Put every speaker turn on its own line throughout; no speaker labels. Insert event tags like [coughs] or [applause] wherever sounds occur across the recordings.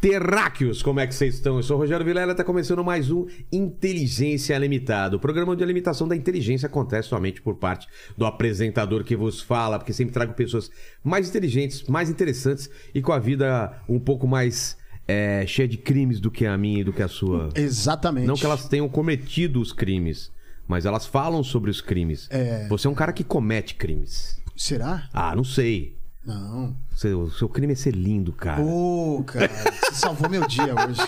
terráqueos! Como é que vocês estão? Eu sou o Rogério Vilela, está começando mais um Inteligência Limitada, o programa onde a limitação da inteligência acontece somente por parte do apresentador que vos fala, porque sempre trago pessoas mais inteligentes, mais interessantes e com a vida um pouco mais é, cheia de crimes do que a minha e do que a sua.
Exatamente.
Não que elas tenham cometido os crimes, mas elas falam sobre os crimes.
É.
Você é um cara que comete crimes.
Será?
Ah, não sei.
Não.
Seu, seu crime é ser lindo, cara.
Ô, cara, você salvou meu dia hoje.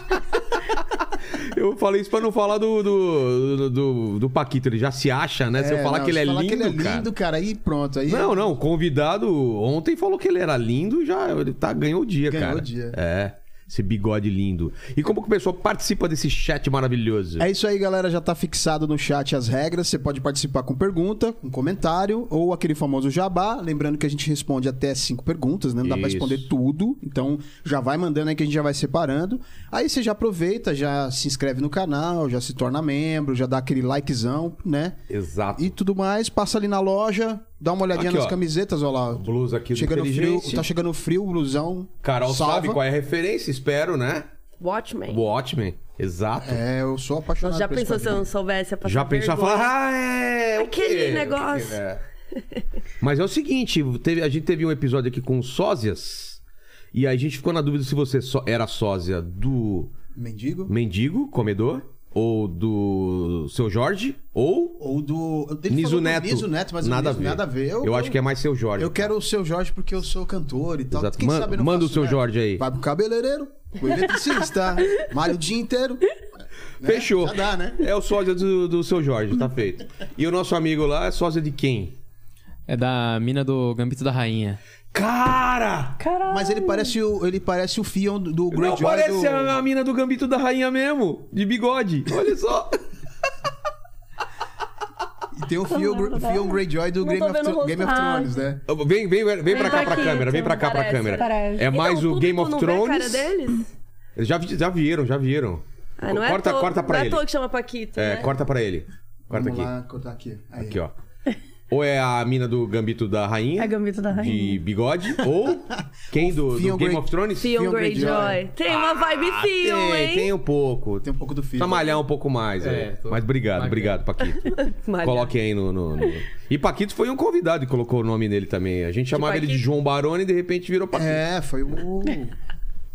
Eu falei isso pra não falar do, do, do, do- do Paquito. Ele já se acha, né? [laughs] Se eu falar
não,
que ele é
se falar
lindo,
que ele é lindo,
cara.
é cara, aí pronto. Aí
Não, não. O convidado ontem falou que ele era lindo e já ele tá, ganhou o dia,
Ganhou
cara.
o dia.
É. Esse bigode lindo. E como que o pessoal participa desse chat maravilhoso?
É isso aí, galera. Já tá fixado no chat as regras. Você pode participar com pergunta, com comentário ou aquele famoso jabá. Lembrando que a gente responde até cinco perguntas, né? Não dá pra
Isso.
responder tudo. Então já vai mandando aí que a gente já vai separando. Aí você já aproveita, já se inscreve no canal, já se torna membro, já dá aquele likezão, né?
Exato.
E tudo mais. Passa ali na loja, dá uma olhadinha
Aqui,
nas
ó.
camisetas, olha lá.
Blusa aqui do
Chegando frio,
Inteligente.
tá chegando frio, blusão.
Carol
salva.
sabe qual é a referência, espero, né?
Watchmen.
Watchmen. Exato.
É, eu sou apaixonado
Nossa, já
por esse
pensou se eu
quadrinho.
não soubesse? ia passar
Já pensou
vergonha.
falar, ah, é. o
Aquele
quê?
negócio.
É. Mas é o seguinte, teve- a gente teve um episódio aqui com sósias. E aí a gente ficou na dúvida se você só era sósia do
Mendigo?
mendigo, comedor, ou do seu Jorge, ou
Ou do. Ele falou
Niso
do
Neto.
Niso Neto, mas nada, Niso, nada a ver.
Eu, acho que é mais seu Jorge.
Eu quero o seu Jorge porque eu sou cantor e tal.
Exato.
Quem
Man-
sabe eu não
manda o
faço,
seu
né?
Jorge aí.
Vai pro cabeleireiro, pro [laughs] eletricista, malha o dia inteiro. né?
Fechou.
Já dá, né?
É o sósia do, do seu Jorge, tá feito. E o nosso amigo lá é sósia de quem?
É da mina do Gambito da Rainha.
Cara!
Mas ele parece o, ele parece o Fion do, do
Não
Greyjoy.
parece
do...
a, a mina do Gambito da Rainha mesmo, de bigode. Olha só.
E tem o Fion, Gre- Fion Greyjoy do
Não tô
Game of,
vendo
Thro-
o rosto. Ah.
Game of Thrones, né?
Vem, vem, vem pra
Vem
cá
pra
pra
aqui,
câmera, vem
então,
pra cá pra
parece,
câmera.
parece.
É mais
Então,
o
tudo
Game
tu
of
não vê
Thrones.
a cara deles?
Eles Já, vi- já vieram, já vieram.
Ah, não é
corta,
à toa-
corta pra
não é à
ele.
toa que chama Paquito,
É,
né?
corta pra ele. Corta
Vamos
aqui.
lá, cortar aqui. Aí.
Aqui, ó. Ou é a mina do Gambito da Rainha.
É Gambito da Rainha.
De
[laughs]
bigode. Ou quem do, do
Theon
Game
Grey-
of Thrones?
Theon
Theon Greyjoy.
Greyjoy. Tem uma vibe
Ah,
Theon,
tem,
hein?
tem um pouco.
Tem um pouco do Fion.
Precisa malhar um pouco mais.
É,
é.
tô
Mas obrigado,
magro.
obrigado, Paquito.
Malhar.
Coloque aí no, no- no- E Paquito foi um convidado que colocou o nome nele também. A gente chamava ele de
Paquito?
João Baroni e de repente virou Paquito.
É, foi o. [laughs]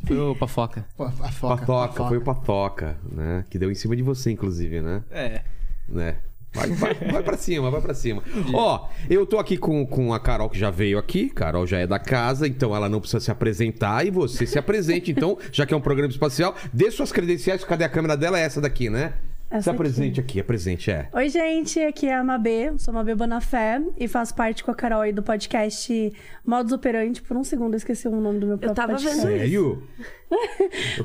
Foi o Pafoca.
Pô, A foca.
Patoca, foi o Patoca, né? Que deu em cima de você, inclusive, né?
É.
né? Vai, vai, vai pra cima, vai pra cima. Ó, eu tô aqui com, com a Carol que já veio aqui. Carol já é da casa, então ela não precisa se apresentar e você se apresente. Então, já que é um programa espacial, dê suas credenciais. Cadê a câmera dela? É essa daqui, né? se
Essa
apresente aqui, apresente, é.
Oi, gente, aqui é a Mabê, sou Mabê Bonafé e faço parte com a Carol aí do podcast Modus Operandi. Por um segundo eu esqueci o nome do meu próprio
tava
podcast.
vendo
Sério?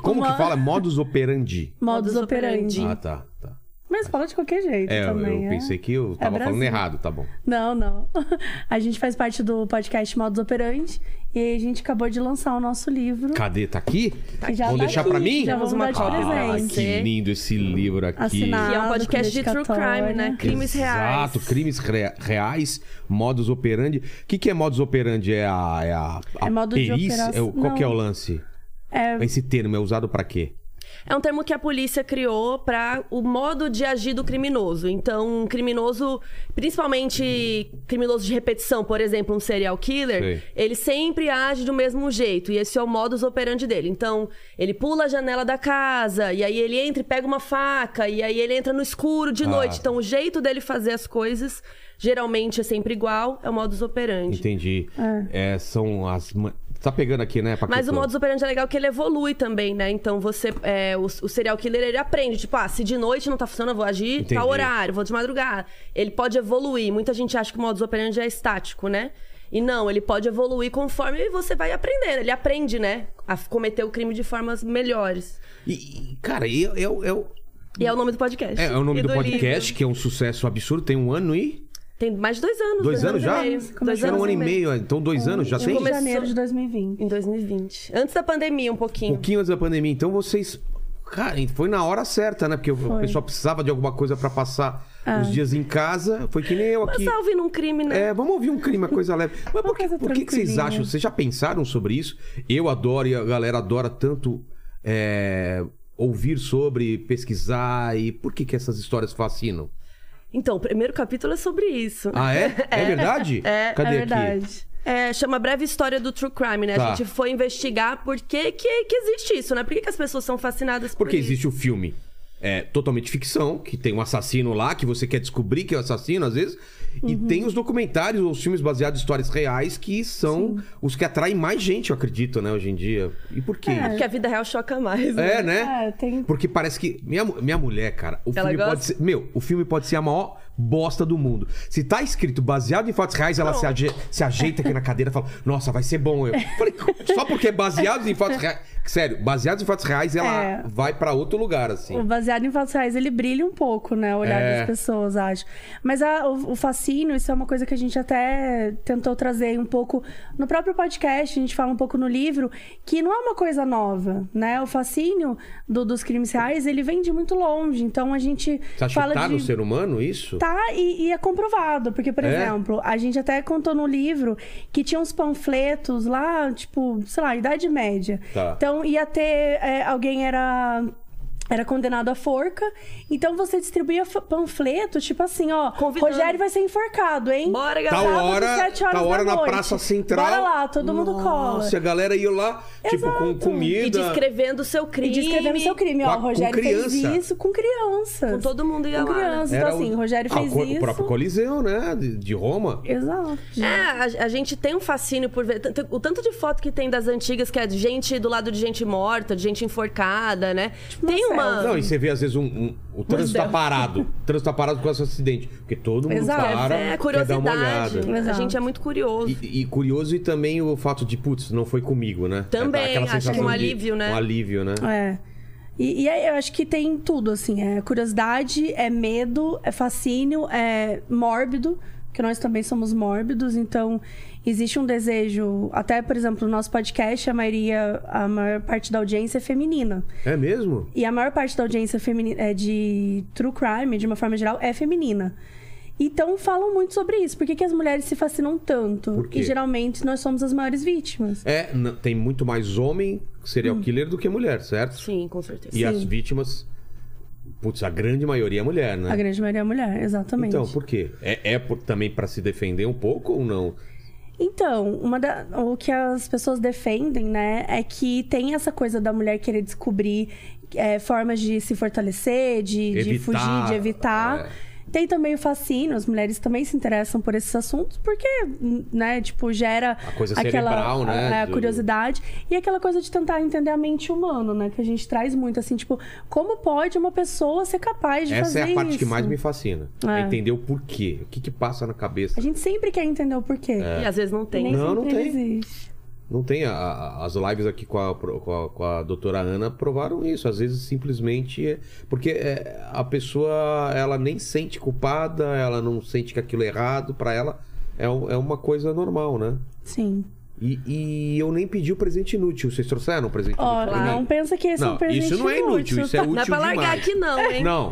Como que
Uma-
fala? Modus operandi.
Modus
Modus
Operandi.
operandi.
Ah, tá. tá.
Mas fala de qualquer jeito
É, eu,
também.
eu
é.
pensei que eu tava falando
Brasil.
errado, tá bom.
Não, não. [laughs] A gente faz parte do podcast Modus Operandi e a gente acabou de lançar o nosso livro.
Cadê? Tá aqui?
que já
Vão
tá
deixar
aqui,
pra mim?
Já vamos
Uma
dar de
cópia pra
Ah,
presente.
que
Presente.
lindo esse livro aqui.
Assinado.
Que é um podcast de true
Dedicatória.
crime, né? Crimes reais.
Exato, crimes rea- reais, modus operandi. O que, que é modus operandi? É a, é a, a
É modo de
perícia? É
operação.
o- qual que é o
Não.
lance?
É,
Esse termo é usado pra quê?
É um termo que a polícia criou para o modo de agir do criminoso. Então, um criminoso, principalmente criminoso de repetição, por exemplo, um serial killer,
Sei.
ele sempre age do mesmo jeito. E esse é o modus operandi dele. Então, ele pula a janela da casa, e aí ele entra e pega uma faca, e aí ele entra no escuro de
Ah.
noite. Então, o jeito dele fazer as coisas geralmente é sempre igual, é o modus operandi.
Entendi. É, são as. ma- Tá pegando aqui, né, Paquito?
Mas o modus operandi é legal que ele evolui também, né? Então você. é, o, o serial killer ele aprende, tipo, ah, se de noite não tá funcionando, eu vou agir
Entendi.
tal horário, vou de madrugada. Ele pode evoluir. Muita gente acha que o modus operandi é estático, né? E não, ele pode evoluir conforme você vai aprendendo. Ele aprende, né? A f- cometer o crime de formas melhores.
E, e, cara, e eu, eu, eu-
E é o nome do podcast.
É, é o nome
E
do, podcast,
livro.
que é um sucesso absurdo, tem um ano e.
Tem mais de dois anos. É,
Dois anos já?
e meio.
Começou
Dois
há
Era
anos
um ano e meio, então dois anos já
em
tem?
começo-
janeiro de 2020.
Em 2020. Antes da pandemia, um pouquinho.
pouquinho antes da pandemia. Então vocês. Cara, foi na hora certa, né? Porque o
Foi.
pessoal precisava de alguma coisa pra passar os dias em casa. Foi que nem eu
Mas
aqui.
salve num crime, né?
É, vamos ouvir um crime, uma coisa leve. Mas por, que,
coisa
por que, que vocês
tranquilinha.
acham? Vocês já pensaram sobre isso? Eu adoro e a galera adora tanto é, ouvir sobre, pesquisar e por que, que essas histórias fascinam?
Então, o primeiro capítulo é sobre isso.
Ah, é? É, verdade?
É,
Cadê aqui?
é verdade.
É, chama Breve História do True Crime, né?
Tá.
A gente foi investigar por que, que, que existe isso, né? Por que, que as pessoas são fascinadas por
Porque
isso?
existe o filme é, totalmente ficção, que tem um assassino lá, que você quer descobrir que é o assassino, às vezes. E tem os documentários, os filmes baseados em histórias reais, que são os que atraem mais gente, eu acredito, né, hoje em dia. E por quê?
É Porque a vida real choca mais, né?
É, né?
É, tem-
Porque parece que. Minha, mu- minha mulher, cara, o
Ela
filme
gosta?
pode ser. Meu, o filme pode ser a maior bosta do mundo. Se tá escrito baseado em fatos reais, ela se, aje- se ajeita aqui na cadeira e fala: Nossa, vai ser bom. Eu falei, só porque é baseado em fatos reais. Sério, baseado em fatos reais, ela
É.
vai pra outro lugar,
O
assim.
baseado em fatos reais, ele brilha um pouco, né? O olhar
É.
das pessoas, acho. Mas a- o, o fascínio, isso é uma coisa que a gente até tentou trazer um pouco no próprio podcast, a gente fala um pouco no livro, que não é uma coisa nova, né? O fascínio do- dos crimes reais, ele vem de muito longe. Então a gente
Você acha
fala
que tá
de...
no ser humano isso?
Tá, e, e é comprovado. Porque, por
É?
exemplo, a gente até contou no livro que tinha uns panfletos lá, tipo, sei lá, Idade Média.
Tá.
Então ia ter. é, alguém era. Era condenado à forca. Então você distribuía fa- panfleto, tipo assim, ó.
Convidando.
Rogério vai ser enforcado, hein?
Bora,
Tal
galera.
Sábado,
Tá hora,
sete horas
tal hora
da
na
noite.
Praça Central.
Bora lá, todo mundo cola.
Nossa, e a galera ia lá, tipo, com
Exato.
comida.
E descrevendo o seu crime.
E descrevendo seu crime,
Com a-
ó.
com
Rogério fez
criança.
isso com criança.
Com todo mundo ia
Com
lá, né?
criança.
Era
Então, assim,
o-
Rogério
Ah,
fez
o, co-
isso.
O próprio Coliseu, né? De, de Roma.
Exato.
É, a, a gente tem um fascínio por ver. tanto- O tanto de foto que tem das antigas, que é de gente do lado de gente morta, de gente enforcada, né?
Tipo,
tem
é
uma.
Não, e você vê às vezes um, um- o trânsito
é.
tá parado. O trânsito tá parado por causa do acidente. Porque todo mundo
Exato.
para, quer
é,
dar uma
curiosidade.
olhada.
olhada.
a gente é muito curioso.
E, e curioso e também o fato de, putz, não foi comigo, né?
Também,
Aquela
acho que
sensação
um
de-
alívio, né?
Um alívio, né?
É. E, e aí eu acho que tem tudo, assim. É curiosidade, é medo, é fascínio, é mórbido, que nós também somos mórbidos, então existe um desejo. Até, por exemplo, no nosso podcast, a maioria, a maior parte da audiência é feminina.
É mesmo?
E a maior parte da audiência femini- é de true crime, de uma forma geral, é feminina. Então falam muito sobre isso. Por que, que as mulheres se fascinam tanto?
Por quê?
E geralmente nós somos as maiores vítimas.
É, n- tem muito mais homem serial killer do que mulher, certo?
Hum. Sim, com certeza.
E as vítimas, putz, a grande maioria é mulher, né?
A grande maioria é mulher, exatamente.
Então, por quê? É, é por- também pra se defender um pouco ou não?
Então, uma da- o que as pessoas defendem, né, é que tem essa coisa da mulher querer descobrir é, formas de se fortalecer, de, de
Evitar,
fugir, de evitar.
é.
Tem também o fascínio, as mulheres também se interessam por esses assuntos, porque, né, tipo, gera
A coisa
aquela
cerebral, né,
a- a
do-
curiosidade e aquela coisa de tentar entender a mente humana, né, que a gente traz muito assim, tipo, como pode uma pessoa ser capaz de
Essa
fazer
é a parte que
isso?
mais me fascina. É.
É.
entender o porquê. O que que passa na cabeça.
A gente sempre quer entender o porquê.
E às vezes não tem.
Nem
É. Não, não
sempre
tem.
existe.
Não tem a- a- as lives aqui com a, pro- com, a, com a doutora Ana provaram isso. Às vezes simplesmente é, porque é, a pessoa ela nem sente culpada, ela não sente que aquilo é errado Pra ela é, um- é uma coisa normal, né?
Sim.
E, e eu nem pedi o presente inútil. Vocês trouxeram o presente
Ó,
inútil? pra
não
mim?
pensa que esse é um
não,
presente
isso não é inútil, isso é
tá?
útil
Não é pra largar
demais.
aqui, não, hein?
Não.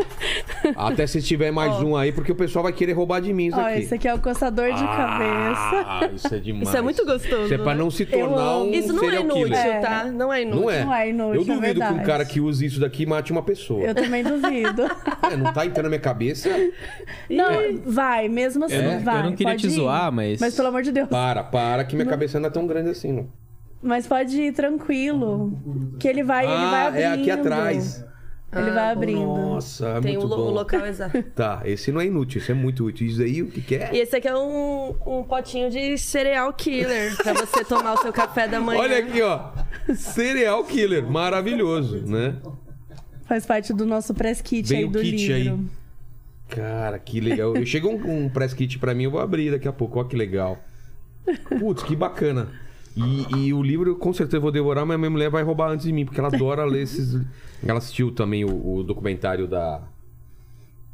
Até se tiver mais um aí, porque o pessoal vai querer roubar de mim isso
Ó,
aqui.
esse aqui é o coçador de cabeça.
Ah, isso é demais.
Isso é muito gostoso,
Isso é pra
né?
não se tornar
amo.
um
Isso não é
serial
inútil,
killer.
É.
tá? Não é inútil.
Não é.
Não é inútil,
eu
é
duvido que um
verdade.
cara que use isso daqui mate uma pessoa.
Eu também duvido.
[laughs] É, não tá entrando na minha cabeça.
não, vai, mesmo assim,
É,
vai.
eu não queria
pode
te
ir.
zoar, mas-
Mas pelo amor de Deus.
Para, para, que minha cabeça não é tão grande assim, não.
Mas pode ir tranquilo. Que ele vai, ele vai
ah,
abrindo.
é aqui atrás.
Ele
Ah,
vai abrindo.
Nossa,
Tem
É
o,
muito
lo-
bom.
o
[laughs]
local exato.
Tá, esse não é inútil, esse é muito útil. Isso aí, o que que é?
E esse aqui é um, um potinho de cereal killer pra você tomar o seu café da manhã.
Olha aqui, ó. Cereal Killer, maravilhoso, né?
Faz parte do nosso press kit
Vem
aí
o
do
kit
livro.
aí. Cara, que legal. Eu- Chegou um, um press kit pra mim, eu vou abrir daqui a pouco. Ó, que legal. Putz, que bacana. E, e o livro, eu com certeza eu vou devorar, mas minha mulher vai roubar antes de mim, porque ela adora ler [laughs] esses. Ela assistiu também o, o documentário da.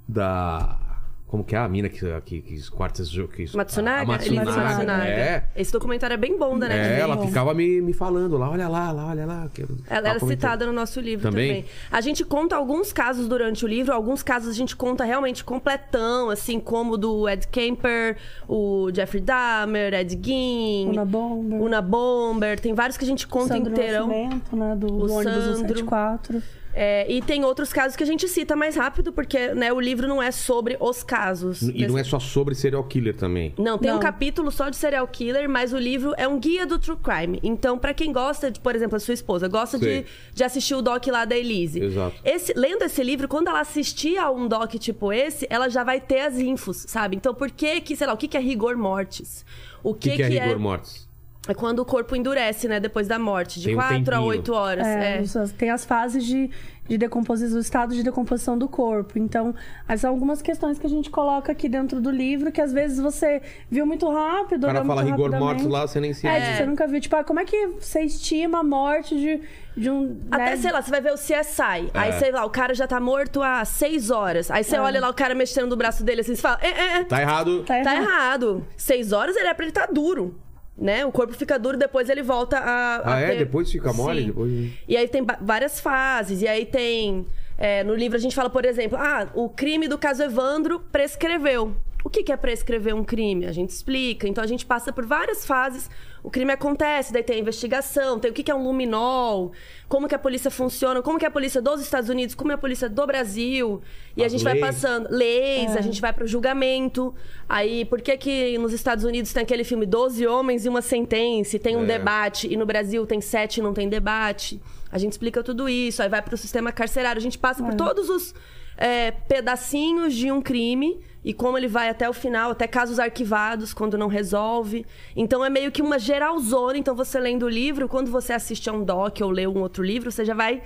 Da. Como que é a mina que, que, que esquarta esses jogos? Que, isso-
Matsunaga?
A
Ele disse
Matsunaga.
Matsunaga.
É.
Esse documentário é bem bom da
É,
Netflix.
ela ficava me, me falando lá, olha lá, lá, olha lá. que-
Ela era
comentando.
citada no nosso livro
Também?
também? A gente conta alguns casos durante o livro, alguns casos a gente conta realmente completão, assim, como o do Ed Kemper, o Jeffrey Dahmer, Ed Gein,
Una Bomber.
Una Bomber, tem vários que a gente conta
Sandro
inteirão.
Nascimento, né? Do,
O
do ônibus
Sandro.
174.
É, e tem outros casos que a gente cita mais rápido, porque né, o livro não é sobre os casos.
E não é só sobre serial killer também.
Não, tem um
Não.
capítulo só de serial killer, mas o livro é um guia do true crime. Então, pra quem gosta, de, por exemplo, a sua esposa, gosta
Sei.
de, de assistir o doc lá da Elise.
Exato.
Esse- lendo esse livro, quando ela assistir a um doc tipo esse, ela já vai ter as infos, sabe? Então, por que que, sei lá, o que que é rigor mortis? O
O que,
que
que, é rigor mortis?
é quando o corpo endurece, né, depois da morte, de
Tem um
4 a
tempinho.
8 horas.
É,
É,
os- Tem as fases de, de decomposição, o estado de decomposição do corpo. Então, as são algumas questões que a gente coloca aqui dentro do livro que às vezes você viu muito rápido.
O cara
olhou
fala
muito
rigor mortis
rapidamente.
lá, você nem se.
É, tipo, você nunca viu. Tipo, ah, como é que você estima a morte de, de um.
Até,
né,
sei lá, você vai ver o CSI. Aí, sei lá, o cara já tá morto há seis horas. Aí você olha lá o cara mexendo no braço dele assim, você fala, é, é, é,
Tá errado.
Tá
tá
errado.
errado. Seis horas ele é pra ele tá duro. Né? O corpo fica duro, depois ele volta a. a
Ah, é?
ter-
Depois fica mole?
Sim.
Depois- né?
E aí tem ba- várias fases. E aí tem. é, no livro a gente fala, por exemplo, ah, o crime do caso Evandro prescreveu. O que, que é prescrever um crime? A gente explica. Então a gente passa por várias fases. O crime acontece, daí tem a investigação, tem o que, que é um luminol, como que a polícia funciona, como que é a polícia dos Estados Unidos, como é a polícia do Brasil. E a
As
gente vai
leis.
passando passando leis, a gente vai pro julgamento. Aí, por que que nos Estados Unidos tem aquele filme 12 homens e uma sentença, e tem um
É.
debate, e no Brasil tem sete e não tem debate? A gente explica tudo isso, aí vai pro sistema carcerário, a gente passa por todos os é, pedacinhos de um crime e como ele vai até o final, até casos arquivados, quando não resolve. Então é meio que uma geralzona. Então você lendo o livro, quando você assiste a um doc ou lê um outro livro, você já vai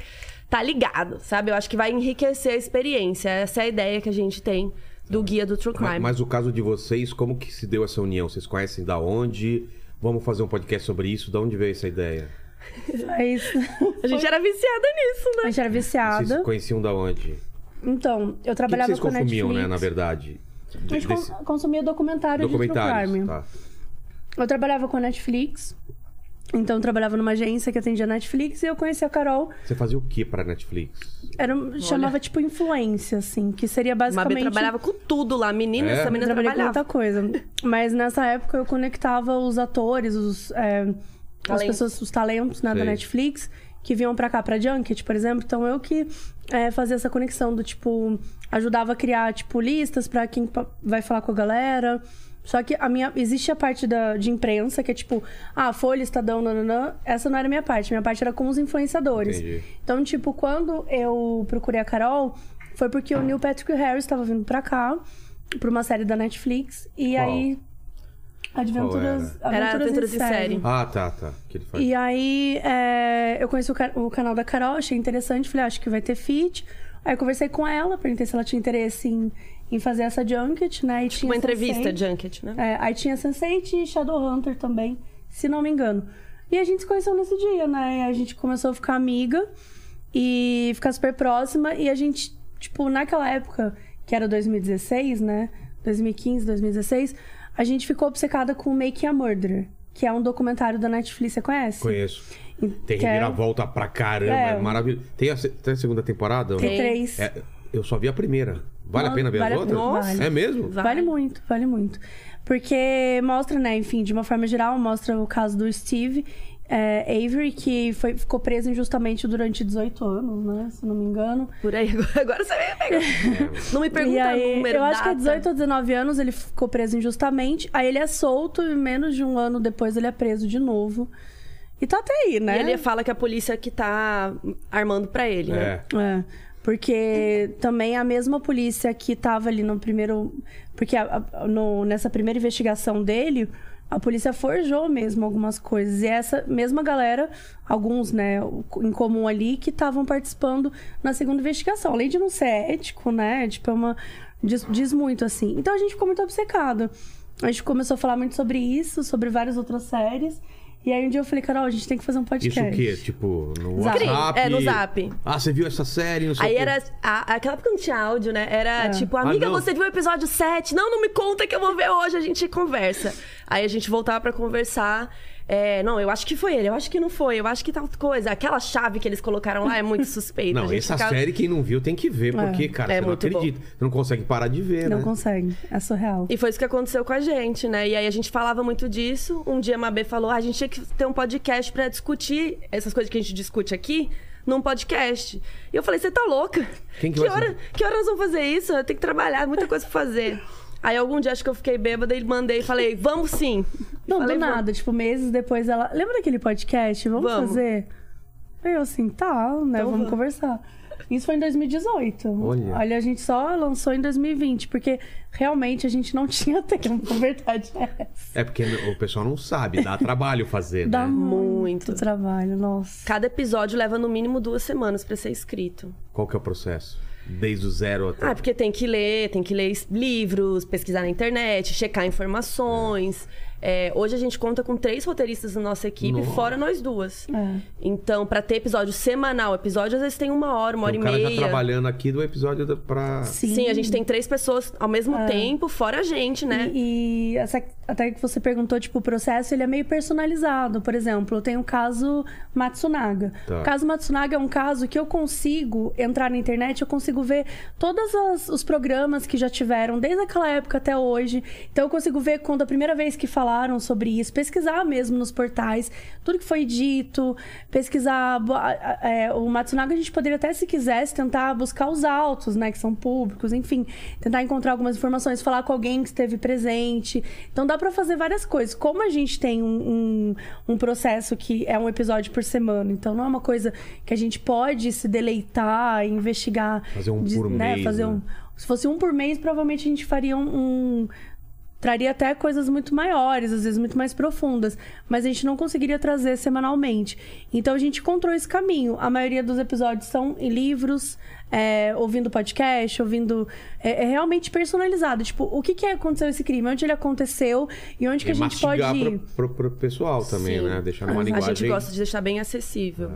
tá ligado, sabe? Eu acho que vai enriquecer a experiência. Essa é a ideia que a gente tem do guia do True Crime.
Mas, mas o caso de vocês, como que se deu essa união? Vocês conhecem da onde? Vamos fazer um podcast sobre isso? Da onde veio essa ideia?
[laughs] É isso.
A gente era viciada nisso,
[laughs] A
né?
gente era
Vocês
viciada.
se conheciam da onde?
Então, eu
O que, que
trabalhava
vocês
com Netflix.
consumiam, né, na verdade?
A gente
De-
con-
desse-
consumia documentário de True Crime.
documentários. Tá.
Eu trabalhava com a Netflix. Então, eu trabalhava numa agência que atendia a Netflix e eu conheci a Carol.
Você fazia o que pra Netflix?
Era, um- chamava, tipo, influência, assim. Que seria
Mabê
basicamente...
trabalhava com tudo lá. Menina,
É?
essa
Eu
menina
trabalhei com muita
trabalhava.
coisa. Mas nessa época eu conectava os atores, os, é, as
Talentos.
pessoas, os talentos né, da
Sei.
Netflix que vinham pra cá, pra Junket, por exemplo. Então eu que é, fazia essa conexão do tipo, ajudava a criar tipo listas pra quem pa- vai falar com a galera. Só que a minha existe a parte da, de imprensa que é tipo, ah, Folha, Estadão, nananã. Essa não era a minha parte. Minha parte era com os influenciadores.
Entendi.
Então, tipo, quando eu procurei a Carol, foi porque o Neil Patrick Harris estava vindo pra cá, pra uma série da Netflix. E
Qual?
aí. Adventuras,
Qual
Era
Aventuras
Aventuras em Série.
Ah, tá, tá. Que ele faz.
E aí, é, eu conheci o, ca- o canal da Carol, achei interessante, falei, "Ah, acho que vai ter feat. Aí eu conversei com ela, perguntei se ela tinha interesse em, em fazer essa junket, né? E tinha
Tipo Uma entrevista,
Sensei.
Junket, né?
É, aí tinha Sensei e tinha Shadowhunter também, se não me engano. E a gente se conheceu nesse dia, né? E a gente começou a ficar amiga e ficar super próxima. E a gente, tipo, naquela época, que era 2016, né? 2015, 2016, a gente ficou obcecada com Making a Murderer, que é um documentário da Netflix, você conhece?
Conheço. Tem
assim, Que é-
reviravolta pra caramba,
É.
é maravilhoso. Tem a, se- tem a segunda temporada? ou não?
Tem três.
É, eu só vi a primeira. Vale a
Não,
pena ver
vale a
as outras?
pena. Nossa.
É mesmo?
Vale.
Vale muito, vale muito. Porque mostra, né, enfim, de uma forma geral, mostra o caso do Steve eh, Avery, que foi, ficou preso injustamente durante 18 anos, né? Se não me engano.
Por aí, [laughs] agora você veio pegar.
É.
Não me
E
pergunta
aí,
número,
eu acho que é
data.
18 ou 19 anos ele ficou preso injustamente. Aí ele é solto e menos de um ano depois ele é preso de novo. E tá até aí, né?
E ele fala que é a polícia que tá armando pra ele, né?
É.
É, porque também a mesma polícia que tava ali no primeiro. Porque a- a- no- nessa primeira investigação dele, a polícia forjou mesmo algumas coisas. E essa mesma galera, alguns, né, o- em comum ali, que estavam participando na segunda investigação. Além de não ser ético, né? Tipo, é uma. Diz, diz muito assim. Então a gente ficou muito obcecado. A gente começou a falar muito sobre isso, sobre várias outras séries. E aí um dia eu falei, Carol, a gente tem que fazer um podcast.
Isso o quê? Tipo, no
Zap.
WhatsApp?
É, no Zap.
Ah, você viu essa série? Não sei o
Aí
quê. É. Ah,
era. assim, a- aquela época não tinha áudio, né? Era tipo, amiga,
não.
você viu o episódio 7? Não, não me conta que eu vou ver hoje, a gente conversa. Aí a gente voltava pra conversar. É, não, eu acho que foi ele, eu acho que não foi, eu acho que tal coisa. Aquela chave que eles colocaram lá
[laughs]
é muito suspeita. a
Não,
gente
essa
ficava-
série, quem não viu, tem que ver, porque, cara,
É
você não
muito bom.
acredita. Você não consegue parar de ver,
Não
né?
consegue. É surreal.
E foi isso que aconteceu com a gente, né? E aí a gente falava muito disso. Um dia a Mabê falou: ah, a gente tinha que ter um podcast pra discutir essas coisas que a gente discute aqui num podcast. E eu falei: você tá louca?
Quem que vai
hora,
ser?
que hora nós vamos fazer isso? Eu tenho que trabalhar, muita coisa pra fazer. Aí algum dia acho que eu fiquei bêbada e mandei e falei: vamos sim.
Não,
falei,
do nada. Tipo, meses depois ela. Lembra daquele podcast? Vamos,
Vamos. Então
fazer? Aí Eu assim, tá, né? vamos
vamos.
conversar. Isso foi em 2018.
Olha.
a gente só lançou em 2020, porque realmente a gente não [laughs] tinha tempo, a verdade é essa.
É porque o pessoal não sabe, dá trabalho fazer,
Dá
né?
muito
Muito.
trabalho, nossa.
Cada episódio leva no mínimo duas semanas pra ser escrito.
Qual que é o processo? Desde o zero até...
Ah, porque tem que ler, tem que ler es- livros, pesquisar na internet, checar informações. É, hoje a gente conta com três roteiristas na nossa equipe,
Nossa.
fora nós duas.
É.
Então, pra ter episódio semanal, episódio às vezes tem uma hora, uma hora
Tem um
e
cara
meia.
já trabalhando aqui do episódio da- pra...
Sim. a gente tem três pessoas ao mesmo tempo, fora a gente, né?
É. E, e essa- até que você perguntou, tipo, o processo ele é meio personalizado. Por exemplo, eu tenho o caso Matsunaga.
Tá.
O caso Matsunaga é um caso que eu consigo entrar na internet, eu consigo ver todos os programas que já tiveram, desde aquela época até hoje. Então eu consigo ver quando a primeira vez que falaram sobre isso, pesquisar mesmo nos portais, tudo que foi dito, pesquisar. bo- a- a- é, o Matsunaga a gente poderia até, se quisesse, tentar buscar os autos, né, que são públicos, enfim, tentar encontrar algumas informações, falar com alguém que esteve presente. Então dá pra fazer várias coisas. Como a gente tem um, um, um processo que é um episódio por semana, então não é uma coisa que a gente pode se deleitar, e investigar.
Fazer um por
né,
mês,
Fazer
né?
um, se fosse um por mês, provavelmente a gente faria um. um- traria até coisas muito maiores, às vezes muito mais profundas, mas a gente não conseguiria trazer semanalmente. Então a gente encontrou esse caminho. A maioria dos episódios são em livros, é, ouvindo podcast, ouvindo. É, é realmente personalizado. Tipo, o que, que aconteceu esse crime? Onde ele aconteceu e onde que
é
a gente pode
mastigar
ir.
pro, pro- pro pessoal também,
Sim.
né? Deixar numa
A
linguagem... É.
gente gosta de deixar bem acessível.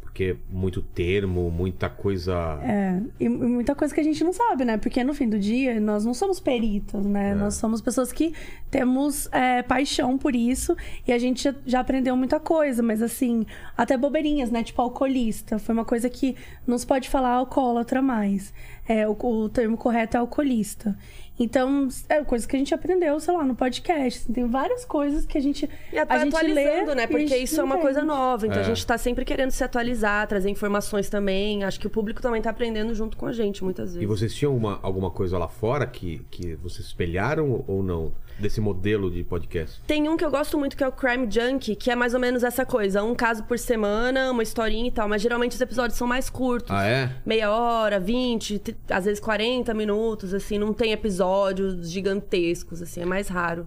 Porque muito termo, muita coisa...
É, e e muita coisa que a gente não sabe, né? Porque no fim do dia, nós não somos peritos,
É.
né? Nós somos pessoas que temos é, paixão por isso e a gente já, já aprendeu muita coisa, mas assim, até bobeirinhas, né? Tipo alcoolista. Foi uma coisa que não se pode falar alcoólatra mais. É, o, o termo correto é alcoolista. Então, é coisa que a gente aprendeu, sei lá, no podcast. Assim, Tem várias coisas que a gente.
E tá
a gente
atualizando,
lê e
né?
a
Porque
gente
isso é uma
entende.
coisa nova. Então
É.
a gente tá sempre querendo se atualizar, trazer informações também. Acho que o público também tá aprendendo junto com a gente, muitas vezes.
E vocês tinham uma- alguma coisa lá fora que, que vocês espelharam ou não? Desse modelo de podcast?
Tem um que eu gosto muito que é o Crime Junkie, que é mais ou menos essa coisa: um caso por semana, uma historinha e tal. Mas geralmente os episódios são mais curtos.
Ah, é?
Meia hora, 20, tri- às vezes 40 minutos, assim, não tem episódios gigantescos, assim, é mais raro.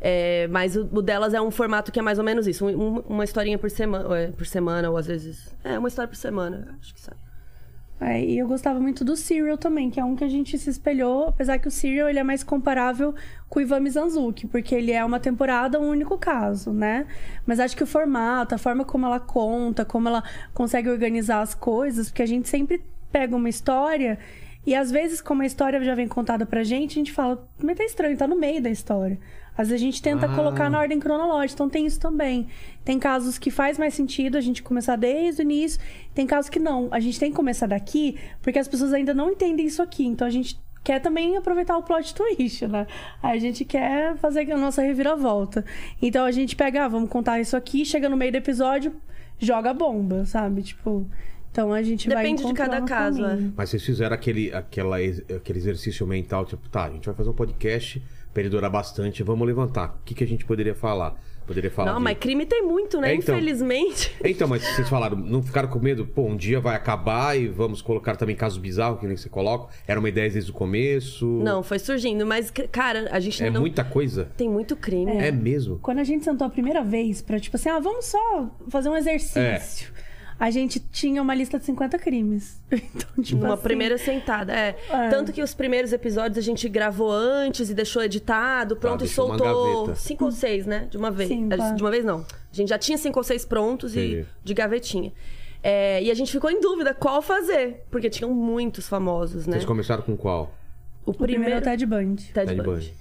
É, mas o, o delas é um formato que é mais ou menos isso: um- um- uma historinha por semana, é, por semana, ou às vezes. É, uma história por semana, acho que sai.
É, e eu gostava muito do Serial também, que é um que a gente se espelhou, apesar que o Serial ele é mais comparável com o Ivan Mizanzuki, porque ele é uma temporada, um único caso, né? Mas acho que o formato, a forma como ela conta, como ela consegue organizar as coisas, porque a gente sempre pega uma história e às vezes como a história já vem contada pra gente, a gente fala, mas tá estranho, tá no meio da história. Às vezes a gente tenta
Ah.
colocar na ordem cronológica, então tem isso também. Tem casos que faz mais sentido a gente começar desde o início, tem casos que não. A gente tem que começar daqui, porque as pessoas ainda não entendem isso aqui. Então a gente quer também aproveitar o plot twist, né? A gente quer fazer a nossa reviravolta. Então a gente pega, ah, vamos contar isso aqui, chega no meio do episódio, joga a bomba, sabe? Tipo, então a gente vai
Depende de cada
encontrando um
caso,
caminho.
é.
Mas vocês fizeram aquele, aquela, ex- aquele exercício mental, tipo, tá, a gente vai fazer um podcast pra ele durar bastante, vamos levantar. O que, que a gente poderia falar? Poderia falar.
Não,
de-
mas crime tem muito, né?
É, então.
Infelizmente.
Então, mas vocês falaram, não ficaram com medo? Pô, um dia vai acabar e vamos colocar também caso bizarro, que nem você coloca. Era uma ideia desde o começo.
Não, foi surgindo, mas, cara, a gente
É
não.
muita coisa?
Tem muito crime.
É, mesmo?
Quando a gente sentou a primeira vez pra, tipo assim, ah, vamos só fazer um exercício. a gente tinha uma lista de 50 crimes. [laughs] Então, tipo
Uma
assim,
primeira sentada, é. Tanto que os primeiros episódios a gente gravou antes e deixou editado, pronto, e
deixou uma
soltou
gaveta.
cinco ou seis, né? De uma vez.
Sim,
É,
tá.
De uma vez não. A gente já tinha cinco ou seis prontos
Entendi.
e de gavetinha. É, e a gente ficou em dúvida qual fazer, porque tinham muitos famosos, né?
Vocês começaram com qual?
O
O primeiro é o Ted Bundy.
Ted,
Ted
Bundy.
Bundy.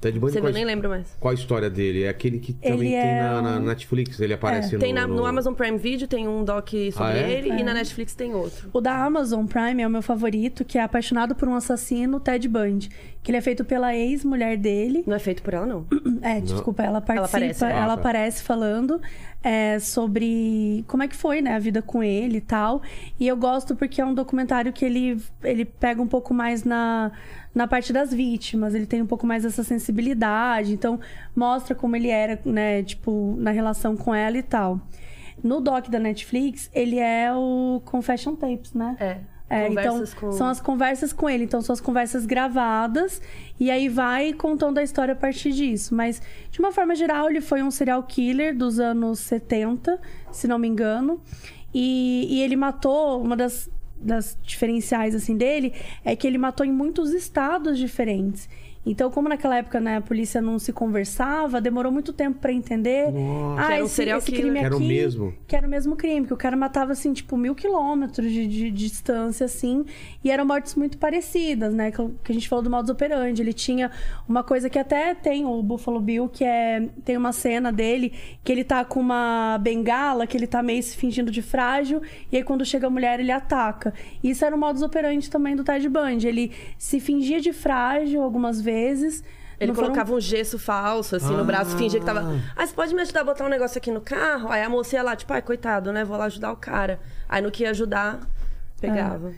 Ted Bundy,
Você
qual,
viu, nem lembro mais.
qual a história dele? É aquele que também tem
é
na, na
um-
Netflix, ele aparece no,
Tem na- no
no-
Amazon Prime Video, tem um doc sobre
Ah, é?
ele, e na Netflix tem outro.
O da Amazon Prime é o meu favorito, que é apaixonado por um assassino, Ted Bundy. Que ele é feito pela ex-mulher dele.
Não é feito por ela, não.
É, desculpa, ela participa, ela
aparece,
aparece,
é.
Ah, tá.
falando é, sobre como é que foi, né, a vida com ele e tal. E eu gosto porque é um documentário que ele, ele pega um pouco mais na, na parte das vítimas, ele tem um pouco mais essa sensibilidade, então mostra como ele era, né, tipo, na relação com ela e tal. No doc da Netflix, ele é o Confession Tapes, né?
É.
É, então,
Conversas com-
são as conversas com ele. Então, são as conversas gravadas. E aí vai contando a história a partir disso. Mas, de uma forma geral, ele foi um serial killer dos anos 70, se não me engano. E, e ele matou uma das, das diferenciais, assim, dele... É que ele matou em muitos estados diferentes. Então, como naquela época, né, a polícia não se conversava, demorou muito tempo pra entender.
Nossa.
Ah,
Que era um
esse,
serial
esse
killer.
crime
Que era o
aqui-
mesmo.
que era o mesmo crime, que o cara matava, assim, tipo, mil quilômetros de, de- de distância, assim, e eram mortes muito parecidas, né? Que, eu- que a gente falou do modus operandi. Ele tinha uma coisa que até tem o Buffalo Bill, que é. Tem uma cena dele que ele tá com uma bengala, que ele tá meio se fingindo de frágil, e aí quando chega a mulher ele ataca. Isso era o modus operandi também do Ted Bundy. Ele se fingia de frágil algumas vezes.
Ele
Não foram-
colocava um gesso falso, assim, no braço, fingia que tava. Ah, você pode me ajudar a botar um negócio aqui no carro? Aí a moça ia lá, tipo, ai, coitado, né? Vou lá ajudar o cara. Aí no que ia ajudar, pegava.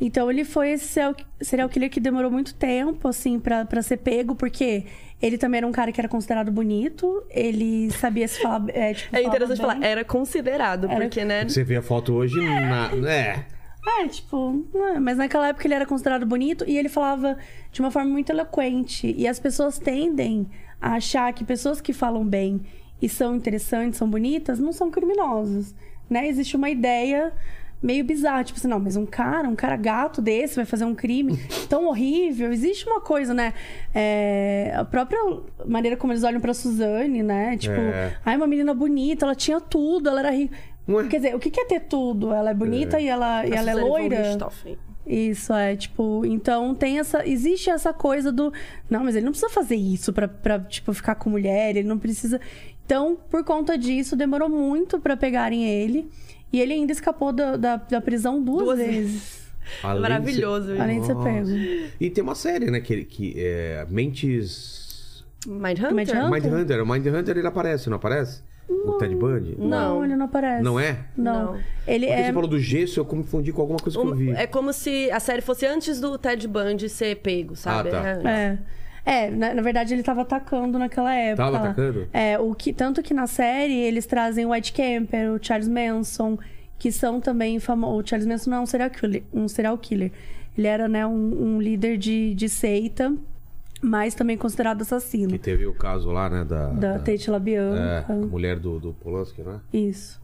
Então ele foi esse serial- serial killer que demorou muito tempo, assim, pra, pra ser pego, porque ele também era um cara que era considerado bonito, ele sabia se falar. É, tipo,
É
falava
interessante
bem.
falar, era considerado,
Era-
porque, né?
Você vê a foto hoje na. É.
É, tipo, é, mas naquela época ele era considerado bonito e ele falava de uma forma muito eloquente. E as pessoas tendem a achar que pessoas que falam bem e são interessantes, são bonitas, não são criminosas, né? Existe uma ideia meio bizarra, tipo assim, não, mas um cara, um cara gato desse vai fazer um
[laughs]
crime tão horrível. Existe uma coisa, né? É, a própria maneira como eles olham pra Suzane, né? Tipo,
É.
ai, uma menina bonita, ela tinha tudo, ela era rica.
Ué?
Quer dizer, o que que é ter tudo? Ela é bonita e ela e
a
ela é
Suzane von
loira.
Richthofen.
Isso é, tipo, então tem essa existe essa coisa do, não, mas ele não precisa fazer isso pra, pra tipo ficar com mulher, ele não precisa. Então, por conta disso, demorou muito pra pegarem ele, e ele ainda escapou da, da, da prisão duas,
Duas
vezes.
vezes.
Além
[laughs]
de
Maravilhoso,
ser-
hein?
Além de ser
Nossa.
pego.
E tem uma série, né? Que, que é. Mentes.
Mindhunter?
Mindhunter?
Mindhunter. O Mindhunter ele aparece, não aparece? O Ted Bundy?
Não.
ele não aparece.
Não é?
Não.
Não.
Ele
Porque
é
você falou do gesso, eu confundi com alguma coisa que eu vi.
Um- é como se a série fosse antes do Ted Bundy ser pego, sabe?
Ah, tá.
É.
É. É, na, na verdade ele tava atacando naquela época.
Tava
lá.
atacando?
É, o que, tanto que na série eles trazem o White Camper, o Charles Manson, que são também famosos. O Charles Manson não é um serial killer. Um serial killer. Ele era, né, um, um líder de, de seita, mas também considerado
Que
assassino.
teve o caso lá, né? Da.
Da Tate
é,
LaBianca.
a mulher do, do Polanski, não é?
Isso.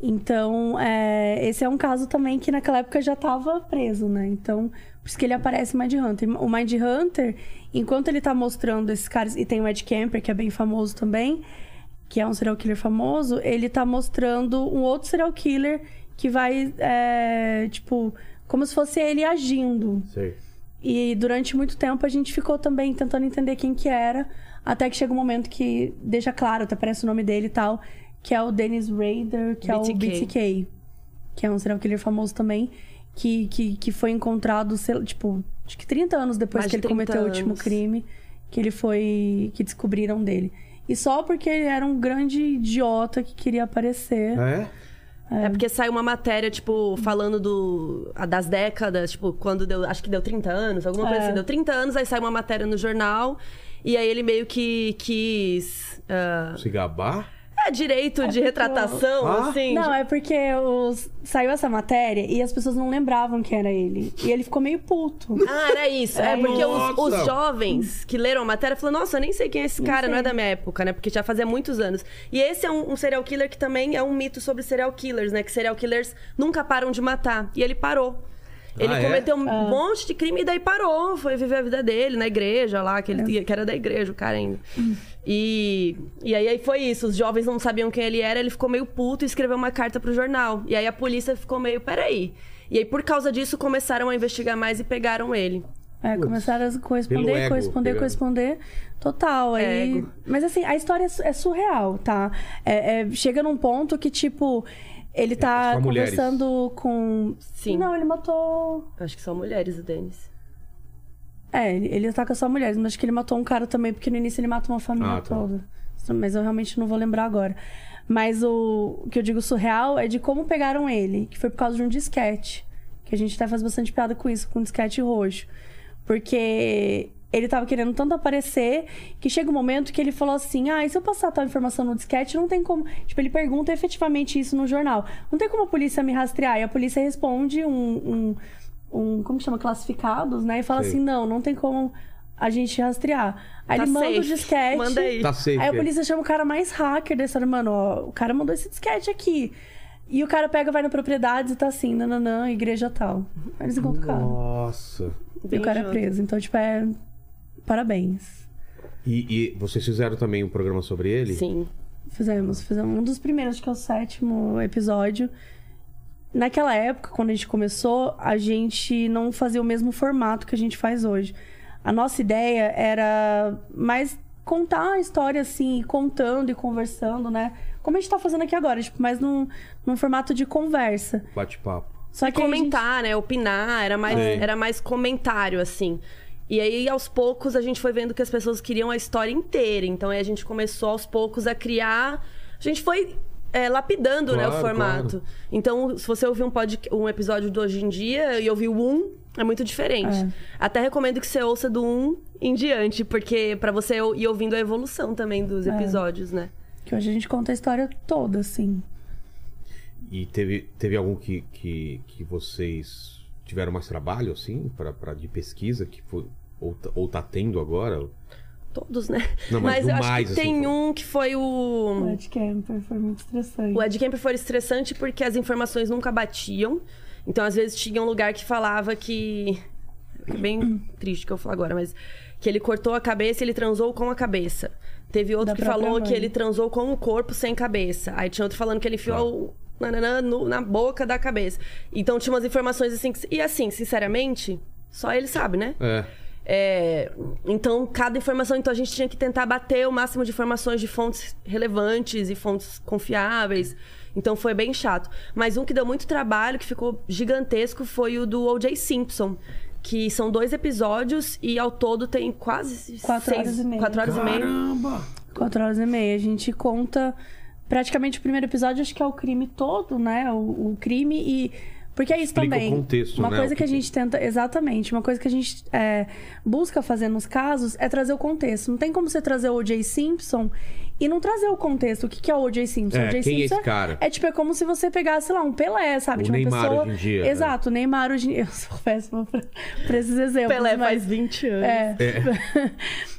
Então, é, esse é um caso também que naquela época já estava preso, né? Então, por isso que ele aparece no Mind Hunter. O Mind Hunter, enquanto ele tá mostrando esses caras, e tem o Ed Kemper, que é bem famoso também, que é um serial killer famoso, ele tá mostrando um outro serial killer que vai, é, tipo, como se fosse ele agindo.
Sei.
E durante muito tempo a gente ficou também tentando entender quem que era, até que chega um momento que deixa claro, até aparece o nome dele e tal, que é o Dennis Rader, que é o
BTK.
BTK, que é um serial killer famoso também, que, que, que foi encontrado, sei lá, tipo, acho que 30 anos depois
Mais
que
de
ele cometeu
30
o último
anos.
crime, que ele foi. que descobriram dele. E só porque ele era um grande idiota que queria aparecer.
É?
É porque saiu uma matéria, tipo, falando do, a- das décadas, tipo, quando deu. Acho que deu 30 anos, alguma coisa
É.
assim. Deu 30 anos, aí saiu uma matéria no jornal. E aí ele meio que quis. ah,
Se gabar?
é direito de
porque
retratação,
Ah?
assim?
Não,
de-
é porque os- saiu essa matéria e as pessoas não lembravam que era ele. E ele ficou meio puto.
Ah, era isso. É
É
porque os,
isso.
os jovens que leram a matéria falaram, nossa, eu nem sei quem é esse cara, não é da minha época, né? Porque já fazia muitos anos. E esse é um, um serial killer que também é um mito sobre serial killers, né? Que serial killers nunca param de matar. E ele parou. Ele
Ah, é?
cometeu um monte de crime e daí parou. Foi viver a vida dele na igreja lá, que, ele, que era da igreja, o cara ainda. E, e aí, aí foi isso. Os jovens não sabiam quem ele era, ele ficou meio puto e escreveu uma carta pro jornal. E aí a polícia ficou meio, peraí. E aí, por causa disso, começaram a investigar mais e pegaram ele.
É, começaram a
Pelo
corresponder,
ego,
corresponder,
pegando.
corresponder. Total. Aí...
Ego.
Mas assim, a história é su- é surreal, tá? É- é- chega num ponto que, tipo, ele tá
É, só mulheres.
conversando com.
Sim.
Não, ele matou.
Acho que são mulheres, o Denis.
É, ele, ele ataca só mulheres, mas acho que ele matou um cara também, porque no início ele mata uma família
Ah, tá.
toda. Mas eu realmente não vou lembrar agora. Mas o, o que eu digo surreal é de como pegaram ele, que foi por causa de um disquete. Que a gente até faz bastante piada com isso, com um disquete roxo. Porque ele tava querendo tanto aparecer que chega um momento que ele falou assim: ah, e se eu passar tal informação no disquete, não tem como. Tipo, ele pergunta efetivamente isso no jornal. Não tem como a polícia me rastrear. E a polícia responde um. um, um como que chama? Classificados, né? E fala
Sei.
assim: não, não tem como a gente rastrear. Aí
Tá
ele manda o
safe.
disquete.
Manda aí.
Tá safe.
Aí a
é.
polícia chama o cara mais hacker da história. Mano, ó, o cara mandou esse disquete aqui. E o cara pega, vai na propriedade e tá assim, nananã, igreja tal. Aí eles encontram o cara.
Nossa.
E o cara é
Bem
preso. Então, tipo, é. Parabéns.
E, e vocês fizeram também um programa sobre ele?
Sim.
Fizemos, fizemos um dos primeiros, acho que é o sétimo episódio. Naquela época, quando a gente começou, a gente não fazia o mesmo formato que a gente faz hoje. A nossa ideia era mais contar a história assim, contando e conversando, né? Como a gente tá fazendo aqui agora, tipo, mas num, num formato de conversa.
Bate-papo.
Só que aí a gente-
Comentar, né? Opinar, era mais,
Sim.
era mais comentário, assim. E aí, aos poucos, a gente foi vendo que as pessoas queriam a história inteira. Então, aí a gente começou, aos poucos, a criar... A gente foi é, lapidando, né, o
Claro,
formato. Então, se você ouvir um, pod... um episódio do Hoje em Dia e ouvir o um, é muito diferente. Até recomendo que você ouça do um em diante. Porque pra você ir ouvindo a evolução também dos
É.
episódios, né?
Que hoje a gente conta a história toda, assim.
E teve, teve algum que, que, que vocês tiveram mais trabalho, assim, pra, pra, de pesquisa, que foi, ou, tá- ou tá tendo agora?
Todos, né?
Não, mas do
eu acho
mais,
que
assim,
tem
foi-
um que foi
O
o.
Ed Camper foi muito estressante.
O Ed Camper foi estressante porque as informações nunca batiam. Então, às vezes, tinha um lugar que falava que. É bem [coughs] triste que eu falo agora, mas. Que ele cortou a cabeça e ele transou com a cabeça. Teve outro
Da
que
própria
falou
mãe.
que ele transou com o corpo sem cabeça. Aí tinha outro falando que ele
Tá.
enfiou o. nananã no- na boca da cabeça. Então tinha umas informações assim. que- E assim, sinceramente, só ele sabe, né?
É.
É, então, cada informação, então a gente tinha que tentar bater o máximo de informações de fontes relevantes e fontes confiáveis. Então foi bem chato. Mas um que deu muito trabalho, que ficou gigantesco, foi o do O.J. Simpson. Que são dois episódios e ao todo tem quase
Quatro
seis,
horas e meia.
Quatro horas e meia.
Caramba!
Quatro horas e meia. A gente conta praticamente o primeiro episódio, acho que é o crime todo, né? O, o crime e. Porque é isso
Explica o
também.
contexto,
uma
né?
coisa
O
que a
que que-
gente tenta. Exatamente. Uma coisa que a gente é, busca fazer nos casos é trazer o contexto. Não tem como você trazer o O.J. Simpson e não trazer o contexto. O que, que é o O.J. Simpson?
É,
o O.J.
quem é esse
Simpson
cara?
é tipo, é como se você pegasse, sei lá, um Pelé, sabe?
O
tipo, uma
Neymar
pessoa.
hoje em dia, né?
Exato, o Neymar hoje em dia. [laughs] Eu sou péssima pra, pra esses exemplos.
Pelé
mas...
faz 20 anos.
É. [laughs]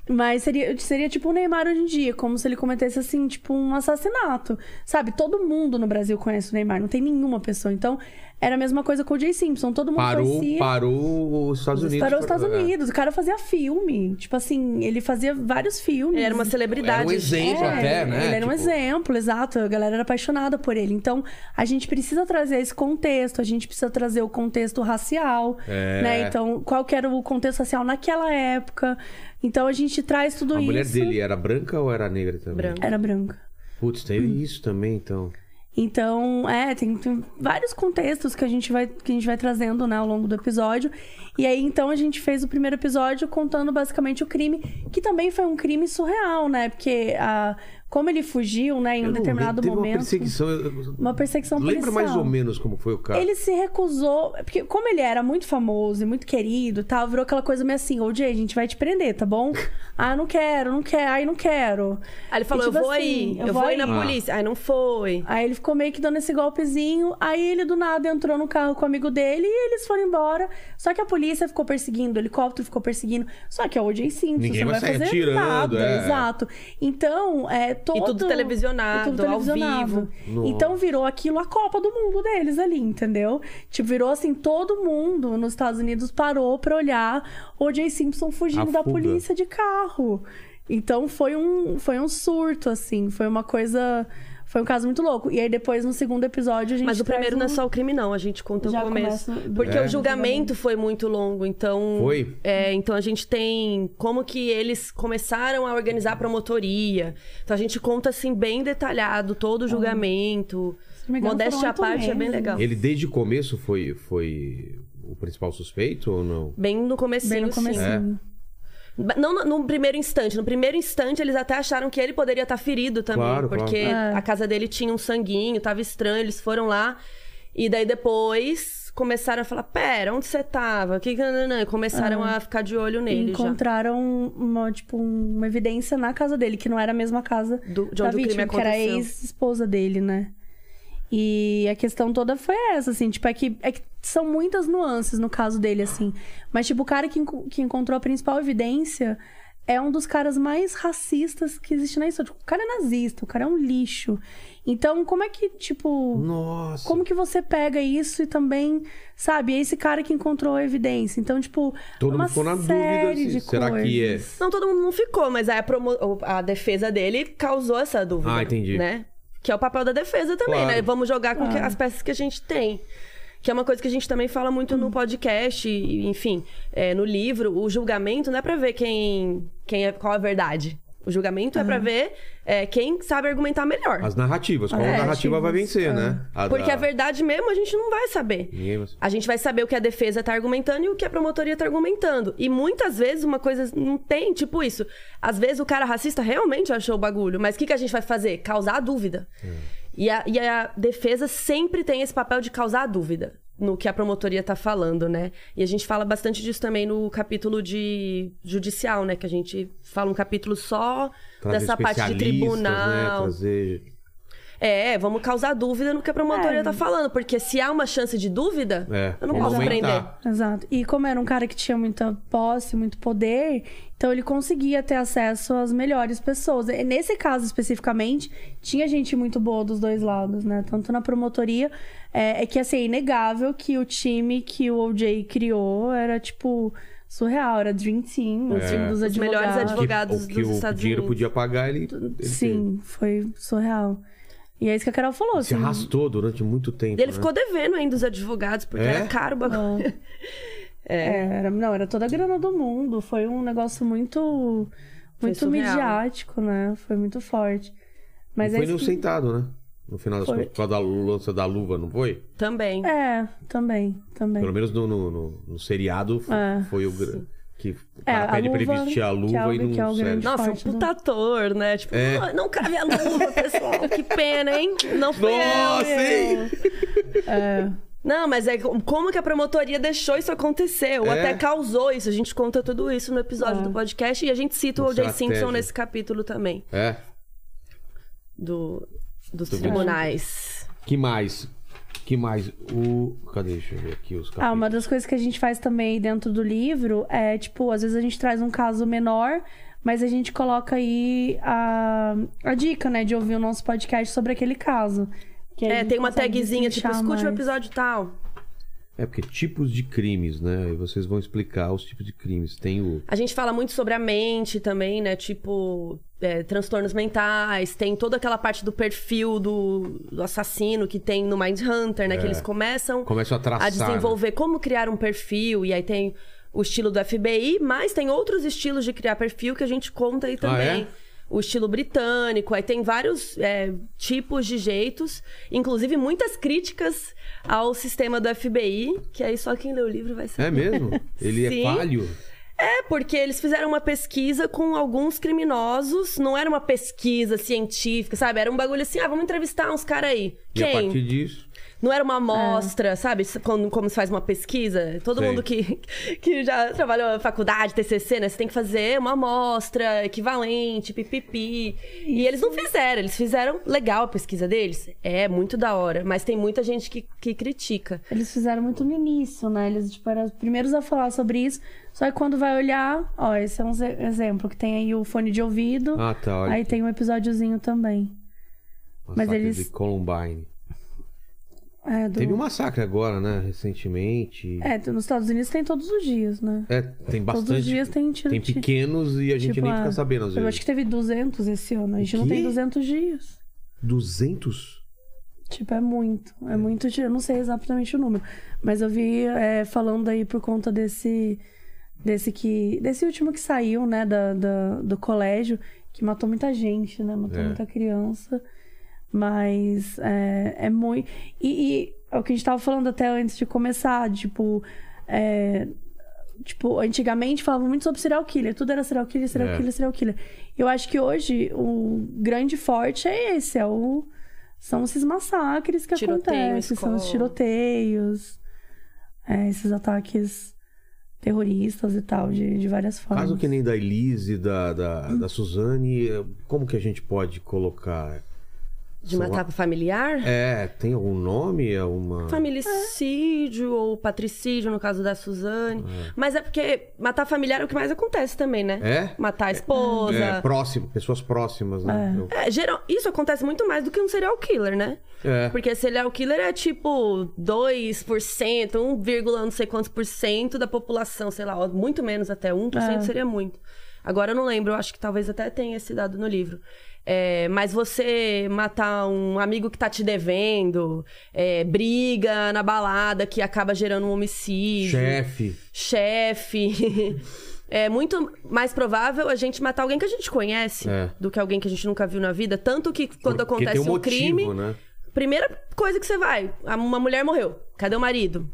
Mas seria, seria tipo o Neymar hoje em dia, como se ele cometesse assim, tipo, um assassinato. Sabe? Todo mundo no Brasil conhece o Neymar, não tem nenhuma pessoa. Então, era a mesma coisa com o Jay Simpson. Todo mundo
Parou,
conhecia.
parou os Estados Unidos.
Parou os Estados
É.
Unidos. O cara fazia filme. Tipo assim, ele fazia vários filmes.
Ele É, era uma celebridade.
Era um exemplo
É,
até, né?
Ele era um
Tipo,
exemplo, exato. A galera era apaixonada por ele. Então, a gente precisa trazer esse contexto, a gente precisa trazer o contexto racial,
É.
né? Então, qual que era o contexto racial naquela época? Então, a gente traz tudo
A
isso.
mulher dele era branca ou era negra também?
Branca.
Era branca.
Putz, teve isso também, então.
Então, é, tem, tem vários contextos que a gente vai que a gente vai trazendo, né, ao longo do episódio. E aí então a gente fez o primeiro episódio contando basicamente o crime, que também foi um crime surreal, né? Porque a Como ele fugiu, né, em um
Eu não
determinado
lembro, teve
momento.
Uma perseguição. eu- eu-
uma perseguição
Lembra
policial.
mais ou menos como foi o caso.
Ele se recusou, é porque como ele era muito famoso e muito querido e tal, virou aquela coisa meio assim, ô Jay, a gente vai te prender, tá bom? [laughs] Ah, não quero, não quero, ai, não quero.
Aí ele falou,
E, tipo
eu vou
assim,
aí, eu vou aí na polícia. Aí não foi.
Aí ele ficou meio que dando esse golpezinho. Aí ele do nada entrou no carro com o amigo dele e eles foram embora. Só que a polícia ficou perseguindo, o helicóptero ficou perseguindo. Só que é o O.J. Simpson,
Ninguém
você não
vai
vai
sair
fazer
atirando,
nada.
é.
Exato. Então, é todo...
tudo televisionado, ao vivo.
Nossa.
Então virou aquilo a Copa do Mundo deles ali, entendeu? Tipo, virou assim, todo mundo nos Estados Unidos parou pra olhar é o O.J. Simpson fugindo
A
da
fuga.
polícia polícia de carro. Então foi um, foi um surto, assim. Foi uma coisa. Foi um caso muito louco. E aí depois, no segundo episódio, a gente.
Mas o
traz
primeiro
um...
não é só o crime, não. A gente conta
Já
o começo.
começa do-
Porque
É.
o julgamento foi muito longo, então.
Foi?
É, então a gente tem como que eles começaram a organizar a promotoria. Então a gente conta, assim, bem detalhado todo o julgamento.
não me engano,
Modéstia à
foram oito
parte é bem
meses.
legal.
Ele desde o começo foi, foi o principal suspeito ou não?
Bem no comecinho,
Bem no
sim.
comecinho.
Ba- Não no, no primeiro instante. No primeiro instante, eles até acharam que ele poderia estar ferido também.
Claro, claro.
porque
É.
a casa dele tinha um sanguinho, tava estranho, eles foram lá. E daí depois começaram a falar: pera, onde você tava? Que... que- não, não, não", E começaram a ficar de olho
E
nele já.
É. encontraram uma, tipo, uma evidência na casa dele, que não era a mesma casa
Do- de onde
da
o crime
vítima, que era a
aconteceu.
ex-esposa dele, né? E a questão toda foi essa, assim, tipo, é que, é que são muitas nuances no caso dele, assim. Mas, tipo, o cara que, enco- que encontrou a principal evidência é um dos caras mais racistas que existe na história. Tipo, o cara é nazista, o cara é um lixo. Então, como é que, tipo.
Nossa.
Como que você pega isso e também, sabe, é esse cara que encontrou a evidência. Então, tipo,
Todo
uma
mundo ficou na dúvida.
série
se-
de
será que é?
coisas.
Não, todo mundo não ficou, mas aí a, promo- o- a defesa dele causou essa dúvida.
Ah, entendi.
Né? Que é o papel da defesa também,
Claro.
né? Vamos jogar com que- as peças que a gente tem. Que é uma coisa que a gente também fala muito no podcast, e, enfim, é, no livro. O julgamento não é pra ver quem, quem é, qual é a verdade. O julgamento é pra ver é, quem sabe argumentar melhor.
As narrativas. Qual
É,
narrativa vai
narrativas,
vencer,
é.
né? A
Porque
da-
a verdade mesmo a gente não vai saber.
Ninguém vai-
A gente vai saber o que a defesa tá argumentando e o que a promotoria tá argumentando. E muitas vezes uma coisa não tem, tipo isso. Às vezes o cara racista realmente achou o bagulho, mas o que, que a gente vai fazer? Causar a dúvida.
É.
E, a, e a defesa sempre tem esse papel de causar a dúvida no que a promotoria tá falando, né? E a gente fala bastante disso também no capítulo de judicial, né? Que a gente fala um capítulo só
trazer
dessa parte de
especialistas, Né?
tribunal.
Trazer...
É, vamos causar dúvida no que a promotoria
É.
tá falando, porque se há uma chance de dúvida,
É,
eu não
vamos
posso
aumentar.
prender.
Exato. E como era um cara que tinha muita posse, muito poder, então ele conseguia ter acesso às melhores pessoas. E nesse caso especificamente, tinha gente muito boa dos dois lados, né? Tanto na promotoria, é, é que assim, é inegável que o time que o OJ criou era tipo surreal, era Dream Team, o
É.
time dos
Os melhores advogados.
advogados.
Advogados
o que
dos
o
Estados
dinheiro
Unidos.
podia pagar, ele, ele
Sim, foi surreal. E é isso que a Carol falou,
fez. se
assim.
arrastou durante muito tempo.
E
né?
ele ficou devendo ainda os advogados, porque
É?
era caro o bagulho.
É, era, não, era toda a grana do mundo. Foi um negócio muito.
Foi
Muito
surreal.
midiático, né? Foi muito forte. Mas
Não
é
foi nem um
isso que-
centavo, né? No final das
Foi.
contas, por causa da lança da luva, não foi?
Também.
É, também, também.
Pelo menos no, no- no- no seriado foi,
É.
foi o gra- que o
É,
cara
a
pede pra ele
luva,
vestir a
que é
luva
o-
e
que é
não
o
serve.
grande-
Nossa, é um
forte, né?
puta ator, né? Tipo,
É.
não, não cabe a luva, pessoal. que pena, hein? Não foi
Nossa, hein?
[laughs]
Não, mas é co- como que a promotoria deixou isso acontecer? Ou
É.
até causou isso? A gente conta tudo isso no episódio
É.
do podcast e a gente cita
Com
o O.J.
estratégia.
Simpson nesse capítulo também,
É.
do, dos
Muito bom.
tribunais.
Que mais? Que mais? O. Cadê? Deixa eu ver aqui os capítulos.
Ah, uma das coisas que a gente faz também aí dentro do livro é, tipo, às vezes a gente traz um caso menor, mas a gente coloca aí a, a dica, né, de ouvir o nosso podcast sobre aquele caso. Que aí a
É,
gente
tem uma
consegue
tagzinha, tipo,
destrinchar
escute o
mais.
episódio tal.
É porque tipos de crimes, né? E vocês vão explicar os tipos de crimes. Tem o.
A gente fala muito sobre a mente também, né? Tipo, é, transtornos mentais, tem toda aquela parte do perfil do, do assassino que tem no Mindhunter, né? Que eles começam
Começa a traçar. né?
a desenvolver como criar um perfil, e aí tem o estilo do FBI, mas tem outros estilos de criar perfil que a gente conta aí também.
é?
O estilo britânico, aí tem vários é, tipos de jeitos, inclusive muitas críticas ao sistema do FBI, que aí só quem lê o livro vai
Né?
saber.
É mesmo? Ele é
Sim.
falho.
É, porque eles fizeram uma pesquisa com alguns criminosos. Não era uma pesquisa científica, sabe? Era um bagulho assim, ah, vamos entrevistar uns caras aí.
E a
Quem?
partir disso.
Não era uma amostra, sabe? S- Quando, como se faz uma pesquisa. Todo
Sei.
mundo que, [laughs] que já trabalhou na faculdade, TCC, né? Você tem que fazer uma amostra equivalente, pipipi. E eles não fizeram. Eles fizeram legal a pesquisa deles. É, muito da hora. Mas tem muita gente que, que critica.
Eles fizeram muito no início, né? Eles tipo, eram os primeiros a falar sobre isso. Só que quando vai olhar, ó, esse é um ze- exemplo que tem aí o fone de ouvido.
Ah, tá. Olha.
Aí tem um episódiozinho também. mas
massacre
eles-
de Columbine.
É, do...
Teve um massacre agora, né? Recentemente.
é, do- nos Estados Unidos tem todos os dias, né?
É, tem bastante.
Todos os dias tem tiro.
Tem pequenos e a gente
tipo,
nem
ah,
fica sabendo às
Eu acho
vezes.
que teve 200 esse ano. A gente não
quê?
tem 200 dias.
200?
Tipo, é muito. É muito tiro. Eu não sei exatamente o número. Mas eu vi é, falando aí por conta desse. Desse que. Desse último que saiu, né? Da, da- do colégio, que matou muita gente, né? Matou
É.
muita criança. Mas é, é muito. E, e é o que a gente tava falando até antes de começar, tipo. é, tipo, antigamente falava muito sobre serial killer. Tudo era serial killer, serial
É.
killer, serial killer. Eu acho que hoje o grande forte é esse, é o... São esses massacres que
Tiroteio,
acontecem, são os
escola.
tiroteios, é, esses ataques terroristas e tal, de, de várias formas.
Caso que nem da Elise, da, da,
Hum.
da Suzane, eh, como que a gente pode colocar?
De
São
matar pro familiar?
É, tem algum nome? É uma.
Familicídio ou patricídio, no caso da Suzane. Mas é porque matar familiar é o que mais acontece também, né?
É?
Matar a esposa.
É, próximo, pessoas próximas, né? Eu-
É, geral, isso acontece muito mais do que um serial killer, né?
É.
Porque serial killer é tipo 2%, 1, não sei quantos por cento da população, sei lá, ó, muito menos até 1%
É.
seria muito. Agora eu não lembro, eu acho que talvez até tenha esse dado no livro. É, mas você matar um amigo que tá te devendo, é, briga na balada que acaba gerando um homicídio
Chefe.
chefe. [laughs] É muito mais provável a gente matar alguém que a gente conhece
É.
do que alguém que a gente nunca viu na vida. Tanto que quando
Porque
acontece
tem
um,
um motivo,
crime,
né?
primeira coisa que você vai, a- uma mulher morreu. Cadê o marido?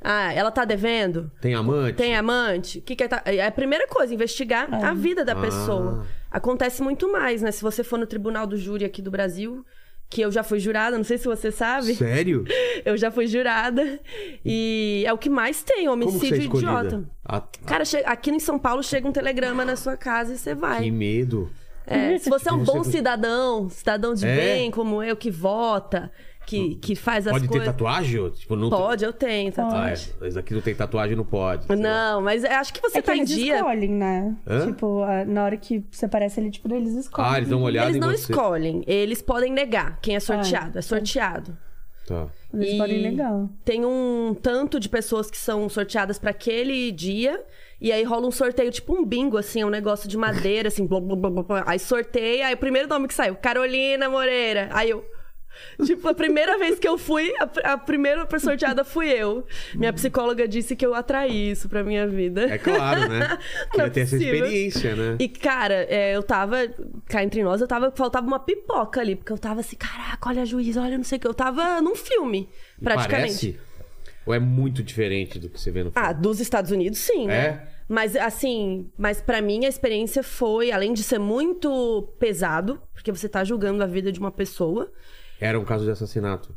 Ah, ela tá devendo?
Tem amante?
Tem amante? Que que é, ta- é a primeira coisa, investigar a vida da
Ah.
pessoa. Acontece muito mais, né? Se você for no Tribunal do Júri aqui do Brasil, que eu já fui jurada, não sei se você sabe.
Sério?
[laughs] Eu já fui jurada. E é o que mais tem,
Como que você é
homicídio
escolhida?
idiota.
Ah,
Cara, che- aqui em São Paulo chega um telegrama na sua casa e você
que
vai.
medo.
É, se você é um
Você-
bom cidadão, cidadão de
É?
bem, como eu, que vota, que, que faz as
Pode ter
coisas.
tatuagem? ou, Tipo, não
Pode, eu tenho
Ah,
tatuagem.
é, esse aqui não tem tatuagem, não pode. sei lá.
Não, mas eu acho que você
É que
tá em
eles
dia.
escolhem, né?
Hã?
Tipo, a- na hora que você aparece ali, tipo, eles escolhem.
Ah, eles dão uma olhada
Eles
em
não
você.
escolhem, eles podem negar
Ah,
quem é sorteado. É sorteado.
Tá.
Eles
E
podem negar.
Tem um tanto de pessoas que são sorteadas pra aquele dia. E aí rola um sorteio, tipo um bingo, assim, um negócio de madeira, assim, blá, blá, blá, blá, blá. Aí sorteia, aí o primeiro nome que saiu, Carolina Moreira. Aí eu. Tipo, a primeira vez que eu fui, a, pr- a primeira sorteada fui eu. Minha psicóloga disse que eu atraí isso pra minha vida.
É claro,
[laughs]
né?
Não é
Queria ter essa
possível.
experiência, né?
E, cara, é, eu tava. Cá entre nós, eu tava. Faltava uma pipoca ali, porque eu tava assim, caraca, olha a juíza, olha não sei o que. Eu tava num filme,
E
praticamente.
Parece? Ou é muito diferente do que você vê no filme?
Ah, dos Estados Unidos, sim, né?
É?
Mas assim, mas para mim a experiência foi, além de ser muito pesado, porque você tá julgando a vida de uma pessoa,
Era um caso de assassinato.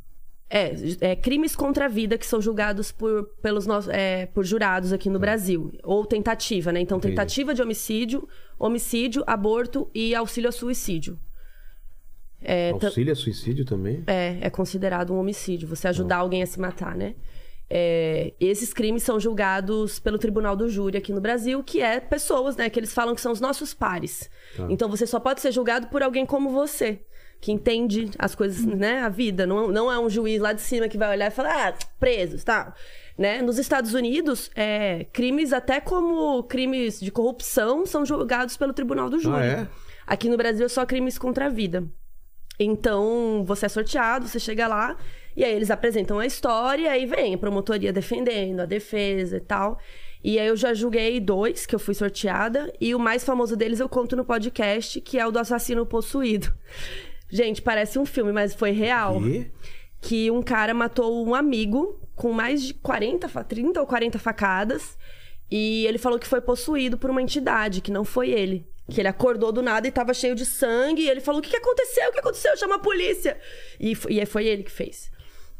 é, é, crimes contra a vida que são julgados por, pelos nossos, é, por jurados aqui no Brasil. Ou tentativa, né? Então,
Ah. Entendi.
tentativa de homicídio, homicídio, aborto e auxílio a suicídio. É, ta-
Auxílio a suicídio também?
é, é considerado um homicídio, você ajudar alguém a se matar, né? É, esses crimes são julgados pelo Tribunal do Júri aqui no Brasil, que é pessoas, né? Que eles falam que são os nossos pares. Então você só pode ser julgado por alguém como você, que entende as coisas, né? A vida. Não, não é um juiz lá de cima que vai olhar e falar, ah, presos, tá? Né? Nos Estados Unidos, é, crimes até como crimes de corrupção são julgados pelo Tribunal do Júri.
é?
Aqui no Brasil é só crimes contra a vida. Então, você é sorteado, você chega lá, e aí eles apresentam a história, e aí vem a promotoria defendendo, a defesa e tal. E aí eu já julguei dois que eu fui sorteada, e o mais famoso deles eu conto no podcast, que é o do assassino possuído. Gente, parece um filme, mas foi real.
Quê?
Que um cara matou um amigo com mais de 40, fa- 30 ou 40 facadas. E ele falou que foi possuído por uma entidade, que não foi ele. Que ele acordou do nada e tava cheio de sangue. E ele falou: O que, que aconteceu? O que aconteceu? Chama a polícia. E, f- e aí foi ele que fez.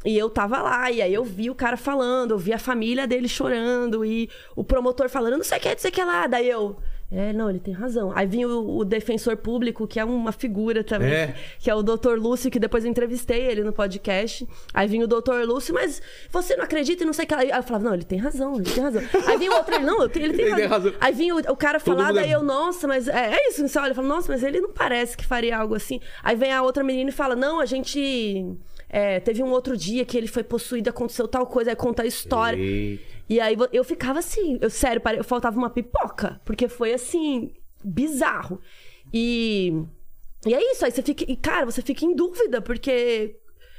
E eu tava lá, e aí eu vi o cara falando, eu vi a família dele chorando, e o promotor falando, não sei o que, não sei o que lá. Daí eu. É, não, ele tem razão. Aí vinha o, o defensor público, que é uma figura também,
É.
que é o doutor Lúcio, que depois eu entrevistei ele no podcast. Aí vinha o doutor Lúcio, mas você não acredita e não sei o que lá. Aí eu falava, não, ele tem razão, ele tem razão. Aí vinha o outro, ele, não, eu tenho- ele tem,
Ele tem
razão.
razão.
Aí vinha o, o cara
Todo
falar,
mundo é-
daí eu, nossa, mas é, é isso, você olha, e fala, nossa, mas ele não parece que faria algo assim. Aí vem a outra menina e fala, não, a gente é, teve um outro dia que ele foi possuído, aconteceu tal coisa, aí conta a história.
Eita.
E aí vo- eu ficava assim, eu sério, pare- eu faltava uma pipoca, porque foi assim, bizarro. E e é isso, aí você fica, e cara, você fica em dúvida, porque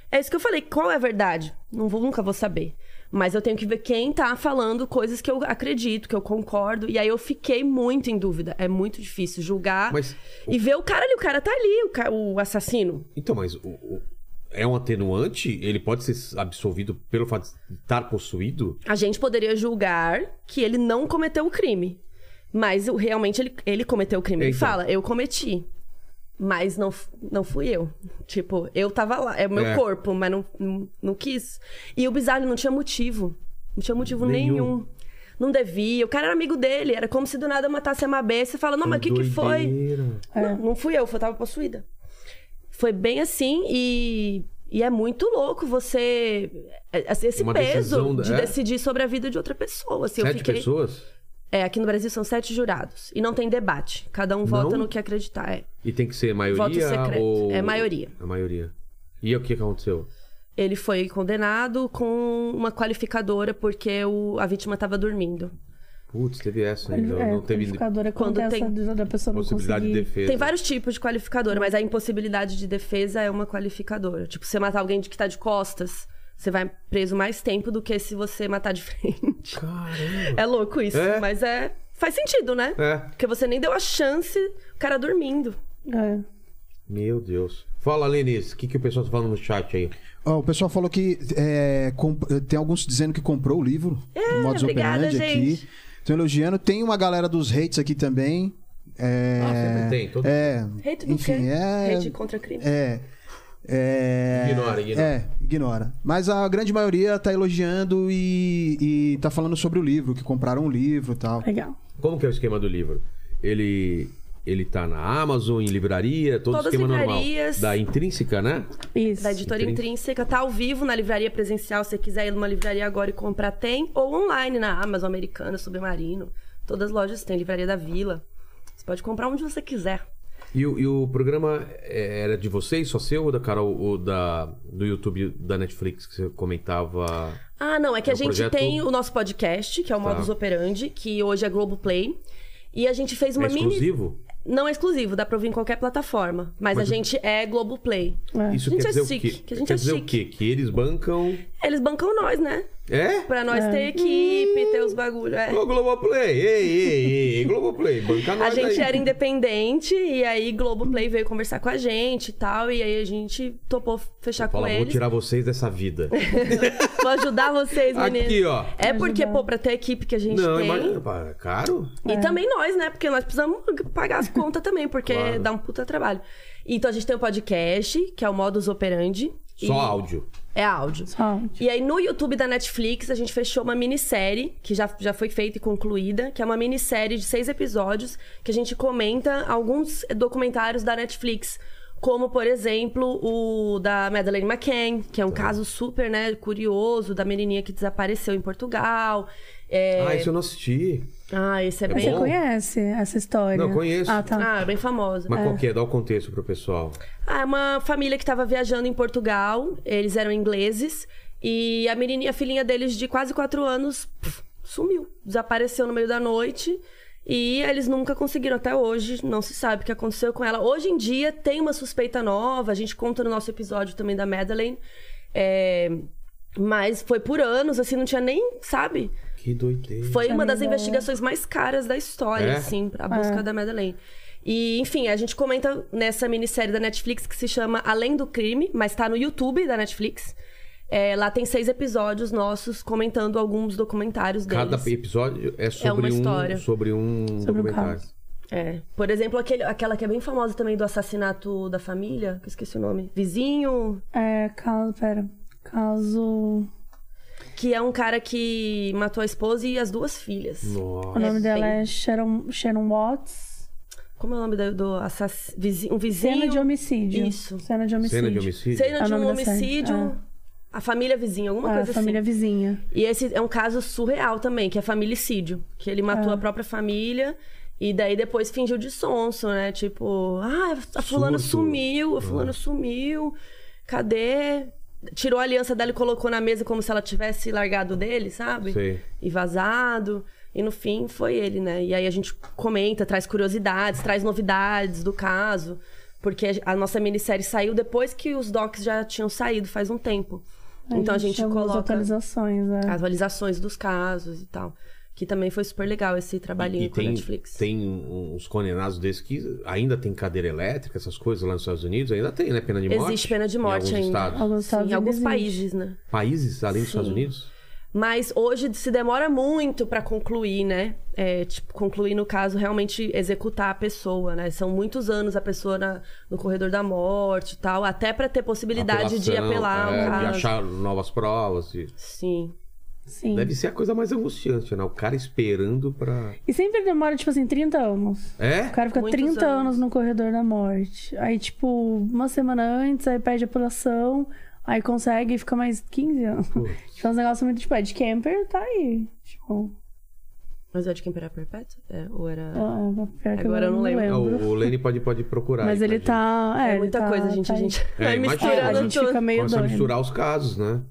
é isso que eu falei, qual é a verdade? Não vou, nunca vou saber. Mas eu tenho que ver quem tá falando coisas que eu acredito, que eu concordo. E aí eu fiquei muito em dúvida. É muito difícil julgar
Mas-
e ver o cara ali. O cara tá ali, o, ca- o assassino.
Então, mas o- o- é um atenuante? Ele pode ser absolvido pelo fato de estar possuído?
A gente poderia julgar que ele não cometeu o crime. Mas o- realmente ele, ele cometeu o crime. Ele
Então.
fala, eu cometi. Mas não, f- não fui eu. Tipo, eu tava lá. É o meu
É.
corpo, mas não, não, não quis. E o bizarro, ele não tinha motivo. Não tinha motivo
Nenhum.
nenhum. Não devia. O cara era amigo dele. Era como se do nada matasse a Mabê. Você fala, não, mas o que, que foi?
Doideira.
é.
Não, não fui eu, eu tava possuída. Foi bem assim e, e é muito louco você. é, assim, Esse
Uma
peso
decisão,
de
é?
decidir sobre a vida de outra pessoa. Assim, eu
Sete
fiquei,
pessoas?
É, aqui no Brasil são sete jurados. E não tem debate. Cada um vota
Não?
no que acreditar. É.
E tem que ser maioria
Voto secreto.
ou...
É maioria.
A maioria. E o que que aconteceu?
Ele foi condenado com uma qualificadora porque o, a vítima tava dormindo.
Putz, teve essa.
Quali-
Então,
é,
não teve
qualificadora
Quando
quando essa
tem
do- da pessoa não
possibilidade de
conseguir...
defesa.
Tem vários tipos de qualificadora, mas a impossibilidade de defesa é uma qualificadora. Tipo, você matar alguém de que tá de costas, você vai preso mais tempo do que se você matar de frente.
Caramba.
É louco isso,
É.
mas é. Faz sentido, né?
É.
Porque você nem deu a chance, o cara dormindo.
É.
Meu Deus. Fala, Lenis. O que, que o pessoal tá falando no chat aí?
Ó, o pessoal falou que é, comp- tem alguns dizendo que comprou o livro.
É,
o modus
obrigada,
operandi
gente.
aqui. Estão elogiando. Tem uma galera dos hates aqui também. É,
Ah, sempre tem, todo-
é,
Hate do
enfim,
quê?
é,
Hate contra crime.
É. É,
Ignora, ignora.
É, ignora. Mas a grande maioria tá elogiando e, e tá falando sobre o livro, que compraram um livro e tal.
Legal.
Como que é o esquema do livro? Ele... Ele tá na Amazon, em livraria, todo
Todas
esquema normal.
livrarias.
Da intrínseca, né?
Isso.
Da editora
Intrin-
intrínseca, tá ao vivo na livraria presencial. Se você quiser ir numa livraria agora e comprar, tem. Ou online na Amazon Americana, Submarino. Todas as lojas têm, Livraria da Vila. Você pode comprar onde você quiser.
E, o- e o programa é, era de vocês, só seu, ou da Carol, ou da, do YouTube da Netflix que você comentava?
Ah, não, é que
É
a
um
gente
projeto- Tá.
tem o nosso podcast, que é o Modus Operandi, que hoje é Globoplay. E a gente fez uma
É
mini.
exclusivo?
Não é exclusivo, dá pra ouvir em qualquer plataforma. Mas, a gente é Globoplay.
É.
Isso
A gente
quer
é
dizer o
chique,
quê?
que a gente
quer
é
dizer o quê?
chique.
Que eles bancam.
Eles bancam nós, né?
É?
Pra nós ter equipe, ter os bagulhos. É.
Ô, Globoplay! Ei, ei, ei, ei, Globoplay, banca
A
nós aí.
gente era independente e aí Globoplay veio conversar com a gente e tal. E aí a gente topou fechar com
Fala, vou
eles.
tirar vocês dessa
[laughs]
vida.
Vou ajudar vocês, meninos.
Aqui, ó.
É porque, pô, pra ter a equipe que a gente
Não,
tem.
imagina. pá, é Caro?
E também nós, né? Porque nós precisamos pagar as contas também, porque
Claro.
dá um puta trabalho. Então a gente tem o podcast, que é o Modus Operandi. e-
Só áudio.
É áudio.
Só.
E aí no YouTube da Netflix a gente fechou uma minissérie, que já, já foi feita e concluída, que é uma minissérie de seis episódios, que a gente comenta alguns eh, documentários da Netflix. Como, por exemplo, o da Madeleine McCann, que é um
Tá.
caso super né, curioso, da menininha que desapareceu em Portugal. É...
Ah, isso eu não assisti.
Ah, esse é,
É
bem...
Você
bom?
conhece essa história?
Não, conheço.
Ah, tá.
Ah, bem famosa.
Mas qual que é? Dá o contexto pro pessoal.
Ah, é uma família que estava viajando em Portugal, eles eram ingleses, e a menininha, a filhinha deles de quase quatro anos pf, sumiu, desapareceu no meio da noite. E eles nunca conseguiram até hoje, não se sabe o que aconteceu com ela. Hoje em dia tem uma suspeita nova, a gente conta no nosso episódio também da Madeleine. é, Mas foi por anos, assim, não tinha nem, sabe?
Que doideira.
Foi
Tinha
uma das
nem ideia.
investigações mais caras da história,
É?
assim, a busca da Madeleine. E, enfim, a gente comenta nessa minissérie da Netflix que se chama Além do Crime, mas tá no YouTube da Netflix. É, lá tem seis episódios nossos comentando alguns documentários deles.
Cada episódio é sobre
uma história.
um sobre um
Sobre um
documentário.
caso.
É. Por exemplo, aquele, aquela que é bem famosa também do assassinato da família, que eu esqueci o nome. Vizinho,
É, caso. Pera. Caso.
que é um cara que matou a esposa e as duas filhas.
Nossa.
O nome
É
dela
bem-
é Sharon, Sharon Watts.
Como é o nome do, do assassino? Um vizinho.
Cena de homicídio.
Isso.
Cena de homicídio.
Cena de homicídio?
Cena
É o
de um
nome da série.
homicídio.
É.
A família vizinha, alguma
Ah,
coisa assim.
família vizinha.
E esse é um caso surreal também, que é familicídio. Que ele matou
É.
a própria família e daí depois fingiu de sonso, né? Tipo, ah, a fulano
Surto.
sumiu, a fulano sumiu, cadê? Tirou a aliança dela e colocou na mesa como se ela tivesse largado dele, sabe?
Sei.
E vazado. E no fim foi ele, né? E aí a gente comenta, traz curiosidades, traz novidades do caso. Porque a nossa minissérie saiu depois que os docs já tinham saído faz um tempo. então a gente
chama as
coloca
atualizações, é.
atualizações dos casos e tal. Que também foi super legal esse trabalhinho
E
com a
tem,
Netflix.
tem um- uns condenados desses que ainda tem cadeira elétrica, essas coisas lá nos Estados Unidos, ainda tem, né? Pena de morte.
Existe pena de
em
morte
alguns
ainda.
estados.
Alguns
Sim,
Estados
em alguns
Unidos existe.
países, né?
Países além dos Estados Unidos?
Mas hoje se demora muito pra concluir, né? É, tipo, concluir no caso realmente executar a pessoa, né? São muitos anos a pessoa na- no corredor da morte e tal, até pra ter possibilidade de
Apelação,
apelar
é,
o
de
caso.
achar novas provas. e-
Sim.
Sim.
Deve ser a coisa mais angustiante, né? O cara esperando pra.
E sempre demora, tipo assim, 30 anos.
É?
O cara fica
Muitos
30 anos.
anos
no corredor da morte. Aí, tipo, uma semana antes, aí pede apelação, aí consegue e fica mais 15 anos. [laughs] Tipo, é um negócio muito, tipo, é de camper, tá aí. Tipo,
Mas é de quem era perpétuo? É, ou era.
ah, pior que
Agora eu não lembro.
Ah, O, Ah, o Lenny pode, pode procurar.
Mas
aí
ele
pra
tá. É,
É,
ele
muita
tá-
coisa, gente.
tá
A
aí.
[laughs] gente
É,
vai
imagina,
É,
misturando
a gente
tudo.
fica meio
Começa a
doido.
misturar os casos, né?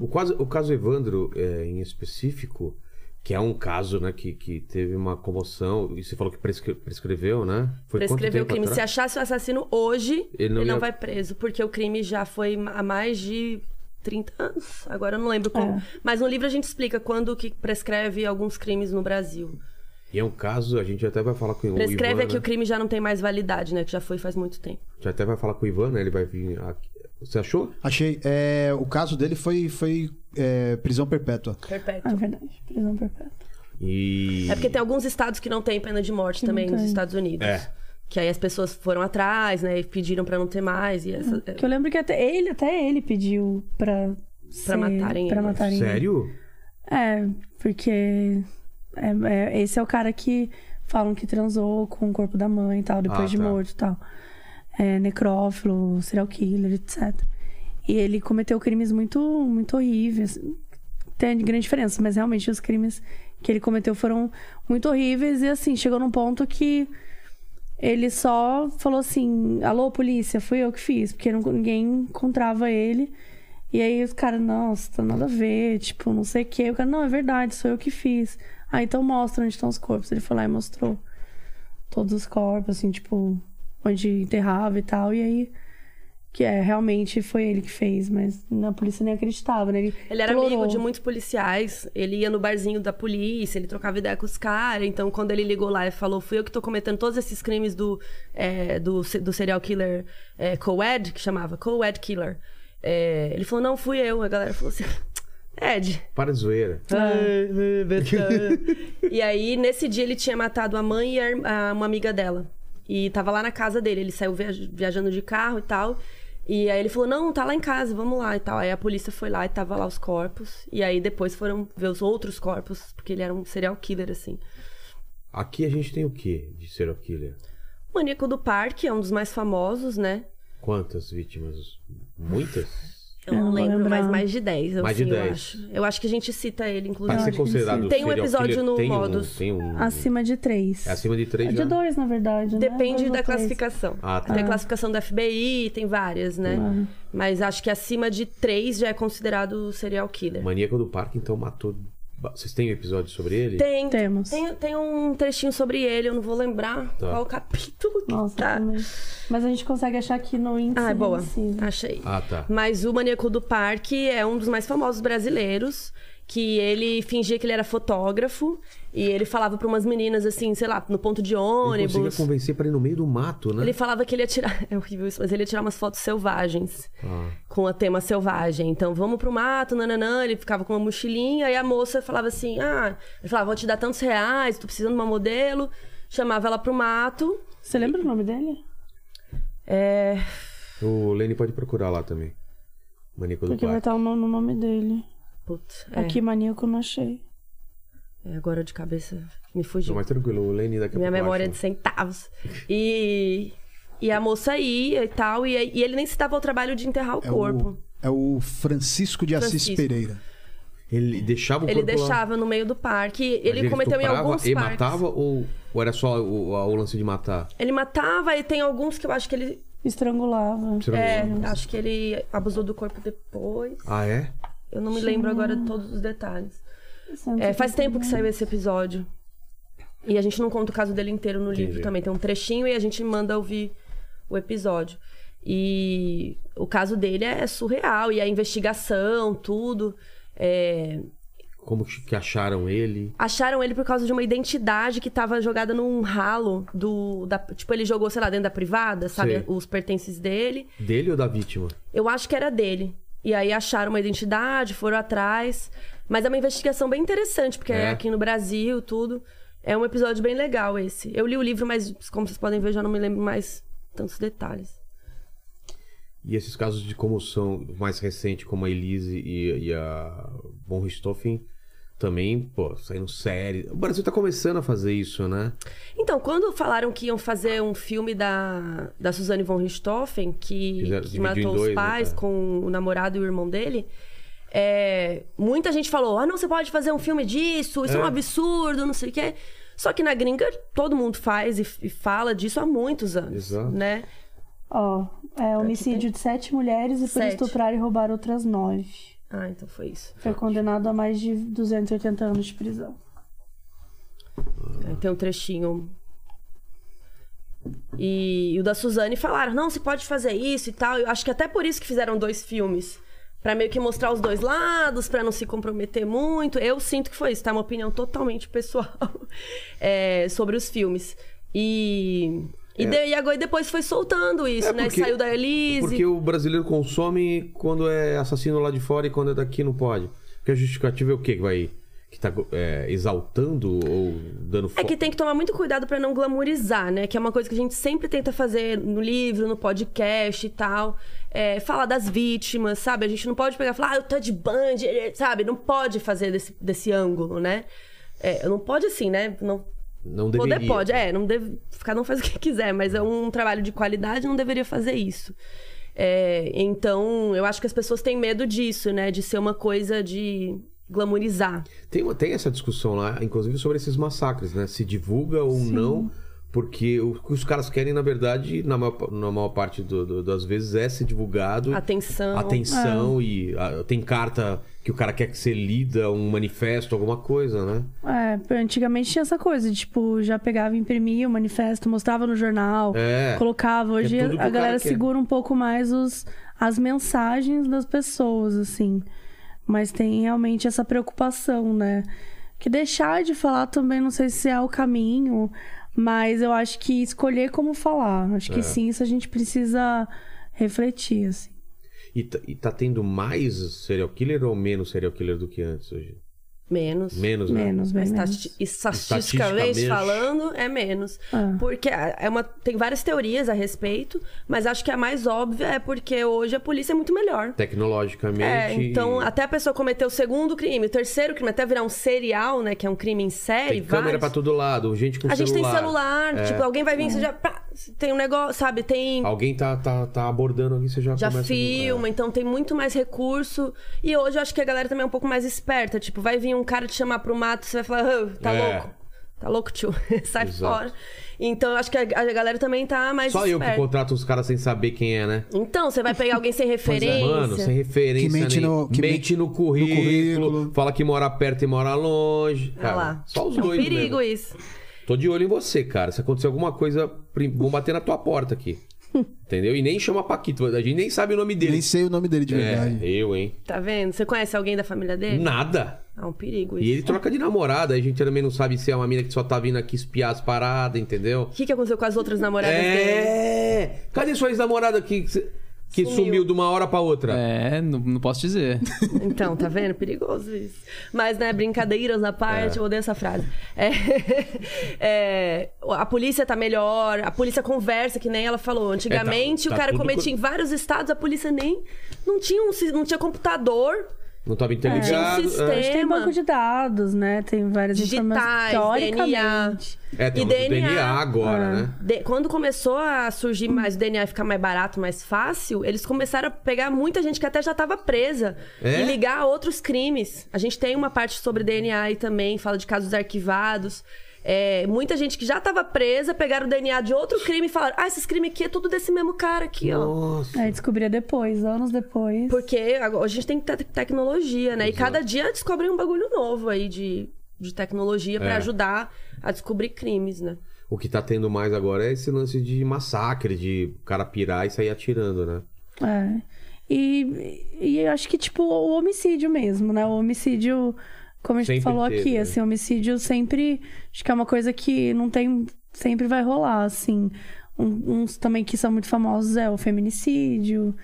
O caso, o caso Evandro, é, em específico, que é um caso, né, que, que teve uma comoção, e você falou que prescre- prescreveu, né? Foi quanto
prescrever o
tempo
crime. Se
atrás?
achasse o assassino hoje,
Ele
ele
não
não,
ia-
vai preso, porque o crime já foi ma- há mais de 30 anos. Agora eu não lembro como.
É.
Mas no livro a gente explica quando que prescreve alguns crimes no Brasil.
E é um caso, a gente até vai falar com o
Prescreve
Ivan,
é que
né?
o crime já não tem mais validade, né? Que já foi faz muito tempo.
A gente até vai falar com o Ivan, né? Ele vai vir aqui. Você achou?
Achei. é, o caso dele foi, foi é, prisão perpétua.
Perpétuo.
Ah, é verdade. Prisão perpétua.
E...
É porque tem alguns estados que não tem pena de morte também
não
nos
tem.
Estados Unidos.
É.
Que aí as pessoas foram atrás, né? E pediram pra não ter mais. E essa...
É,
é,
Que eu lembro que até ele, até ele pediu pra. ser-
matarem
pra
ele.
matarem ele.
Sério?
É, porque é, é, esse é o cara que falam que transou com o corpo da mãe e tal, depois
Ah,
de
tá.
morto e tal. É, necrófilo, serial killer, etc. E ele cometeu crimes muito, muito horríveis. Tem grande diferença, mas realmente os crimes que ele cometeu foram muito horríveis e assim, chegou num ponto que ele só falou assim: alô, polícia, fui eu que fiz, porque não- ninguém encontrava ele. E aí os caras, nossa, nada a ver, tipo, não sei o quê. O cara, não, é verdade, sou eu que fiz. Ah, então mostra onde estão os corpos. Ele foi lá e mostrou todos os corpos, assim, tipo, onde enterrava e tal. E aí, que é, realmente foi ele que fez, mas a polícia nem acreditava, né? Ele,
Ele era
implorou.
amigo de muitos policiais, ele ia no barzinho da polícia, ele trocava ideia com os caras. Então, quando ele ligou lá e falou, fui eu que tô cometendo todos esses crimes do, é, do, se- do serial killer é, co-ed, que chamava, co-ed killer. É, ele falou, não, fui eu. A galera falou assim, [laughs] Ed,
Para de zoeira.
É.
[laughs]
e aí, nesse dia, ele tinha matado a mãe e a irm- a- uma amiga dela. E tava lá na casa dele. Ele saiu viaj- viajando de carro e tal. E aí ele falou: Não, tá lá em casa, vamos lá e tal. Aí a polícia foi lá e tava lá os corpos. E aí depois foram ver os outros corpos, porque ele era um serial killer, assim.
Aqui a gente tem o quê de serial killer?
O Maníaco do Parque é um dos mais famosos, né?
Quantas vítimas? Muitas?
Eu não,
não É, vou
lembro,
lembrar.
mas mais de 10, eu,
Mais de
sim,
10.
eu acho. Eu acho que a gente cita ele,
Para
inclusive.
ser considerado
Tem um
serial
episódio
killer,
no
tem um-
Modus. Assim,
tem um...
Acima de três.
É acima de três
É
já?
de dois, na verdade. né?
Depende
Dois ou
da
três.
classificação.
Ah, tá.
Tem a classificação da FBI, tem várias, né? Mas acho que acima de três já é considerado serial killer.
Maníaco do Parque, então, matou... Vocês têm um episódio sobre ele?
Tem,
Temos.
tem, tem um trechinho sobre ele, eu não vou lembrar
Tá.
qual capítulo que
Nossa,
tá.
também. mas a gente consegue achar aqui no índice.
Ah, é boa.
reversível.
Achei.
Ah, tá.
Mas o Maníaco do Parque é um dos mais famosos brasileiros. que ele fingia que ele era fotógrafo e ele falava pra umas meninas assim, sei lá, no ponto de
Ele conseguia
ônibus.
convencer pra ir no meio do mato, né?
Ele falava que ele ia tirar. [laughs] É horrível isso, mas ele ia tirar umas fotos selvagens.
Ah,
Com o tema selvagem. Então, vamos pro mato, nananã. Ele ficava com uma mochilinha. Aí a moça falava assim: Ah, ele falava, vou te dar tantos reais, tô precisando de uma modelo. Chamava ela pro mato.
Você lembra o nome dele?
É,
O Lenny pode procurar lá também. Maníaco do
é
Porque vai
tá?
Parque.
estar o no- no nome dele.
Putz, é,
Aqui, maníaco, eu não achei.
é, agora de cabeça me
Não,
fugiu.
mas tranquilo, o Lenny daqui a pouco.
Minha memória é
acha.
de centavos. E, e a moça ia e tal. E, e ele nem se dava ao trabalho de enterrar o
É
corpo.
o, é o Francisco de Assis
Francisco.
Pereira.
Ele deixava o
Ele
corpo lá.
deixava no meio do parque.
Mas
Ele, cometeu em
estuprava
alguns
E
parques.
matava ou, ou era só o, o lance de matar?
Ele matava e tem alguns que eu acho que ele.
Estrangulava.
Você não
É,
lembra?
acho que ele abusou do corpo depois.
Ah, é?
Eu não me lembro agora de todos os detalhes. É, faz tempo que saiu esse episódio. E a gente não conta o caso dele inteiro no livro
Entendi.
também. Tem um trechinho e a gente manda ouvir o episódio. E o caso dele é surreal. E a investigação, tudo. É,
Como que que acharam ele?
Acharam ele por causa de uma identidade que tava jogada num ralo do. da- tipo, ele jogou, sei lá, dentro da privada, sabe?
Sei.
Os pertences dele.
Dele ou da vítima?
Eu acho que era dele. E aí acharam uma identidade, foram atrás. Mas é uma investigação bem interessante, porque é,
É.
aqui no Brasil, tudo. É um episódio bem legal esse. Eu li o livro, mas como vocês podem ver, já não me lembro mais tantos detalhes.
E esses casos de comoção mais recente, como a Elise e, e a Von Richthofen, também, pô, saindo série. O Brasil tá começando a fazer isso, né?
Então, quando falaram que iam fazer um filme da, da Suzane von Richthofen, que,
Fizeram-
que
dividiu em
matou
dois,
os pais
né, tá?
com o namorado e o irmão dele, é, muita gente falou: ah, não, você pode fazer um filme disso, isso é, um
É.
absurdo, não sei o quê. Só que na gringa todo mundo faz e, e fala disso há muitos anos,
Exato.
né?
Ó, é homicídio de sete mulheres e por
Sete.
estuprar e roubar outras nove.
Ah, então foi isso.
Foi condenado a mais de 280 anos de prisão.
É, tem um trechinho. E, e o da Suzane falaram: não, você pode fazer isso e tal. Eu acho que até por isso que fizeram dois filmes. Pra meio que mostrar os dois lados, pra não se comprometer muito. Eu sinto que foi isso, tá? É Uma opinião totalmente pessoal [laughs] é, sobre os filmes. E. E, de- e agora depois foi soltando isso,
É,
né?
porque-
Saiu da Elise.
Porque o brasileiro consome quando é assassino lá de fora e quando é daqui não pode. Porque a justificativa é o quê que vai. que tá é, exaltando ou dando
É que
foco?
tem que tomar muito cuidado pra não glamourizar, né? Que é uma coisa que a gente sempre tenta fazer no livro, no podcast e tal. É, falar das vítimas, sabe? A gente não pode pegar e falar, ah, eu tô de band, sabe? Não pode fazer desse, desse ângulo, né? É, não pode assim, né? Não,
Não deveria.
poder pode, é. Não deve, cada um faz o que quiser, mas é um trabalho de qualidade, não deveria fazer isso. É, então, eu acho que as pessoas têm medo disso, né? De ser uma coisa de glamourizar.
Tem, uma- tem essa discussão lá, inclusive, sobre esses massacres, né? Se divulga ou não, porque o que os caras querem, na verdade, na maior, pa- na maior parte do- do- das vezes, é ser divulgado.
Atenção. é.
Atenção e ah, tem carta que o cara quer que você lida, um manifesto, alguma coisa, né?
É, antigamente tinha essa coisa, de, tipo, já pegava, imprimia o manifesto, mostrava no jornal,
É.
colocava. Hoje
É tudo que
a
o cara
galera
quer.
segura um pouco mais os, as mensagens das pessoas, assim. Mas tem realmente essa preocupação, né? Que deixar de falar também, não sei se é o caminho, mas eu acho que escolher como falar. Acho que
É.
sim, isso a gente precisa refletir, assim.
E, tá- e tá tendo mais serial killer ou menos serial killer do que antes hoje?
Menos.
Menos, né?
Menos, bem
Mas
é menos.
estati- Estatisticamente
Estatisticamente.
falando, é menos.
Ah.
Porque é uma, tem várias teorias a respeito, mas acho que a mais óbvia é porque hoje a polícia é muito melhor.
Tecnologicamente.
É, então, até a pessoa cometer o segundo crime, o terceiro crime, até virar um serial, né? Que é um crime em série,
Tem câmera
vários.
pra todo lado, gente com
A gente
celular.
tem celular,
É.
tipo, alguém vai vir, você já. pá, tem um negócio, sabe? Tem.
Alguém tá, tá, tá abordando alguém, você já,
Já
começa... é. a-
filma, então tem muito mais recurso. E hoje eu acho que a galera também é um pouco mais esperta. Tipo, vai vir um cara te chamar pro mato, você vai falar, "Ah, tá
É.
louco. Tá louco, tio. [laughs] Sai
Exato.
fora. Então eu acho que a, a galera também tá mais
Só eu
esperta.
que contrato os caras sem saber quem é, né?
Então, você vai pegar alguém sem referência.
é. Mano, sem referência.
Que mente
nem-
no- que
mente
men-
no currículo,
no currículo.
Fala que mora perto e mora longe.
Olha
Cara,
lá.
Só os
é um
dois.
perigo
mesmo.
isso.
Tô de olho em você, cara. Se acontecer alguma coisa, prim- vão bater na tua porta
[laughs]
aqui. Entendeu? E nem chama Paquito. A gente nem sabe o nome dele.
Nem sei o nome dele de
é,
verdade.
eu, hein?
Tá vendo? Você conhece alguém da família dele?
Nada.
É um perigo isso.
E ele troca de namorada, aí a gente também não sabe se é uma mina que só tá vindo aqui espiar as paradas, entendeu?
O que, que aconteceu com as outras namoradas dele?
É! Cadê sua ex-namorada que, que
Sumiu.
sumiu. de uma hora pra outra?
É, não, não posso dizer.
Então, tá vendo? Perigoso isso. Mas, né, brincadeiras à parte, eu odeio essa frase. É, [laughs] é, a polícia tá melhor, a polícia conversa, que nem ela falou. Antigamente,
É, tá-
o
tá
cara
tudo
cometia
co-
em vários estados, a polícia nem... Não tinha, um, si- não tinha computador,
Não tava
tinha um
interligado.
A
sistema.
gente tem banco de dados, né? Tem várias informações.
Digitais, DNA.
Teoricamente.
É, tem
um
o
E
DNA,
DNA
agora, né?
De- quando começou a surgir mais o DNA ficar mais barato, mais fácil, eles começaram a pegar muita gente que até já estava presa
É?
e ligar a outros crimes. A gente tem uma parte sobre DNA aí também, fala de casos arquivados. É, muita gente que já estava presa pegaram o DNA de outro crime e falaram: Ah, esses crimes aqui é tudo desse mesmo cara aqui, ó.
Nossa.
Aí É, descobria depois, anos depois.
Porque agora a gente tem te- tecnologia, né? E cada dia descobrem um bagulho novo aí de, de tecnologia pra
É.
ajudar a descobrir crimes, né?
O que tá tendo mais agora é esse lance de massacre, de o cara pirar e sair atirando, né?
É. E, e eu acho que, tipo, o homicídio mesmo, né? O homicídio, como a gente
Sempre
falou
teve,
aqui,
né?
assim, o homicídio sempre. Acho que é uma coisa que não tem. Sempre vai rolar, assim. Um- uns também que são muito famosos é o feminicídio.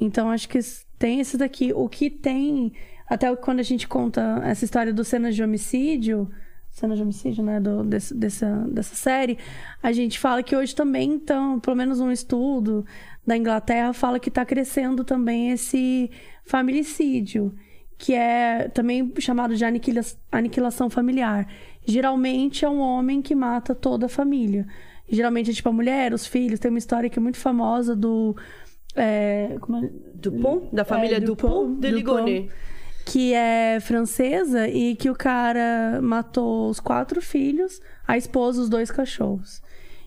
Então, acho que s- tem esses daqui. O que tem. Até o- quando a gente conta essa história do cenas de homicídio. Cenas de homicídio, né? Do, desse- dessa, dessa série. A gente fala que hoje também, então, pelo menos um estudo da Inglaterra fala que está crescendo também esse familicídio, que é também chamado de aniquila- aniquilação familiar. Geralmente é um homem que mata toda a família. Geralmente é tipo a mulher, os filhos. Tem uma história que é muito famosa do. É, como é?
Dupont, da família
É,
Dupont, de Ligonnès.
Que é francesa e que o cara matou os quatro filhos, a esposa, os dois cachorros.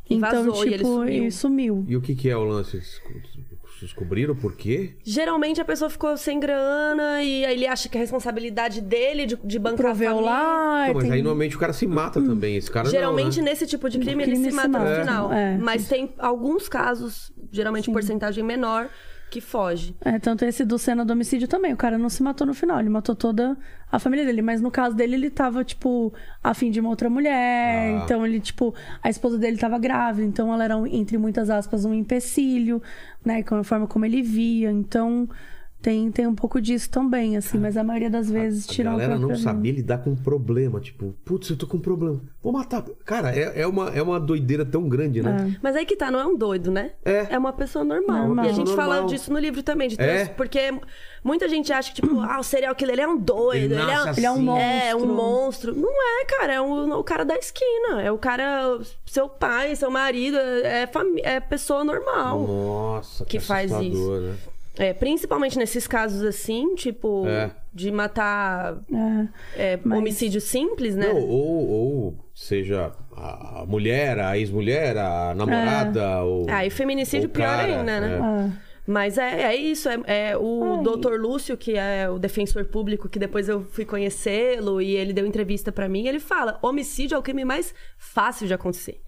E
então,
vazou, e
tipo,
ele sumiu.
e sumiu.
E o que, que é o lance? Desco- Descobriram por quê?
Geralmente a pessoa ficou sem grana e aí ele acha que é responsabilidade dele de, de bancar a
Proveu
família.
lá.
Não, mas
tem-
aí normalmente o cara se mata também. Esse cara
Ah, Hum. Geralmente
não, né?
nesse tipo de crime,
Crime
ele se
se
mata no
mata,
final.
é.
Mas tem alguns casos, geralmente porcentagem menor, que foge.
É, tanto esse do cena do homicídio também. O cara não se matou no final, ele matou toda a família dele. Mas no caso dele, ele tava, tipo, afim de uma outra mulher.
Ah.
Então ele, tipo, a esposa dele tava grávida. Então ela era, um- entre muitas aspas, um empecilho, né? Com a forma como ele via. Então tem, tem um pouco disso também, assim. Mas a maioria das vezes
A
tirou
galera não
própria vida.
sabia lidar com problema. Tipo, putz, eu tô com problema. Vou matar. Cara, é, é uma, é uma doideira tão grande, né?
Mas aí que tá, não é um doido, né?
É.
uma pessoa normal.
Normal.
E a gente
Pessoa
fala
normal.
disso no livro também, de
É.
trans- porque muita gente acha que, tipo, ah, o serial killer ele é um doido, ele,
Ele
é,
nasce
Ele é um
assim.
monstro.
É, um monstro. Não é, cara. É um- o cara da esquina. É o cara. Seu pai, seu marido. É, é fami- é pessoa normal.
Nossa,
Que faz isso.
assustador, Né?
É, principalmente nesses casos assim, tipo.
É.
De matar.
É.
é, Homicídio simples, né?
Não, ou, ou seja, a mulher, a ex-mulher, a namorada. Ou,
Ah, e
ou
feminicídio
o
pior
cara,
ainda, né?
é.
Ah.
Mas é, é isso, é, é o Dr. Lúcio, que é o defensor público, que depois eu fui conhecê-lo e ele deu entrevista pra mim, ele fala: homicídio é o crime mais fácil de acontecer.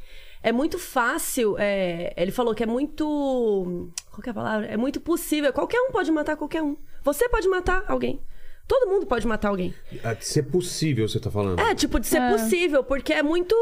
É muito fácil, é, ele falou que é muito. Qual que é a palavra? É muito possível. Qualquer um pode matar qualquer um. Você pode matar alguém. Todo mundo pode matar alguém.
É de ser possível, você tá falando.
É, tipo, de ser possível, porque é muito.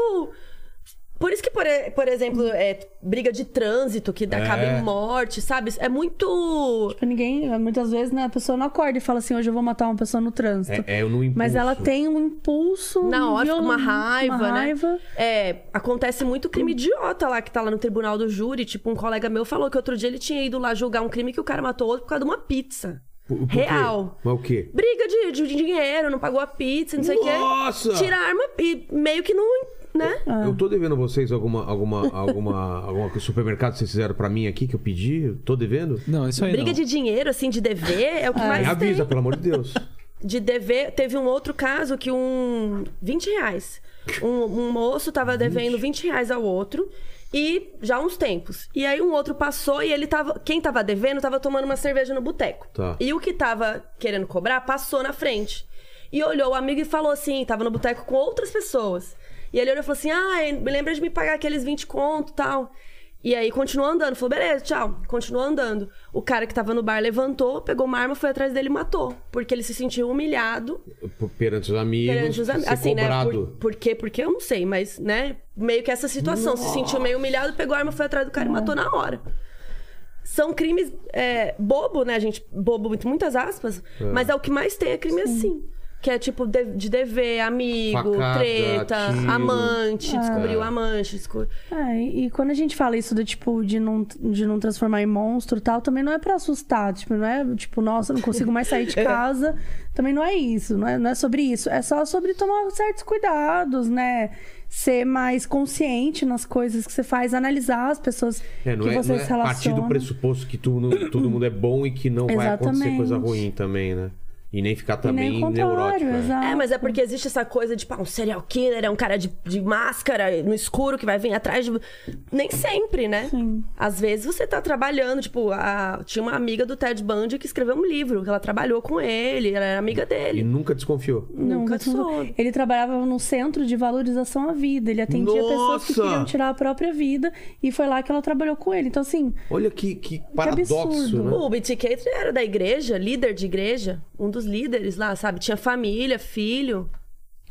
Por isso que, por, e- por exemplo, é, briga de trânsito que dá- acaba
É.
em morte, sabe? É muito.
Tipo, ninguém, muitas vezes, né, a pessoa não acorda e fala assim, hoje eu vou matar uma pessoa no trânsito.
É, é no impulso.
Mas ela tem um impulso.
Na hora, fica uma
violento,
raiva,
uma raiva.
né? É, acontece muito crime idiota lá que tá lá no tribunal do júri. Tipo, um colega meu falou que outro dia ele tinha ido lá julgar um crime que o cara matou outro por causa de uma pizza.
Por- por quê?
Real.
Mas o quê?
Briga de, de dinheiro, não pagou a pizza, não sei o quê.
Nossa!
Tira a arma e meio que não. né?
Eu tô devendo vocês alguma alguma alguma alguma que o supermercado vocês fizeram pra mim aqui que eu pedi? Eu Tô devendo?
[laughs] Não, isso aí
Briga
não.
de dinheiro, assim, de dever, é o que
Me
mais
avisa,
tem.
pelo amor de Deus.
de dever. Teve um outro caso que um. 20 reais. Um, um moço tava devendo 20 reais ao outro. E já há uns tempos. E aí um outro passou e ele tava. Quem tava devendo tava tomando uma cerveja no boteco.
Tá.
E o que tava querendo cobrar passou na frente. E olhou o amigo e falou assim: tava no boteco com outras pessoas. E ele olhou e falou assim: ah, lembra de me pagar aqueles 20 conto e tal. E aí continuou andando. Falou, beleza, tchau. Continuou andando. O cara que tava no bar levantou, pegou uma arma, foi atrás dele e matou. Porque ele se sentiu humilhado
P- Perante os amigos.
perante os amigos.
ser
Assim, né?
cobrado.
Por, por quê? Porque eu não sei, mas, né? Meio que essa situação. Se sentiu meio humilhado, pegou a arma, foi atrás do cara e matou na hora. São crimes é, bobo, né, gente? Bobo, entre muitas aspas. Mas é o que mais tem é crime assim. Que é tipo de, de dever, amigo,
Facada,
treta,
tiro.
amante, descobriu o amante. desco-
É, e e quando a gente fala isso do tipo de não, de não transformar em monstro e tal, também não é pra assustar, tipo, não é tipo, nossa, não consigo mais
[laughs]
sair de casa. Também não é isso, não é, não é sobre isso. É só sobre tomar certos cuidados, né? Ser mais consciente nas coisas que você faz, analisar as pessoas
É, não
que
é,
você
não
se
é
relaciona.
partir do pressuposto que tu não- todo mundo é bom e que não vai acontecer
Exatamente.
coisa ruim também, né? E nem ficar
E nem o
também neurótico.
contrário,
né?
exato.
É, mas é porque existe essa coisa de, pá, um serial killer é um cara de, de máscara no escuro que vai vir atrás de. Nem sempre, né?
Sim.
Às vezes você tá trabalhando, tipo, a- tinha uma amiga do Ted Bundy que escreveu um livro, que ela trabalhou com ele, ela era amiga
E
dele.
nunca desconfiou.
Não,
Nunca
mas não- é.
soube.
Ele trabalhava no centro de valorização à vida. Ele atendia pessoas que
Nossa!
queriam tirar a própria vida e foi lá que ela trabalhou com ele. Então, assim,
Olha que, que paradoxo,
absurdo.
né?
O BTK era da igreja, líder de igreja, um dos líderes lá, sabe? Tinha família, filho.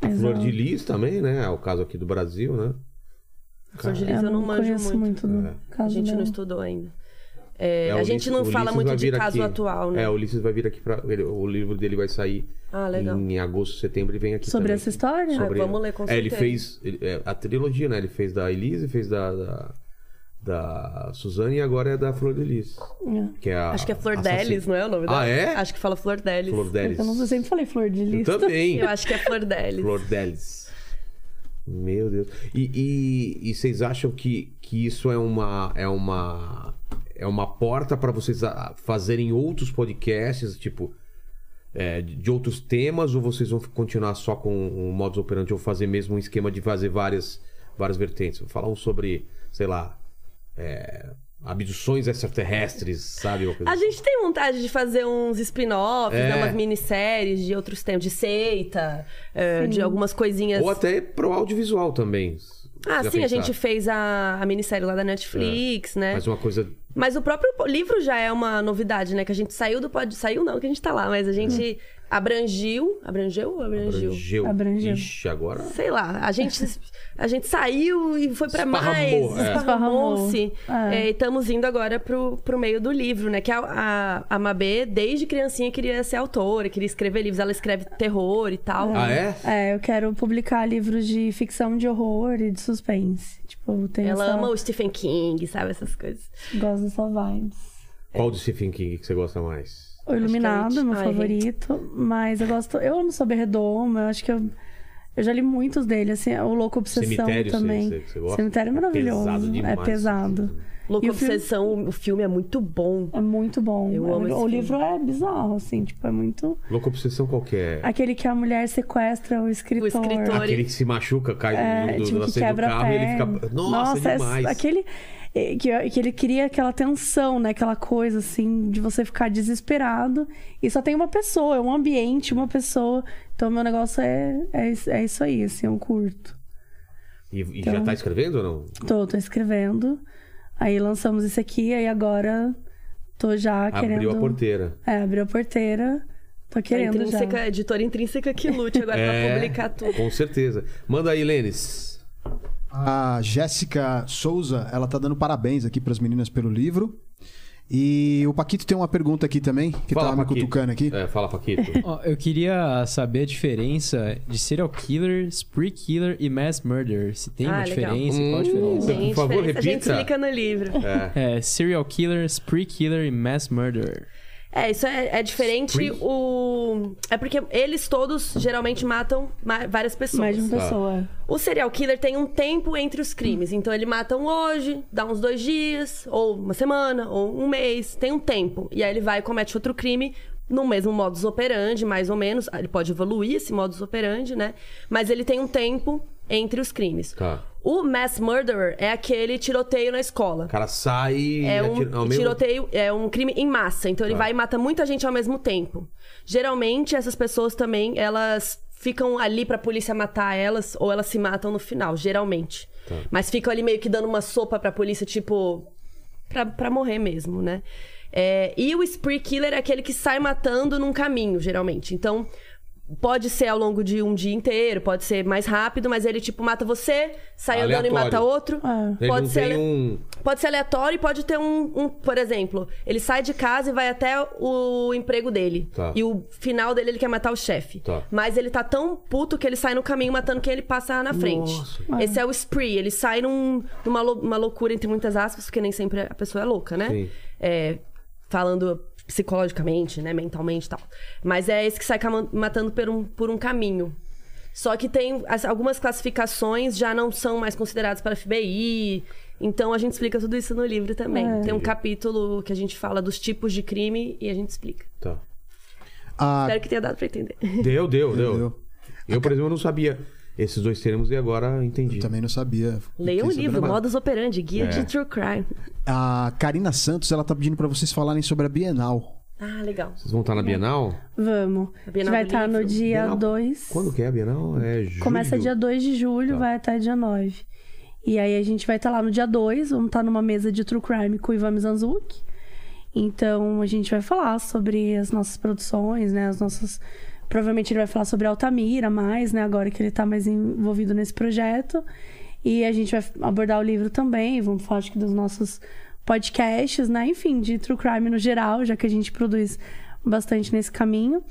A Flor de Lis também, né? É o caso aqui do Brasil, né?
Os angelis eu
eu
não
não
manjo
conheço
muito.
muito, do
A
caso
gente
dela.
não estudou ainda. É,
É,
a
o Ulisses-
gente não
o
fala
Ulisses
muito
vai
de
vir aqui.
caso atual, né?
É, o Ulisses vai vir aqui pra. ele- o livro dele vai sair
Ah, legal.
em agosto, setembro e vem aqui.
Sobre
também.
essa história?
Ah, vamos ler, com
É, ele
certeza.
fez ele- é, a trilogia, né? Ele fez da Elise, fez da. da... Da Suzane e agora é da Flor de Lis.
É.
Que é a
Acho que é Flor
assassina.
Delis, não é o nome dela?
Ah, é?
Acho que fala Flor Delis.
Flor Delis.
Eu, não, eu sempre falei flor de
Eu
lista.
também.
Eu acho que é Flor Delis.
Flor Delis. Meu Deus. E, e- e vocês acham que, que isso é uma é uma é uma porta para vocês a- fazerem outros podcasts, tipo é, de de outros temas ou vocês vão continuar só com o modus operandi ou fazer mesmo um esquema de fazer várias várias vertentes? Vou falar um sobre, sei lá, é, abduções extraterrestres, sabe? Uma coisa
A gente tem vontade de fazer uns spin-offs,
É.
né, umas minisséries de outros temas, de seita, é, de algumas coisinhas.
Ou até pro audiovisual também.
Ah,
Já
sim, a
pensaram?
gente fez a, a minissérie lá da Netflix, né?
Mas
Mas...
uma coisa
o próprio po- livro já é uma novidade, né? Que a gente saiu do pod... Saiu não, que a gente tá lá, mas a gente
Hum.
abrangiu... Abrangeu ou abrangiu?
Abrangeu.
Abrangeu.
Ixi, agora.
Sei lá, a
[laughs]
gente, a gente saiu e foi pra
Esparramou,
mais,
é.
esparramou-se.
Esparramou, é.
É, e estamos indo agora pro, pro meio do livro, né? Que a, a, a Mabê, desde criancinha, queria ser autora, queria escrever livros. Ela escreve terror e tal.
Ah, é?
[laughs] É, eu quero publicar livros de ficção de horror e de suspense. Tipo, tem
Ela
essa...
ama o Stephen King, sabe? Essas coisas.
Gosto dessa vibes.
Qual do Stephen King que você gosta mais?
O Iluminado,
Praticamente.
meu
Ai,
favorito. Mas eu gosto... Eu amo Sob Redomo, eu acho que eu... Eu já li muitos dele, assim, o Louco Obsessão
Cemitério, você-
também.
você- você gosta?
Cemitério é
É
maravilhoso.
pesado demais, assim,
é pesado.
Louco
E o filme-
Obsessão, o filme é muito bom.
É muito bom.
Eu
É
amo esse
legal. o
filme.
livro é bizarro, assim, tipo, é muito.
Louco Obsessão qualquer.
Aquele que a mulher sequestra o escritor.
escritor.
Aquele que se machuca, cai
É,
do, do,
tipo,
do,
que
assim, do
quebra
carro
a
e ele fica.
perna.
Nossa, é demais.
é- aquele é, que, que ele cria aquela tensão, né? Aquela coisa assim de você ficar desesperado e só tem uma pessoa, é um ambiente, uma pessoa. Então meu negócio é é, isso- é isso aí, assim, eu curto.
E, e já
Então.
tá escrevendo ou não?
Tô, tô escrevendo. Aí lançamos isso aqui, aí agora tô já Tá querendo.
Abriu a porteira.
É, abriu a porteira. Tô
A
querendo
Tá intrínseca,
já.
a editora intrínseca que lute agora
É.
pra publicar tudo.
Com certeza. Manda aí, Lênis.
A Jéssica Souza, ela tá dando parabéns aqui pras meninas pelo livro. E o Paquito tem uma pergunta aqui também, que
fala,
tá me
Paquito.
cutucando aqui.
É, fala,
[laughs]
Paquito.
Ó, eu queria saber a diferença de serial killer, spree killer e mass murder. Se tem
Ah,
uma
legal.
diferença, qual a
Por
diferença?
Tem
favor,
diferença, a gente
repita.
explica no livro.
É.
É, serial killer, spree killer e mass murder.
É, isso é, é diferente.
Spree?
O... É porque eles todos geralmente matam ma- várias pessoas.
Mais de um
Tá.
uma pessoa.
O serial killer tem um tempo entre os crimes. Então ele mata um hoje, dá uns dois dias, ou uma semana, ou um mês. Tem um tempo. E aí ele vai e comete outro crime no mesmo modus operandi, mais ou menos. Ah, Ele pode evoluir esse modus operandi, né? Mas ele tem um tempo entre os crimes.
Tá.
O mass murderer é aquele tiroteio na escola.
O cara sai e
É um
atira- ao mesmo-
tiroteio, é um crime em massa. Então ele vai e mata muita gente ao mesmo tempo. Geralmente essas pessoas também, elas ficam ali pra polícia matar elas, ou elas se matam no final, geralmente.
Tá.
Mas ficam ali meio que dando uma sopa pra polícia, tipo. Pra, pra morrer mesmo, né? É, e o spree killer é aquele que sai matando num caminho, geralmente. Então, pode ser ao longo de um dia inteiro, pode ser mais rápido, mas ele, tipo, mata você, sai andando e
Aleatório.
mata outro.
Ele
Pode
não
ser né?
tem
ale-
um.
Pode ser aleatório e pode ter um, um- Por exemplo, ele sai de casa e vai até o emprego dele.
Tá.
E o final dele ele quer matar o chefe.
Tá.
Mas ele tá tão puto que ele sai no caminho matando quem ele passa na frente. Esse é o spree. Ele sai num- numa lou- uma loucura, entre muitas aspas, porque nem sempre a pessoa é louca, né?
Sim.
É, falando psicologicamente, né? Mentalmente e tal. Mas é esse que sai cama- matando por um, por um caminho. Só que tem as- algumas classificações já não são mais consideradas para FBI. Então a gente explica tudo isso no livro também. Tem um capítulo que a gente fala dos tipos de crime e a gente explica.
Tá.
A
Espero que tenha dado para entender.
Deu, deu, deu.
Deu.
Eu, por exemplo, não sabia esses dois termos e agora entendi.
Eu também não sabia.
Leia um
Fiquei sabendo
livro,
agora.
Modus Operandi, Guia de True Crime.
A Karina Santos, ela tá pedindo pra vocês falarem sobre a Bienal.
Ah, legal.
Vocês vão estar na Bienal?
Vamos. A gente
Bienal
vai
do
estar no
livro.
dia
Bienal.
2.
Quando que é a Bienal? É julho.
Começa dia 2 de julho, vai até dia 9. E aí a gente vai estar lá no dia 2, vamos estar numa mesa de True Crime com o Ivan Mizanzuki. Então a gente vai falar sobre as nossas produções, né? As nossas. Provavelmente ele vai falar sobre Altamira mais, né? Agora que ele tá mais envolvido nesse projeto. E a gente vai abordar o livro também, vamos falar acho que dos nossos podcasts, né? Enfim, de True Crime no geral, já que a gente produz bastante nesse caminho.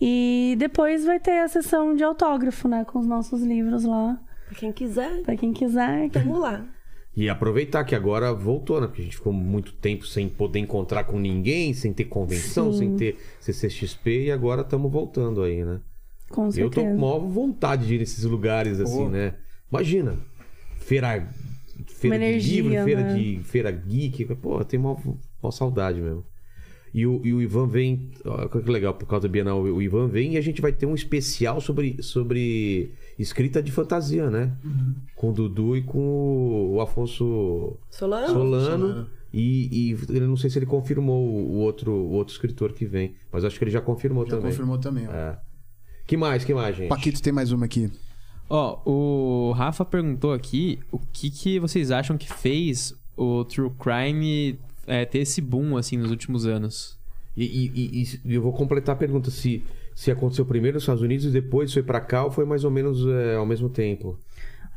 E depois vai ter a sessão de autógrafo, né? Com os nossos livros lá.
Pra quem quiser,
Pra quem quiser.
vamos lá.
E aproveitar que agora voltou, né? Porque a gente ficou muito tempo sem poder encontrar com ninguém, sem ter convenção, sem ter CCXP e agora estamos voltando aí, né?
Com
Eu tô
certeza.
com maior vontade de ir nesses lugares, assim, né? Imagina. Feira. Feira
Uma
de livro,
energia,
feira
né?
de. Feira geek. Pô, eu tenho maior, maior saudade mesmo. E o, e o Ivan vem. Olha que legal, por causa do Bienal, o Ivan vem e a gente vai ter um especial sobre, sobre escrita de fantasia, né? Com o Dudu e com o, o Ah, Afonso
Solano?
Solano. E, e eu não sei se ele confirmou o outro, o outro escritor que vem, mas acho que ele já confirmou
Já
também.
confirmou também. ó.
É. Que mais, que mais, gente?
Paquito tem mais uma aqui.
Ó, o Rafa perguntou aqui o que, que vocês acham que fez o True Crime é, ter esse boom, assim, nos últimos anos.
E, e- e- e eu vou completar a pergunta: se, se aconteceu primeiro nos Estados Unidos e depois foi pra cá ou foi mais ou menos é, ao mesmo tempo?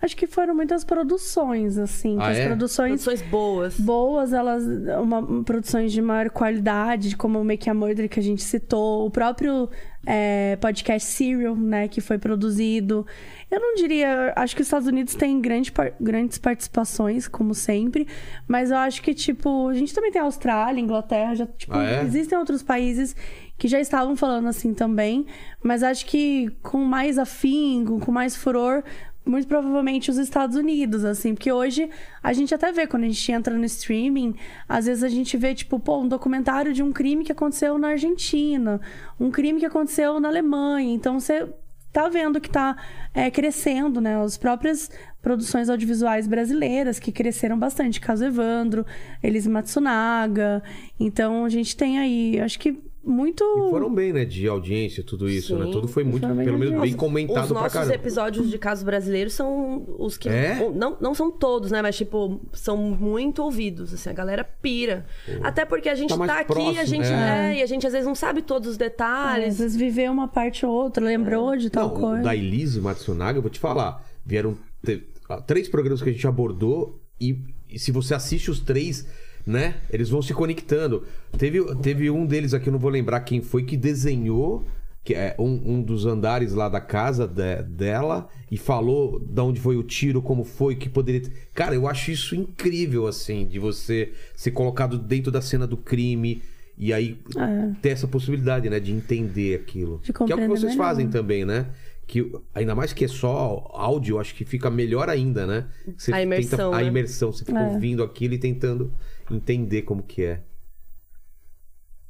Acho que foram muitas produções, assim. que
Ah,
as
é?
produções
Produções boas.
boas, elas. Uma, produções de maior qualidade, como o Make a Murder que a gente citou, o próprio é, podcast Serial, né, que foi produzido. Eu não diria. Acho que os Estados Unidos têm grande, par- grandes participações, como sempre. Mas eu acho que, tipo, a gente também tem a Austrália, Inglaterra, já, tipo,
Ah, é?
existem outros países que já estavam falando assim também, mas acho que com mais afinco, com mais furor, muito provavelmente os Estados Unidos, assim, porque hoje a gente até vê quando a gente entra no streaming, às vezes a gente vê tipo, pô, um documentário de um crime que aconteceu na Argentina, um crime que aconteceu na Alemanha, então você tá vendo que tá é, crescendo, né? As próprias produções audiovisuais brasileiras que cresceram bastante. Caso Evandro, Elis Matsunaga. Então a gente tem aí, acho que muito.
E foram bem, né? De audiência, tudo isso,
Sim.
né? Tudo foi muito,
Hum. Foram bem
pelo menos, bem
audiência.
comentado
Os
pra
nossos
caramba.
episódios de casos brasileiros são os que.
É?
ou- Não, não são todos, né? Mas, tipo, são muito ouvidos. Assim, a galera pira. Até porque a gente
Tá
tá,
mais
aqui,
próximo,
a gente.
é.
É. e a gente às vezes não sabe todos os
Às
detalhes.
vezes viveu uma parte ou outra, lembrou de
É.
tal
Não, o
coisa.
da Elise Matsunaga, eu vou te falar. Vieram te- ah, três programas que a gente abordou e, e se você assiste os três, né? Eles vão se conectando. Teve, teve um deles aqui, eu não vou lembrar quem foi, que desenhou que é um, um dos andares lá da casa de- dela e falou de onde foi o tiro, como foi, que poderia. ter- Cara, eu acho isso incrível, assim, de você ser colocado dentro da cena do crime. E aí ter essa possibilidade, né, de entender aquilo.
É. De
que é o que
compreender
vocês
melhor,
fazem
né?
também, né? Que ainda mais que é só áudio, eu acho que fica melhor ainda, né? Você
A
tenta-
imersão,
a
né?
imersão, você fica
É.
ouvindo aquilo e tentando entender como que é.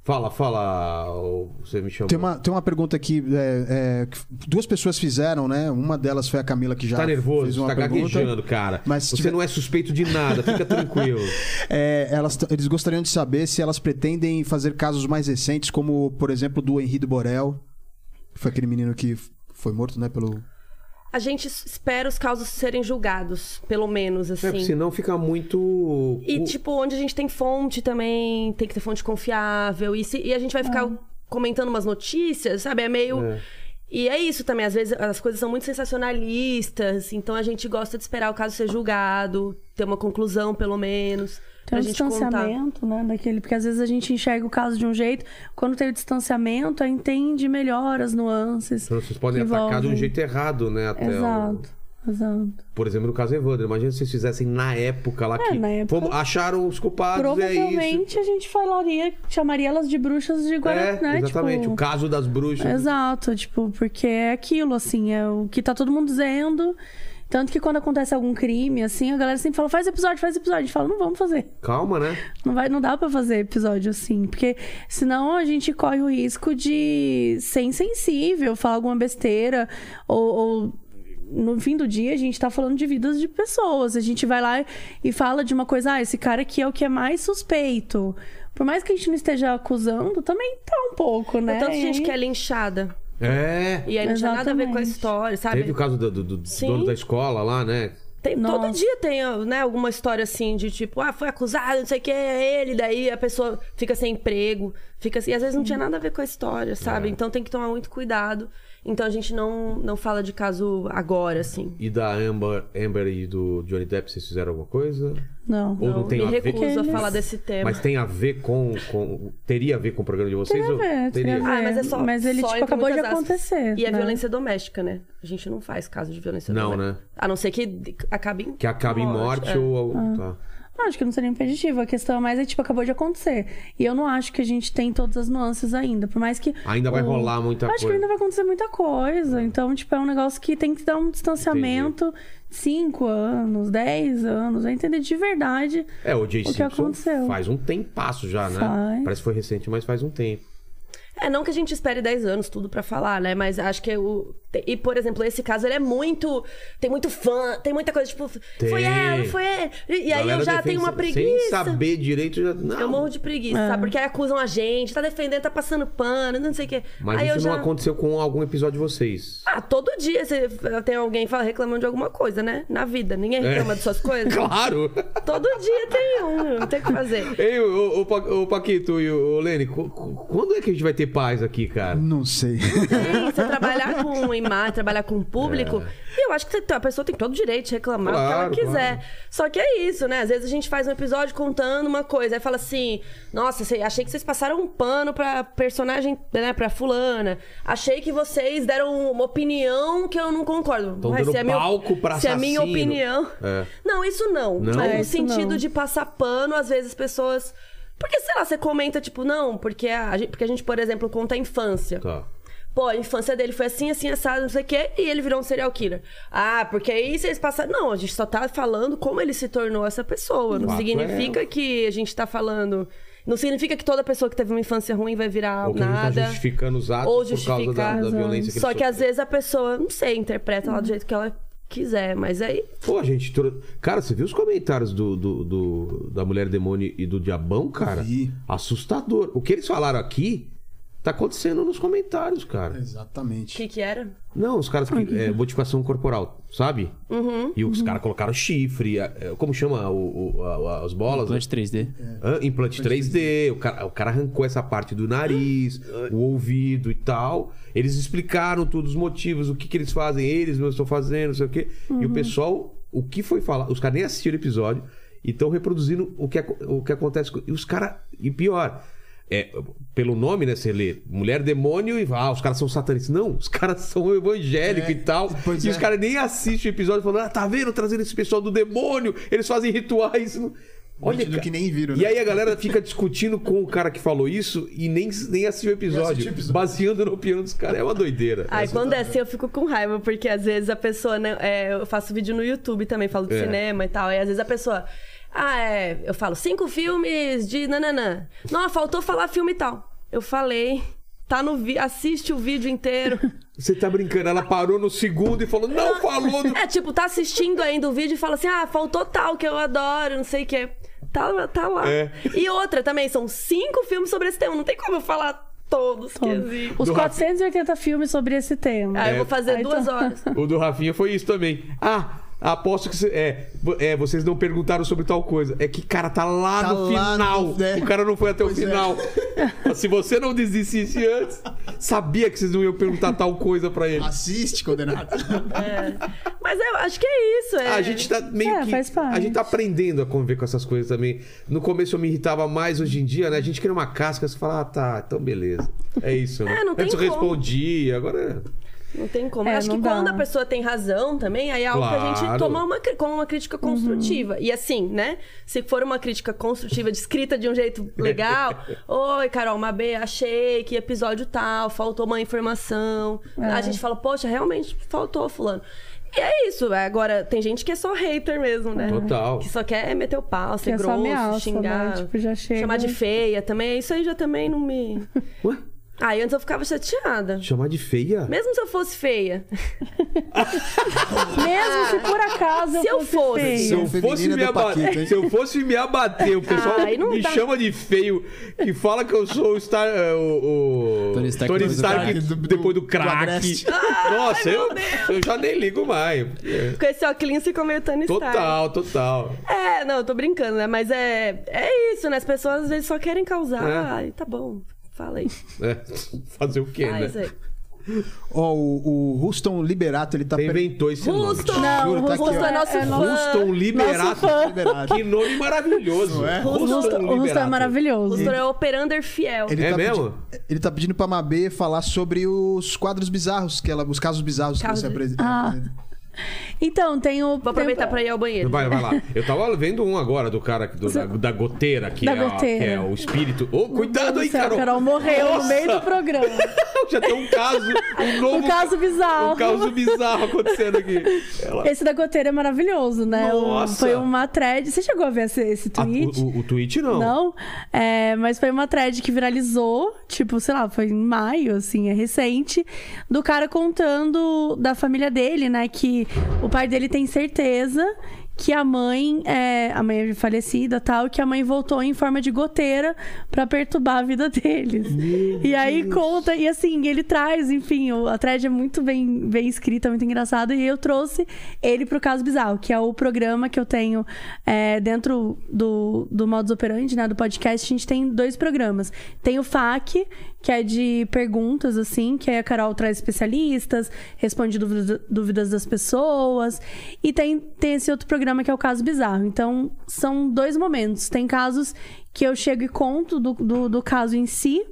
Fala, fala, ô, você me chamou.
Tem uma, tem uma pergunta aqui é, é, que duas pessoas fizeram, né? Uma delas foi a Camila que já
Tá
fez
nervoso,
uma
tá
pergunta.
gaguejando, cara.
Mas se
você
tiver-
não é suspeito de nada,
[laughs]
fica tranquilo.
É, elas, t- eles gostariam de saber se elas pretendem fazer casos mais recentes, como, por exemplo, do Henrique Borel, que foi aquele menino que f- foi morto, né? Pelo.
A gente espera os casos serem julgados, pelo menos, assim.
É, porque senão fica muito.
E,
o-
tipo, onde a gente tem fonte também, tem que ter fonte confiável. E, se- e a gente vai ficar
Hum.
comentando umas notícias, sabe? É meio.
É.
E é isso também, às vezes as coisas são muito sensacionalistas, então a gente gosta de esperar o caso ser julgado, ter uma conclusão, pelo menos.
Tem
pra
um
gente contar.
distanciamento, né? Daquele, porque às vezes a gente enxerga o caso de um jeito, quando tem o distanciamento, aí entende melhor as nuances.
Então, vocês podem
que
atacar de um
envolvem.
jeito errado, né? Até o-
Exato, exato.
Por exemplo, no caso Evandro. Imagina se vocês fizessem na época lá
É,
que.
na época-
Fomos- acharam os culpados, é isso.
Provavelmente a gente falaria, chamaria elas de bruxas de
É,
Guaraná,
exatamente.
tipo...
O caso das bruxas.
Exato, tipo, porque é aquilo, assim, é o que tá todo mundo dizendo. Tanto que quando acontece algum crime, assim, a galera sempre fala, faz episódio, faz episódio. A gente fala, não vamos fazer.
Calma, né?
Não, vai, não dá pra fazer episódio assim, porque senão a gente corre o risco de ser insensível, falar alguma besteira, ou, ou no fim do dia a gente tá falando de vidas de pessoas. A gente vai lá e fala de uma coisa, ah, esse cara aqui é o que é mais suspeito. Por mais que a gente não esteja acusando, também tá um pouco, né?
Tem tanta
E
gente
aí-
que é linchada.
É.
E aí não tinha nada a ver com a
Exatamente.
história, sabe?
Teve o caso do, do- do
Sim.
dono da escola lá, né?
Tem- todo
Nossa.
dia tem né, alguma história assim de tipo, ah, foi acusado, não sei o que, é ele, daí a pessoa fica sem emprego, fica assim, e às vezes não
Uhum.
tinha nada a ver com a história, sabe?
É.
Então tem que tomar muito cuidado. Então a gente não, não fala de caso agora, assim.
E da Amber, Amber e do Johnny Depp, vocês fizeram alguma coisa?
Não.
Ou não, tem
Então, me
a ver
recuso a
Eles-
falar desse tema.
Mas tem a ver com, com- Teria a ver com o programa de vocês?
Teria a
ou-
ver, teria a ver.
Ah, mas é só.
Mas ele,
só
tipo,
entre
acabou de
muitas aspas.
acontecer,
E é
né?
violência doméstica, né? A gente não faz caso de violência
Não,
doméstica.
né?
A não ser que acabe em.
Que acaba em morte
é.
ou. tá.
Ah, Acho que não seria impeditivo. A questão é mais é, tipo, acabou de acontecer. E eu não acho que a gente tem todas as nuances ainda. Por mais que.
Ainda vai rolar muita
acho
coisa.
que ainda vai acontecer muita coisa. Então, tipo, é um negócio que tem que dar um distanciamento. Cinco anos, dez anos. Vai entender de verdade.
É, o Jay
que
Simpson
aconteceu.
faz um tempasso já, né?
Faz.
Parece que foi recente, mas faz um tempo.
É, não que a gente espere 10 anos tudo pra falar, né? Mas acho que o. te- E, por exemplo, esse caso, ele é muito. Tem muito fã, tem muita coisa, tipo.
Tem.
Foi ela, foi ele. E aí
Galera
eu já
defende
tenho
sem-
uma preguiça.
Sem saber direito, já. Não.
Eu morro de preguiça, sabe? Porque aí acusam a gente, tá defendendo, tá passando pano, não sei o quê.
Mas
aí
isso
eu já...
não aconteceu com algum episódio de
[laughs]
vocês.
Ah, todo dia você tem alguém fala- reclamando de alguma coisa, né? Na vida. Ninguém reclama de suas coisas.
É. [laughs] Claro!
Todo dia tem um, não tem o que fazer.
Ei, o, o, Pa- o Paquito e o o Lene, qu- qu- quando é que a gente vai ter paz aqui, cara?
Não sei. [laughs]
Tem, [laughs] você trabalhar com imagem, trabalhar com público, e eu acho que você- a pessoa tem todo o direito de reclamar
É. Claro,
o que ela quiser. Só que é isso, né? Às vezes a gente faz um episódio contando uma coisa, aí fala assim: nossa, cê- achei que vocês passaram um pano pra personagem, né, pra fulana. Achei que vocês deram uma opinião que eu não concordo.
Tão
Mas
dando
se é minha-
palco pra
Se é minha
assassino.
opinião.
É.
Não, isso não.
Não?
Mas
É,
no
isso
sentido
não.
de passar pano, às vezes pessoas. Porque, sei lá, você comenta, tipo, não, porque a, a gente, porque a gente, por exemplo, conta a infância.
Tá.
Pô, a infância dele foi assim, assim, assado, não sei o quê, e ele virou um serial killer. Ah, porque aí vocês passaram. Não, a gente só tá falando como ele se tornou essa pessoa. Não
Fato é
significa que a gente tá falando. Não significa que toda pessoa que teve uma infância ruim vai virar
Ou que a gente tá
nada.
justificando os atos
Ou
por causa da, da
justificar.
violência que
Só
ele sofreu.
que
Uhum.
às vezes a pessoa, não sei, interpreta lá do jeito que ela quiser, mas aí.
Pô, a gente. trou- Cara, você viu os comentários do, do- do- da Mulher Demônio e do Diabão, cara?
Vi.
Assustador. O que eles falaram aqui tá acontecendo nos comentários,
É.
cara.
O
Exatamente.
que que era?
Não, os caras que. É, modificação corporal, sabe? E os caras colocaram chifre, é, como chama o, o- a- a- as bolas?
Plante 3D.
É.
Hã? Implante 3D, o cara, o cara arrancou essa parte do nariz, o ouvido e tal. Eles explicaram todos os motivos, o que, que eles fazem, eles não estão fazendo, não sei o quê. E
Uhum.
o pessoal, o que foi falar, os caras nem assistiram o episódio e estão reproduzindo o que, aco- o que acontece. com- E os caras, e pior, é, pelo nome, né, você lê, mulher demônio e ah, os caras são satanistas. Não, os [laughs] caras são evangélicos
É,
e tal.
pois
E
é.
os caras nem assistem o episódio falando, ah, tá vendo, trazendo esse pessoal do demônio, eles fazem rituais. Não- Olha,
do
cara,
que nem viram,
e
né?
aí a galera fica discutindo com o cara que falou isso e nem, nem assistiu o episódio,
assistiu o episódio.
baseando na opinião dos caras. É uma doideira.
Ai, quando é assim eu fico com raiva, porque às vezes a pessoa, né, é, eu faço vídeo no YouTube também, falo de
É.
cinema e tal, e às vezes a pessoa, ah, é, eu falo cinco filmes de nananã. Não, faltou falar filme e tal. Eu falei, tá no vi assiste o vídeo inteiro.
[laughs] Você tá brincando, ela parou no segundo e falou, não falou do...
é, tipo, tá assistindo ainda o vídeo e fala assim, ah, faltou tal, que eu adoro, não sei o quê. Tá, lá- tá lá.
É.
E outra também, são cinco filmes sobre esse tema, não tem como eu falar todos,
Todos.
quesitos.
Os
Do É.
480 filmes sobre esse tema.
Ah, eu vou fazer
Aí
duas
tá.
[laughs]
horas.
O do Rafinha foi isso também. Ah, aposto que cê- é, vo- é, vocês não perguntaram sobre tal coisa. É que, cara, tá lá
Tá
no
lá no-
final.
né?
O cara não foi até
Pois
o
é.
[laughs] final. Se você não desistisse antes, sabia que vocês não iam perguntar tal coisa pra ele.
Assiste, condenado.
É. Mas eu acho que é isso. É.
A gente tá meio
É,
que.
faz parte.
A gente tá aprendendo a conviver com essas coisas também. No começo eu me irritava mais, hoje em dia, né? A gente cria uma casca, você fala, ah, tá, então beleza. É isso, né?
[laughs] É, não tem
Antes eu
como.
respondia, agora.
Não tem como.
É,
eu acho
não
que
dá.
quando a pessoa tem razão também, aí é algo que a
Claro.
gente toma uma, cri- como uma crítica construtiva.
Uhum.
E assim, né? Se for uma crítica construtiva descrita de um jeito
[laughs]
legal, oi, Carol Mabê, achei que episódio tal, faltou uma informação.
É.
A gente fala, poxa, realmente faltou, fulano. E é isso, é, agora tem gente que é só hater mesmo, né?
Total.
Que só quer meter o pau, ser
Que é só
grosso,
ameaça,
xingar,
né? Tipo, já chega-
chamar de feia também. Isso aí já também não me.
Ué?
Aí antes eu ficava chateada.
Chamar de feia?
Mesmo se eu fosse feia.
Mesmo se por acaso eu
Se eu
fosse,
fosse.
feia.
Se eu,
Feminina
fosse me
do Paquito,
abater,
hein?
se eu fosse me abater, o pessoal
Ai, Ah, não
me
dá.
chama de feio, que fala que eu sou o, Star, eh, o, o
Tony Stark depois do
Stark
crack. Do- do-
depois do
do
crack.
[laughs]
Agreste.
Nossa, eu, eu já nem ligo mais. É.
Com esse óculos ficou meio Tony Stark.
Total, total.
É, não, eu tô brincando, né? Mas é, é isso, né? As pessoas às vezes só querem causar.
É.
Ai, tá bom, fala aí.
É, [laughs] Fazer o quê,
Ah, isso
né?
aí.
Ó, o, o Houston Liberato, ele tá
Você
pre-
inventou esse
Rusto!
nome.
Não,
Juro, tá aqui,
Rusto
ó.
é nosso
É
fã.
nosso
Ruston Liberato.
liberado.
Que nome maravilhoso.
Não é?
O Rusto, o Rusto é
Liberato.
maravilhoso.
Rusto é o operander fiel.
Ele
É
tá
mesmo?
pedi- ele tá pedindo pra Mabê falar sobre os quadros bizarros, que ela, os casos bizarros
Casos-
que você apresenta.
Ah. Então, tem o.
Vou aproveitar pra ir ao banheiro.
Vai, vai lá. Eu tava vendo um agora do cara que- do- da, da goteira, que,
Da
é, a-
goteira.
que é o espírito. Ô, cuidado aí, Carol.
Carol morreu
Nossa!
no meio do programa.
[laughs] Já tem um caso, um novo.
Um caso bizarro.
um caso bizarro acontecendo aqui. Ela-
Esse da goteira é maravilhoso, né? O-
Nossa!
Foi uma thread. Você chegou a ver esse, esse
A-
tweet?
Ah, o, o, o tweet não.
Não? É, mas foi uma thread que viralizou, tipo, sei lá, foi em maio, assim, é recente, do cara contando da família dele, né? Que o pai dele tem certeza que a mãe, é, a mãe é falecida tal, que a mãe voltou em forma de goteira pra perturbar a vida [laughs] deles. e aí conta, e assim, ele traz, enfim, o- a thread é muito bem, bem escrita, é muito engraçada, e eu trouxe ele pro Caso Bizarro, que é o programa que eu tenho é, dentro do, do Modus Operandi, né, do podcast, a gente tem dois programas. Tem o FAQ, que é de perguntas, assim, que aí a Carol traz especialistas, responde dúvidas, dúvidas das pessoas, e tem, tem esse outro programa que é o Caso Bizarro. Então, são dois momentos. Tem casos que eu chego e conto do, do, do caso em si,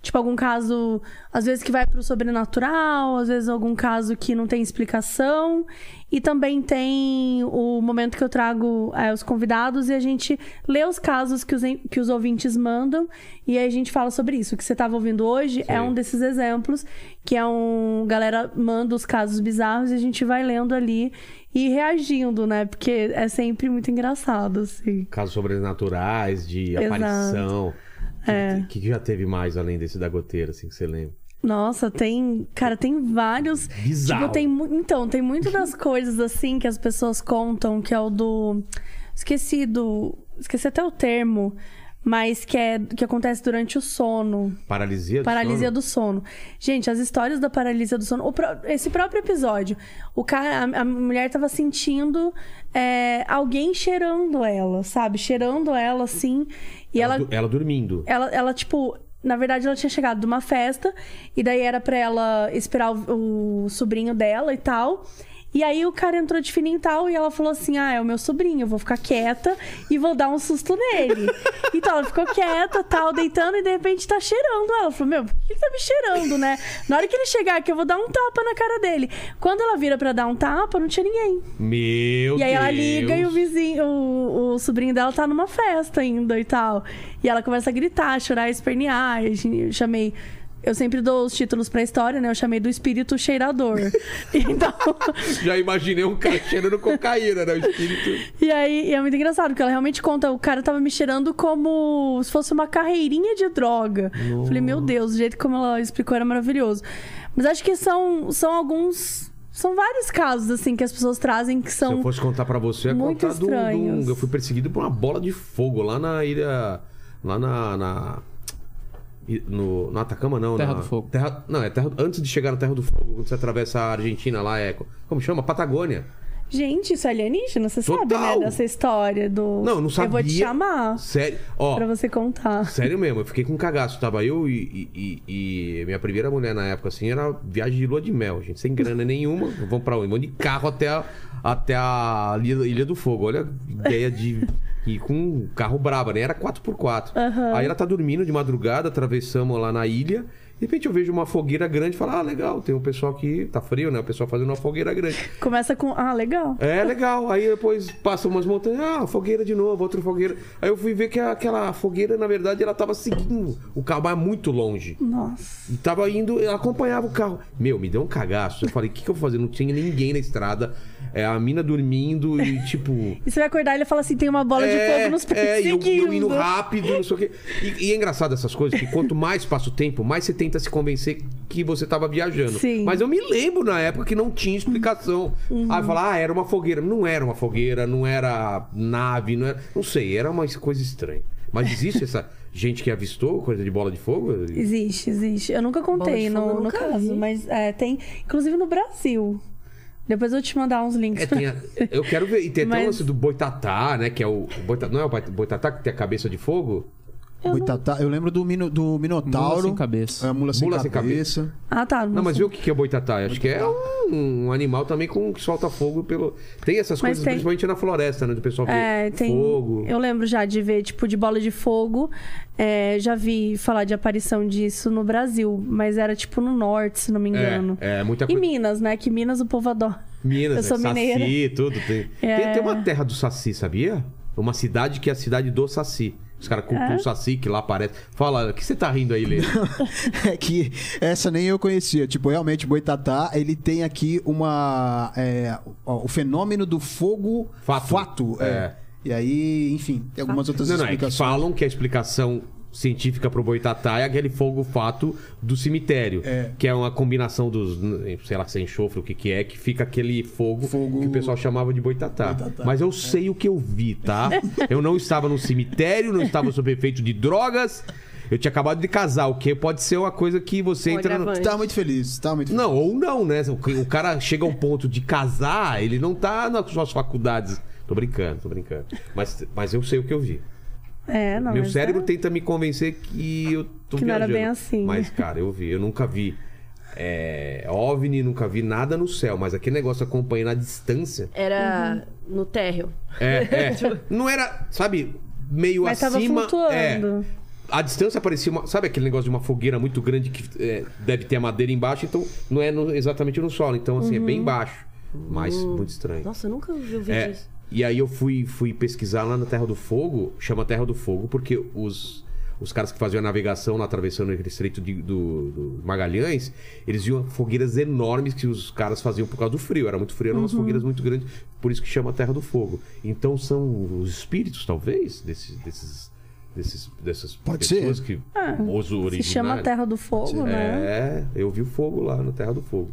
Tipo, algum caso, às vezes que vai pro sobrenatural, às vezes algum caso que não tem explicação. E também tem o momento que eu trago é, os convidados e a gente lê os casos que os, en- que os ouvintes mandam e aí a gente fala sobre isso. O que você tava ouvindo hoje é um desses exemplos, que é um. Galera manda os casos bizarros e a gente vai lendo ali e reagindo, né? Porque é sempre muito engraçado, assim.
Casos sobrenaturais, de
Exato. É.
aparição. O que, que já teve mais além desse da goteira, assim, que você lembra?
Nossa, tem. Cara, tem vários.
Bizarro.
Tipo, tem mu- Então, tem muito
[laughs]
das coisas assim que as pessoas contam, que é o do. Esqueci do. Esqueci até o termo, mas que é que acontece durante o sono.
Paralisia do
Paralisia
sono?
do sono. Gente, as histórias da paralisia do sono. o pró- esse próprio episódio, o cara, a, a mulher tava sentindo é, alguém cheirando ela, sabe? Cheirando ela assim. E
Ela,
ela
du- ela dormindo.
ela, ela, tipo, na verdade ela tinha chegado de uma festa e daí era pra ela esperar o, o sobrinho dela e tal. E aí o cara entrou de fininho e tal e ela falou assim: "Ah, é o meu sobrinho, eu vou ficar quieta e vou dar um susto nele". então ela ficou quieta, tal, deitando e de repente tá cheirando ela. Falou: "Meu, por que ele tá me cheirando, né? Na hora que ele chegar aqui eu vou dar um tapa na cara dele". Quando ela vira pra dar um tapa, não tinha ninguém.
Meu Deus.
E aí ela liga e o vizinho, o, o sobrinho dela tá numa festa ainda e tal. E ela começa a gritar, chorar, espernear. E a gente- Eu chamei. Eu sempre dou os títulos pra história, né? Eu chamei do espírito
[laughs]
cheirador. então.
Já imaginei um cara cheirando cocaína, né? O espírito.
E aí e é muito engraçado, porque ela realmente conta, o cara tava me cheirando como se fosse uma carreirinha de droga. Falei, meu Deus, o jeito como ela explicou era maravilhoso. Mas acho que são, são alguns. São vários casos, assim, que as pessoas trazem que
Se eu
são.
fosse contar pra você, eu ia
Então, muito
contar do,
estranhos.
do. Eu fui perseguido por uma bola de fogo lá na ilha. Lá na. na- e- no, no Atacama, não.
Terra
na-
do Fogo.
Terra- não, é terra, antes de chegar na Terra do Fogo, quando você atravessa a Argentina lá, é. Como chama? Patagônia.
Gente, isso é alienígena, você sabe,
Total.
né? Dessa história do.
Não, eu não sabia.
Eu vou te chamar
Sério. Ó,
Ah. pra você contar.
Sério mesmo, eu fiquei com um cagaço. Tava eu e, e- e- e minha primeira mulher na época, assim, era viagem de lua de mel, gente. Sem grana nenhuma. Vamos pra onde? Vamos de carro até a, até a Ilha Ilha do Fogo. Olha a ideia de [laughs] ir com um carro braba, né? Era 4x4. Aí ela tá dormindo de madrugada, atravessamos lá na ilha. De repente eu vejo uma fogueira grande e falo, ah, legal, tem um pessoal aqui, tá frio, né? O pessoal fazendo uma fogueira grande.
Começa com. Ah, legal.
É legal. Aí depois passa umas montanhas, ah, fogueira de novo, outra fogueira. Aí eu fui ver que aquela fogueira, na verdade, ela tava seguindo o carro, mas muito longe.
Nossa.
E tava indo, eu acompanhava o carro. Meu, me deu um cagaço. Eu falei, o que, que eu vou fazer? Não tinha ninguém na estrada. É, a mina dormindo e tipo.
E você vai acordar e ele fala assim: tem uma bola de fogo nos
é, e eu,
perseguindo.
e eu indo rápido, não sei o quê. E, e é engraçado essas coisas, que quanto mais passa o tempo, mais você tenta se convencer que você tava viajando.
Sim. Uhum.
Mas eu me lembro na época que não tinha explicação. Aí eu falava, ah, era uma fogueira. Não era uma fogueira, não era nave, não era. Não sei, era uma coisa estranha. Mas existe essa [laughs] gente que avistou coisa de bola de fogo?
Existe, existe. Eu nunca
Bola
contei
de fogo
no,
eu
no
nunca
caso,
vi.
mas é, tem. Inclusive no Brasil. Depois eu te mandar uns links.
É,
pra-
tem a- eu quero ver. E tem até o
Mas-
lance do boitatá, né? Que é o. o boitatá, não é o boitatá que tem a cabeça de fogo?
Boitatá. Eu lembro do, mino, do Minotauro.
Mula sem cabeça.
É, mula sem
Mula sem
cabeça.
Ah, tá.
Não, mas vê
sei.
o que que é o boitatá. Acho que é um, um animal também com, que solta fogo pelo. Tem essas
Mas
coisas,
tem-
principalmente na floresta, né? Do pessoal ver
É, tem.
fogo.
Eu lembro já de ver, tipo, de bola de fogo. É, já vi falar de aparição disso no Brasil, mas era, tipo, no norte, se não me engano.
É, é muita
E
coisa.
Minas, né? Que Minas o povo adora.
Minas,
Eu sou
né?
mineira.
Saci, tudo. Tem...
É.
tem até uma terra do Saci, sabia? Uma cidade que é a cidade do Saci. Os caras cultuam
É?
o Saci, que lá aparece. Fala, o que você tá rindo aí, Lê?
É [laughs] que essa nem eu conhecia. Tipo, realmente, Boitatá, ele tem aqui uma. é, ó, o fenômeno do fogo
Fato.
é. E aí, enfim, tem algumas outras
Não, não, é que
explicações.
falam que a explicação científica pro boitatá é aquele fogo fato do cemitério, que é uma combinação dos, sei lá, sem enxofre, o que que é, que fica aquele fogo,
Fogo-
que o pessoal chamava de boitatá. Mas eu sei o que eu vi, tá? eu não estava no cemitério, não estava sob efeito de drogas. Eu tinha acabado de casar, o que pode ser uma coisa que você
Um
entra no...
agravante.
Tá muito feliz, tá muito feliz.
Não, ou não, né? O o cara chega ao ponto de casar, ele não tá nas suas faculdades. Tô brincando, tô brincando. Mas, mas eu sei o que eu vi.
É, não.
Meu
mas
cérebro tá
é-
tenta me convencer que eu tô
Que não era
viajando.
bem assim.
Mas, cara, eu vi. Eu nunca vi é, OVNI, nunca vi nada no céu. Mas aquele negócio acompanhando à distância...
Era
Uhum.
no térreo.
[laughs]
É, é. não era, sabe, meio
Tipo, Mas tava
acima...
flutuando.
É. A distância parecia uma... Sabe aquele negócio de uma fogueira muito grande que é, deve ter a madeira embaixo? Então, não é no- exatamente no solo. Então, assim, é bem
Uhum.
baixo. Mas muito estranho.
Nossa, eu nunca ouvi o vídeo
É,
disso.
e aí eu fui, fui pesquisar lá na Terra do Fogo, chama Terra do Fogo, porque os, os caras que faziam a navegação lá atravessando aquele estreito de- do, do Magalhães, eles viam fogueiras enormes que os caras faziam por causa do frio. Era muito frio, eram umas
Uhum.
fogueiras muito grandes, por isso que chama Terra do Fogo. Então são os espíritos, talvez, desses. desses desses- dessas
Pode
pessoas
ser.
que os
Ah, Se
originários.
chama Terra do Fogo, né?
É, eu vi o fogo lá na Terra do
[laughs]
Fogo.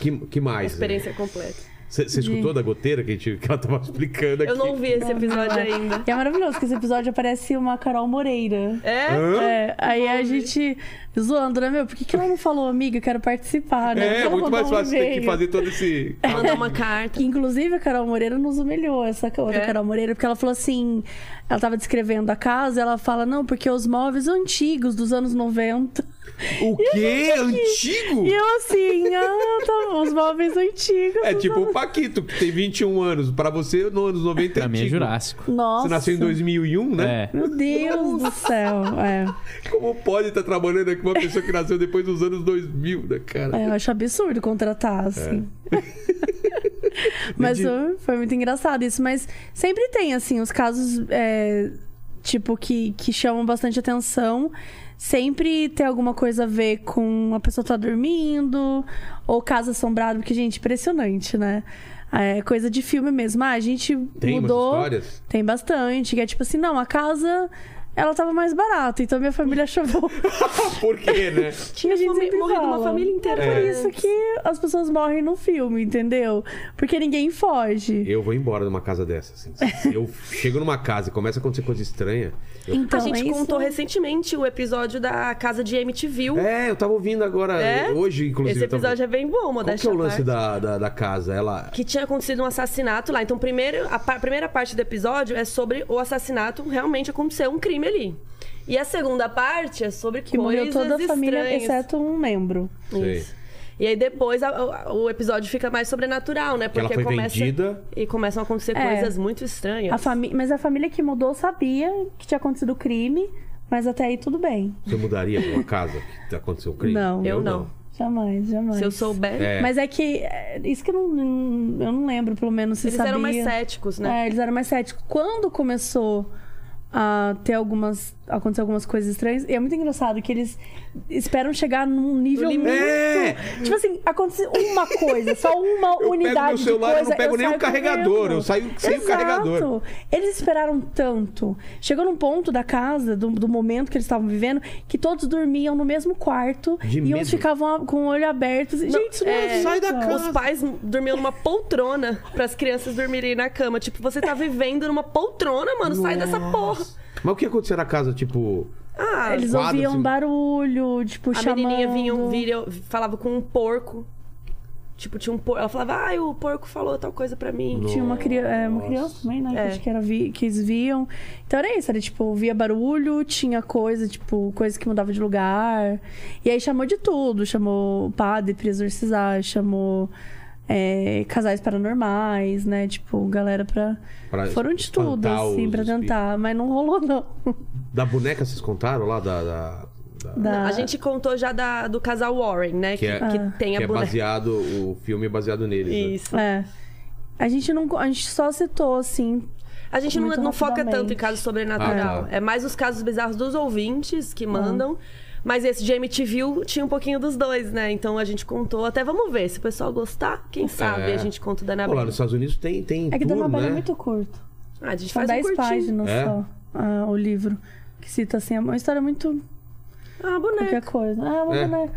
Que, que mais? né?
Experiência completa.
Você você escutou da goteira que, a gente, que ela tava explicando aqui?
Eu não vi esse episódio ainda.
E é maravilhoso que esse episódio aparece uma Carol Moreira.
É?
É, aí a gente zoando, né, meu? Por que, que ela não falou, amiga, eu quero participar, né? Por que
É,
ela
muito
mandou
mais
um
fácil ter que
e-mail?
fazer todo esse.
Mandar
[laughs]
uma carta.
Que, inclusive, a Carol Moreira nos humilhou, essa outra
É?
Carol Moreira, porque ela falou assim: ela tava descrevendo a casa, ela fala, não, porque os móveis antigos dos anos 90.
O quê? Antigo?
E eu assim, ah, tá bom, os móveis antigos.
É
dos
tipo
anos-
o Paquito, que tem 21 anos. Pra você, no anos 90 é
Pra mim é
antigo.
Jurássico.
Nossa.
Você nasceu em 2001, né?
É.
Meu Deus do céu. É.
Como pode estar trabalhando aqui uma pessoa que nasceu depois dos anos 2000, né, cara?
É, eu acho absurdo
É. [laughs]
contratar, assim. mas uh, foi muito engraçado isso. Mas sempre tem, assim, os casos, é, tipo, que, que chamam bastante atenção. Sempre tem alguma coisa a ver com a pessoa tá dormindo, ou casa assombrada, porque, gente, impressionante, né? É coisa de filme mesmo. Ah, a gente
Tem umas
mudou.
histórias?
Tem bastante. Que é tipo assim, não, a casa ela tava mais barata, então minha família [laughs] choveu.
[laughs] Por quê, né?
Tinha
A gente
fome-
sempre
morrido uma
fala.
família inteira.
É por
né?
isso que as pessoas morrem no filme, entendeu? Porque ninguém foge.
Eu vou embora de uma casa dessa. assim. Se Eu chego numa casa e começa a acontecer coisa estranha. Eu...
Então,
a gente
é
contou
isso.
recentemente o episódio da casa de MTV.
É, eu tava ouvindo agora,
É?
hoje, inclusive.
Esse
eu tava-
episódio é bem bom,
Qual que
modéstia
é o
à
lance
parte.
da, da, da casa? Ela.
Que tinha acontecido um assassinato lá. Então, primeiro, a pa- primeira parte do episódio é sobre o assassinato. Realmente aconteceu um crime ali. E a segunda parte é sobre
Que
coisas
morreu toda a família,
estranhas.
exceto um membro.
Sei.
E aí depois a- a- o episódio fica mais sobrenatural, né?
Que ela
Porque
foi
começa
vendida.
e começam a acontecer
É.
coisas muito estranhas.
A fami... Mas a família que mudou sabia que tinha acontecido o crime, mas até aí tudo bem.
Você mudaria pra uma casa que aconteceu um crime?
Não.
Eu não.
Jamais, jamais.
Se eu souber,
É.
Mas é que. é, Isso que eu não, não- eu não lembro, pelo menos, se
eles
sabia.
eram mais céticos, né?
É, eles eram mais céticos. Quando começou a ter algumas. acontecer algumas coisas estranhas, e é muito engraçado que eles esperam chegar num nível muito.
É.
Tipo assim, aconteceu uma coisa, só uma
Eu
unidade
pego meu celular,
de
eu
coisa.
não pego nem o
saio
carregador,
correndo.
eu saio sem o
Exato.
carregador.
Eles esperaram tanto. Chegou num ponto da casa, do, do momento que eles estavam vivendo, que todos dormiam no mesmo quarto
De
e
medo.
uns ficavam a- com o olho aberto. Gente, isso não
é,
sai da casa.
Os pais dormiam numa poltrona [laughs] para as crianças dormirem na cama. Tipo, você tá vivendo numa poltrona, mano, sai dessa porra.
Mas o que aconteceu na casa, tipo.
Ah,
Eles
Quadro,
ouviam
assim.
barulho, tipo,
a
chamando.
menininha vinha, um vira, falava com um porco. Tipo, tinha um porco. Ela falava, ai, o porco falou tal coisa pra mim.
Tinha uma, cri... é, uma criança também, né? Que
É.
acho que, era vi... que eles viam. Então era isso, era tipo, via barulho, tinha coisa, tipo, coisa que mudava de lugar. E aí chamou de tudo. Chamou padre pra exorcizar, chamou é, casais paranormais, né? Tipo, galera pra.
Pra tipo,
Foram de tudo,
espantar
assim,
os
pra
espíritos.
tentar. Mas não rolou, não.
Da boneca vocês contaram lá? Da. da- da-
Da-
um
Ah.
A gente contou já da- do casal Warren, né?
Que é-
tem
que
a
é
boneca.
baseado. O filme é baseado neles. né?
Isso.
É. A gente, não, a gente só citou, assim,
A gente não,
Muito
não foca
rapidamente.
tanto em casos sobrenatural.
Ah, tá.
É mais os casos bizarros dos ouvintes
Uhum.
que mandam. Mas esse de MTV tinha um pouquinho dos dois, né? Então a gente contou. Até vamos ver. Se o pessoal gostar, quem sabe
É.
a gente conta da
Pô, lá
Anabela.
nos Estados Unidos tem. tem
É que dá
tour,
uma
né?
trabalho muito curto.
Ah, a gente
São
faz um
10
curtinho.
páginas
É?
só ah, o livro. Que cita assim, é uma história muito
Ah, boneca.
qualquer coisa. Ah, uma
É.
boneca.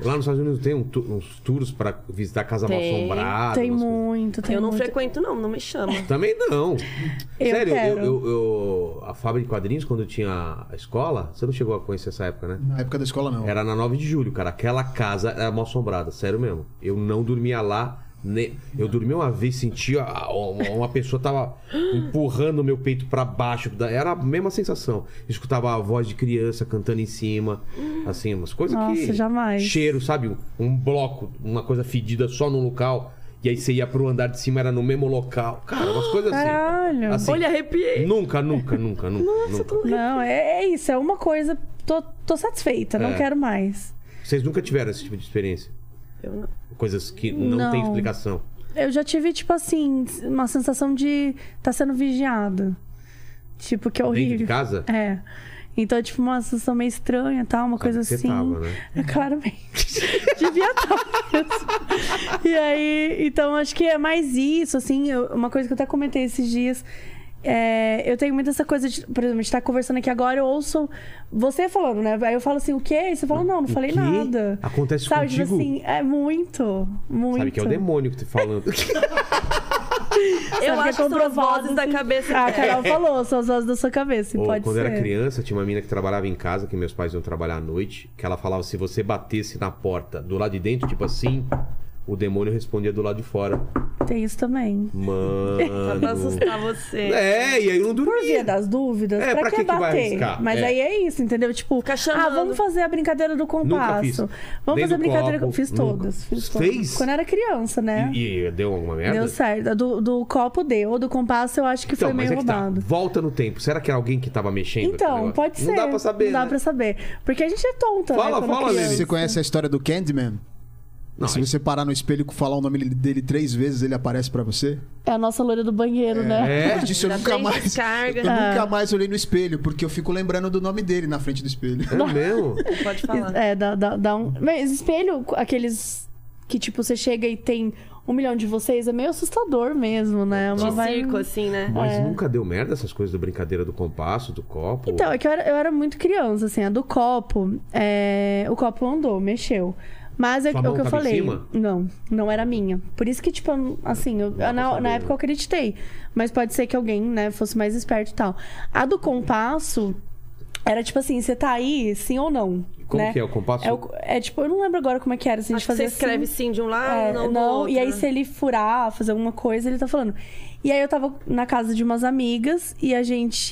Lá nos Estados Unidos tem um tu- uns tours pra visitar casa mal
Tem,
assombrada.
Tem
umas coisas-
muito, tem
Eu não
muito.
frequento, não. Não me chama.
Também não.
Eu
Sério,
quero.
Eu, eu- eu- a fábrica de quadrinhos, quando eu tinha a escola, você não chegou a conhecer essa época, né?
Na época da escola, não.
Era na 9 de julho, cara. Aquela casa era mal assombrada, sério mesmo. Eu não dormia lá. ne- Eu dormi uma vez, senti a- uma, uma pessoa tava empurrando o meu peito pra baixo. da- Era a mesma sensação. Escutava a voz de criança cantando em cima. Assim, umas coisas que.
Nossa, jamais.
Cheiro, sabe? Um, um bloco, uma coisa fedida só num local. E aí você ia pro andar de cima, era no mesmo local. Cara, umas coisas assim.
Caralho.
Assim,
Olha, arrepiei.
Nunca, nunca, nunca, nunca. nunca.
tá
Não, é, é isso, é uma coisa. Tô, tô satisfeita, não
É.
quero mais.
Vocês nunca tiveram esse tipo de experiência?
Eu não.
Coisas que não,
Não.
tem explicação.
Eu já tive, tipo assim, uma sensação de tá sendo vigiado. Tipo, que é horrível.
Dentro de casa?
É. Então, tipo, uma sensação meio estranha e tal, uma coisa
você
assim.
É, tava, né?
É, Claramente. [laughs] Devia estar. e aí, então, acho que é mais isso, assim, eu- uma coisa que eu até comentei esses dias. é, eu tenho muito essa coisa de, por exemplo, a gente tá conversando aqui agora, eu ouço você falando, né? Aí eu falo assim, o quê? E você fala, não, não falei
quê?
nada.
Acontece
Sabe, tipo
contigo?
assim, é muito, muito.
Sabe que é o demônio que tá
[laughs]
falando.
Eu
Sabe que é
acho que são as
comprovado,
vozes da
assim.
cabeça.
Ah, a
dela.
Carol falou, são as vozes da sua cabeça,
Ou,
pode
quando
ser.
era criança, tinha uma mina que trabalhava em casa, que meus pais iam trabalhar à noite, que ela falava se você batesse na porta do lado de dentro, tipo assim, o demônio respondia do lado de fora.
Tem isso também.
Só pra
Mano.
assustar você.
É, e aí eu não
Por via
dormia.
das dúvidas,
É,
pra,
pra
que,
que que vai
bater?
arriscar?
Mas
É.
aí é isso, entendeu? Tipo,
Fica
ah,
chamando.
vamos fazer a brincadeira do
Nunca fiz.
compasso. Vamos
Nem
fazer a
do
brincadeira.
copo,
fiz
nunca.
todas, fiz todas.
Fez?
Quando era criança, né?
E, e deu alguma merda?
Deu certo. A Do, do copo deu, do compasso eu acho que
Então,
foi
mas
meio
é que tá.
roubado.
Volta no tempo. Será que era alguém que tava mexendo? com aquele
Então,
negócio?
pode ser.
Não dá pra saber.
Não dá
né?
pra saber. Porque a gente é tonta.
Fala,
né, quando
fala,
criança.
Lili.
Você conhece a história do Candyman?
Não, é.
Se você parar no espelho e falar o nome dele três vezes, ele aparece pra você?
É a nossa loira do banheiro, né?
[laughs]
É?
Depois disso, eu
Já
nunca
tem
mais.
descarga.
Eu nunca mais olhei no espelho, porque eu fico lembrando do nome dele na frente do espelho.
É
[laughs]
mesmo?
Pode falar.
É, dá, dá, dá um. Mas espelho, aqueles que tipo, você chega e tem um milhão de vocês é meio assustador mesmo, né? Uma
De
vibe-
circo, assim, né?
Mas nunca deu merda essas coisas do brincadeira do compasso, do copo.
Então, é que eu era, eu era muito criança, assim, a do copo, é, o copo andou, mexeu. Mas é
Sua
o que
mão
eu
tava em
falei.
cima?
Não, não era minha. Por isso que, tipo, eu não- assim, eu-
dá pra
na,
saber,
na
né?
época eu acreditei. Mas pode ser que alguém, né, fosse mais esperto e tal. A do compasso era tipo assim, você tá aí, sim ou não?
Como
né?
que é o compasso?
É, o- é, tipo, eu não lembro agora como é que era. Se a gente
Acho que você
fazia assim-
escreve sim de um lado,
é,
não, do outro,
e aí
né?
se ele furar, fazer alguma coisa, ele tá falando. E aí eu tava na casa de umas amigas e a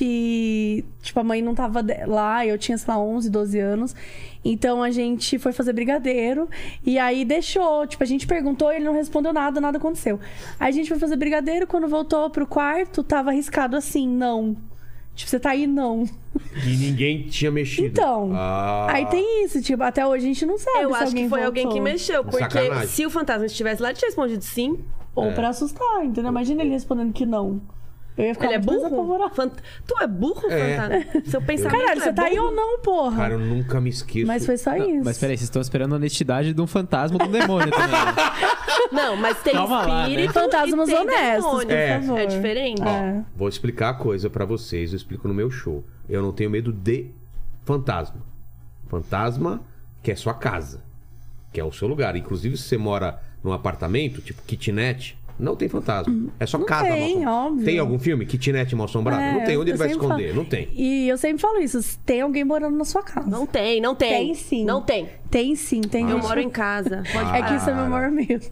gente. Tipo, a mãe não tava de- lá, eu tinha, sei lá, 11, 12 anos. Então a gente foi fazer brigadeiro e aí deixou. Tipo, a gente perguntou e ele não respondeu nada, nada aconteceu. Aí a gente foi fazer brigadeiro, quando voltou pro quarto, tava arriscado assim, não. Tipo, você tá aí, não.
E ninguém tinha mexido.
Então,
Ah.
Aí tem isso, tipo, até hoje a gente não sabe
Eu
se
acho
alguém
que foi alguém que
voltou.
mexeu, porque
Sacanagem.
se o fantasma estivesse lá, ele tinha respondido sim.
Ou
É.
pra assustar, entendeu? Imagina ele respondendo que não. Eu ia ficar
ele é
muito mais
burro?
apavorada.
Fant- Tu é burro,
É.
fantasma? Seu pensamento
Caralho,
é
você tá aí
burro?
ou não, porra?
Cara, eu nunca me esqueço.
Mas foi só isso.
Mas peraí, vocês estão esperando a honestidade de um fantasma ou de um demônio também. né?
Não, mas tem
Calma lá,
espírito
né? Fantasmas
e tem
honestos,
demônio.
por É. favor.
É diferente?
Ó, vou explicar a coisa pra vocês, eu explico no meu show. Eu não tenho medo de fantasma. Fantasma que é sua casa, que é o seu lugar. Inclusive, se você mora num apartamento, tipo kitnet, não tem fantasma. É só
Hum. Não
casa mal
tem,
assombrada.
óbvio.
Tem algum filme? Kitnet mal assombrado?
É,
não tem. Onde
eu
ele vai
sempre
esconder?
falo-
Não tem.
E eu sempre falo isso, se tem alguém morando na sua casa.
Não tem, não tem.
Tem sim.
Não tem.
Tem sim, tem.
Eu
gente-
moro em casa. Pode
É que isso é
Cara.
meu maior medo.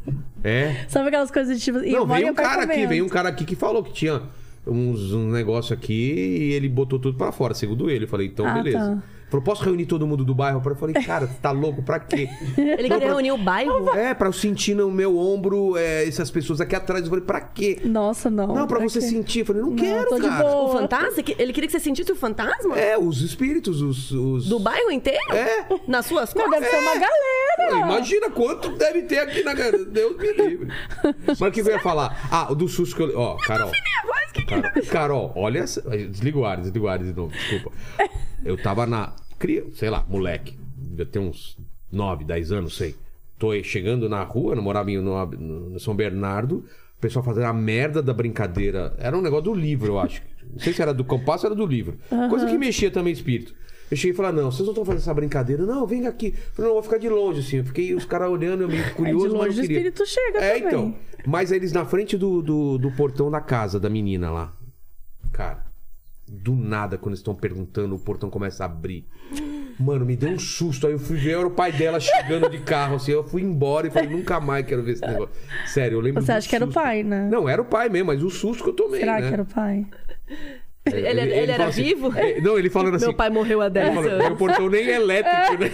É?
Sabe aquelas coisas de tipo... e eu
não,
moro
veio
em
um cara aqui,
apartamento.
veio um cara aqui que falou que tinha uns, um negócio aqui e ele botou tudo pra fora, segundo ele. Eu falei, então
Ah,
beleza.
tá.
Falou, posso reunir todo mundo do bairro? Eu falei, cara, tá louco? Pra
[laughs]
quê?
Ele queria reunir o bairro.
É, pra eu sentir no meu ombro é, essas pessoas aqui atrás. Eu falei, pra quê?
Nossa, não.
um Não, pra você
quê? É
sentir. Eu falei, não,
Não,
quero,
tô de
cara.
boa.
O fantasma? que- Ele queria que você sentisse o fantasma?
É, os espíritos, os. os...
Do bairro inteiro?
É.
Nas suas
Não,
costas? É.
deve ser uma
Pô,
galera.
imagina quanto deve ter aqui na. Deus me
[laughs]
livre. Mas o que eu ia falar? Ah, o do susto que eu. Ó, Carol. Carol, Carol, olha. essa- Desliga o ar, desliga o ar de novo, desculpa. Eu tava na. Cria, sei lá, moleque. Eu tenho uns 9, 10 anos, sei. Tô chegando na rua, eu morava em no, no São Bernardo. O pessoal fazendo a merda da brincadeira. Era um negócio do livro, eu acho. Não sei se era do compasso, era do livro. Coisa que mexia também espírito. Eu cheguei e falei, "Ah, não, vocês não estão fazendo essa brincadeira. Não, vem aqui. Eu falei, não, eu vou ficar de longe, assim. Eu fiquei os caras olhando, eu meio curioso,
É, de
mas
longe
não
o
queria.
espírito chega
É,
também.
então. Mas eles na frente do, do, do portão da casa da menina lá. Cara, do nada, quando eles estão perguntando, o portão começa a abrir. Mano, me deu um susto. Aí eu fui ver, era o pai dela chegando de carro, assim. Eu fui embora e falei, nunca mais quero ver esse negócio. Sério, eu lembro
Você
do
acha que era o
susto.
pai, né?
Não, era o pai mesmo, mas o susto que eu tomei, né?
Será
É,
que era o pai?
Ele, ele
fala
era
assim-
vivo?
É, Não, ele
Tipo
falando assim...
Meu pai morreu há
ele
10
falou,
anos.
meu portão nem é elétrico,
[laughs]
né?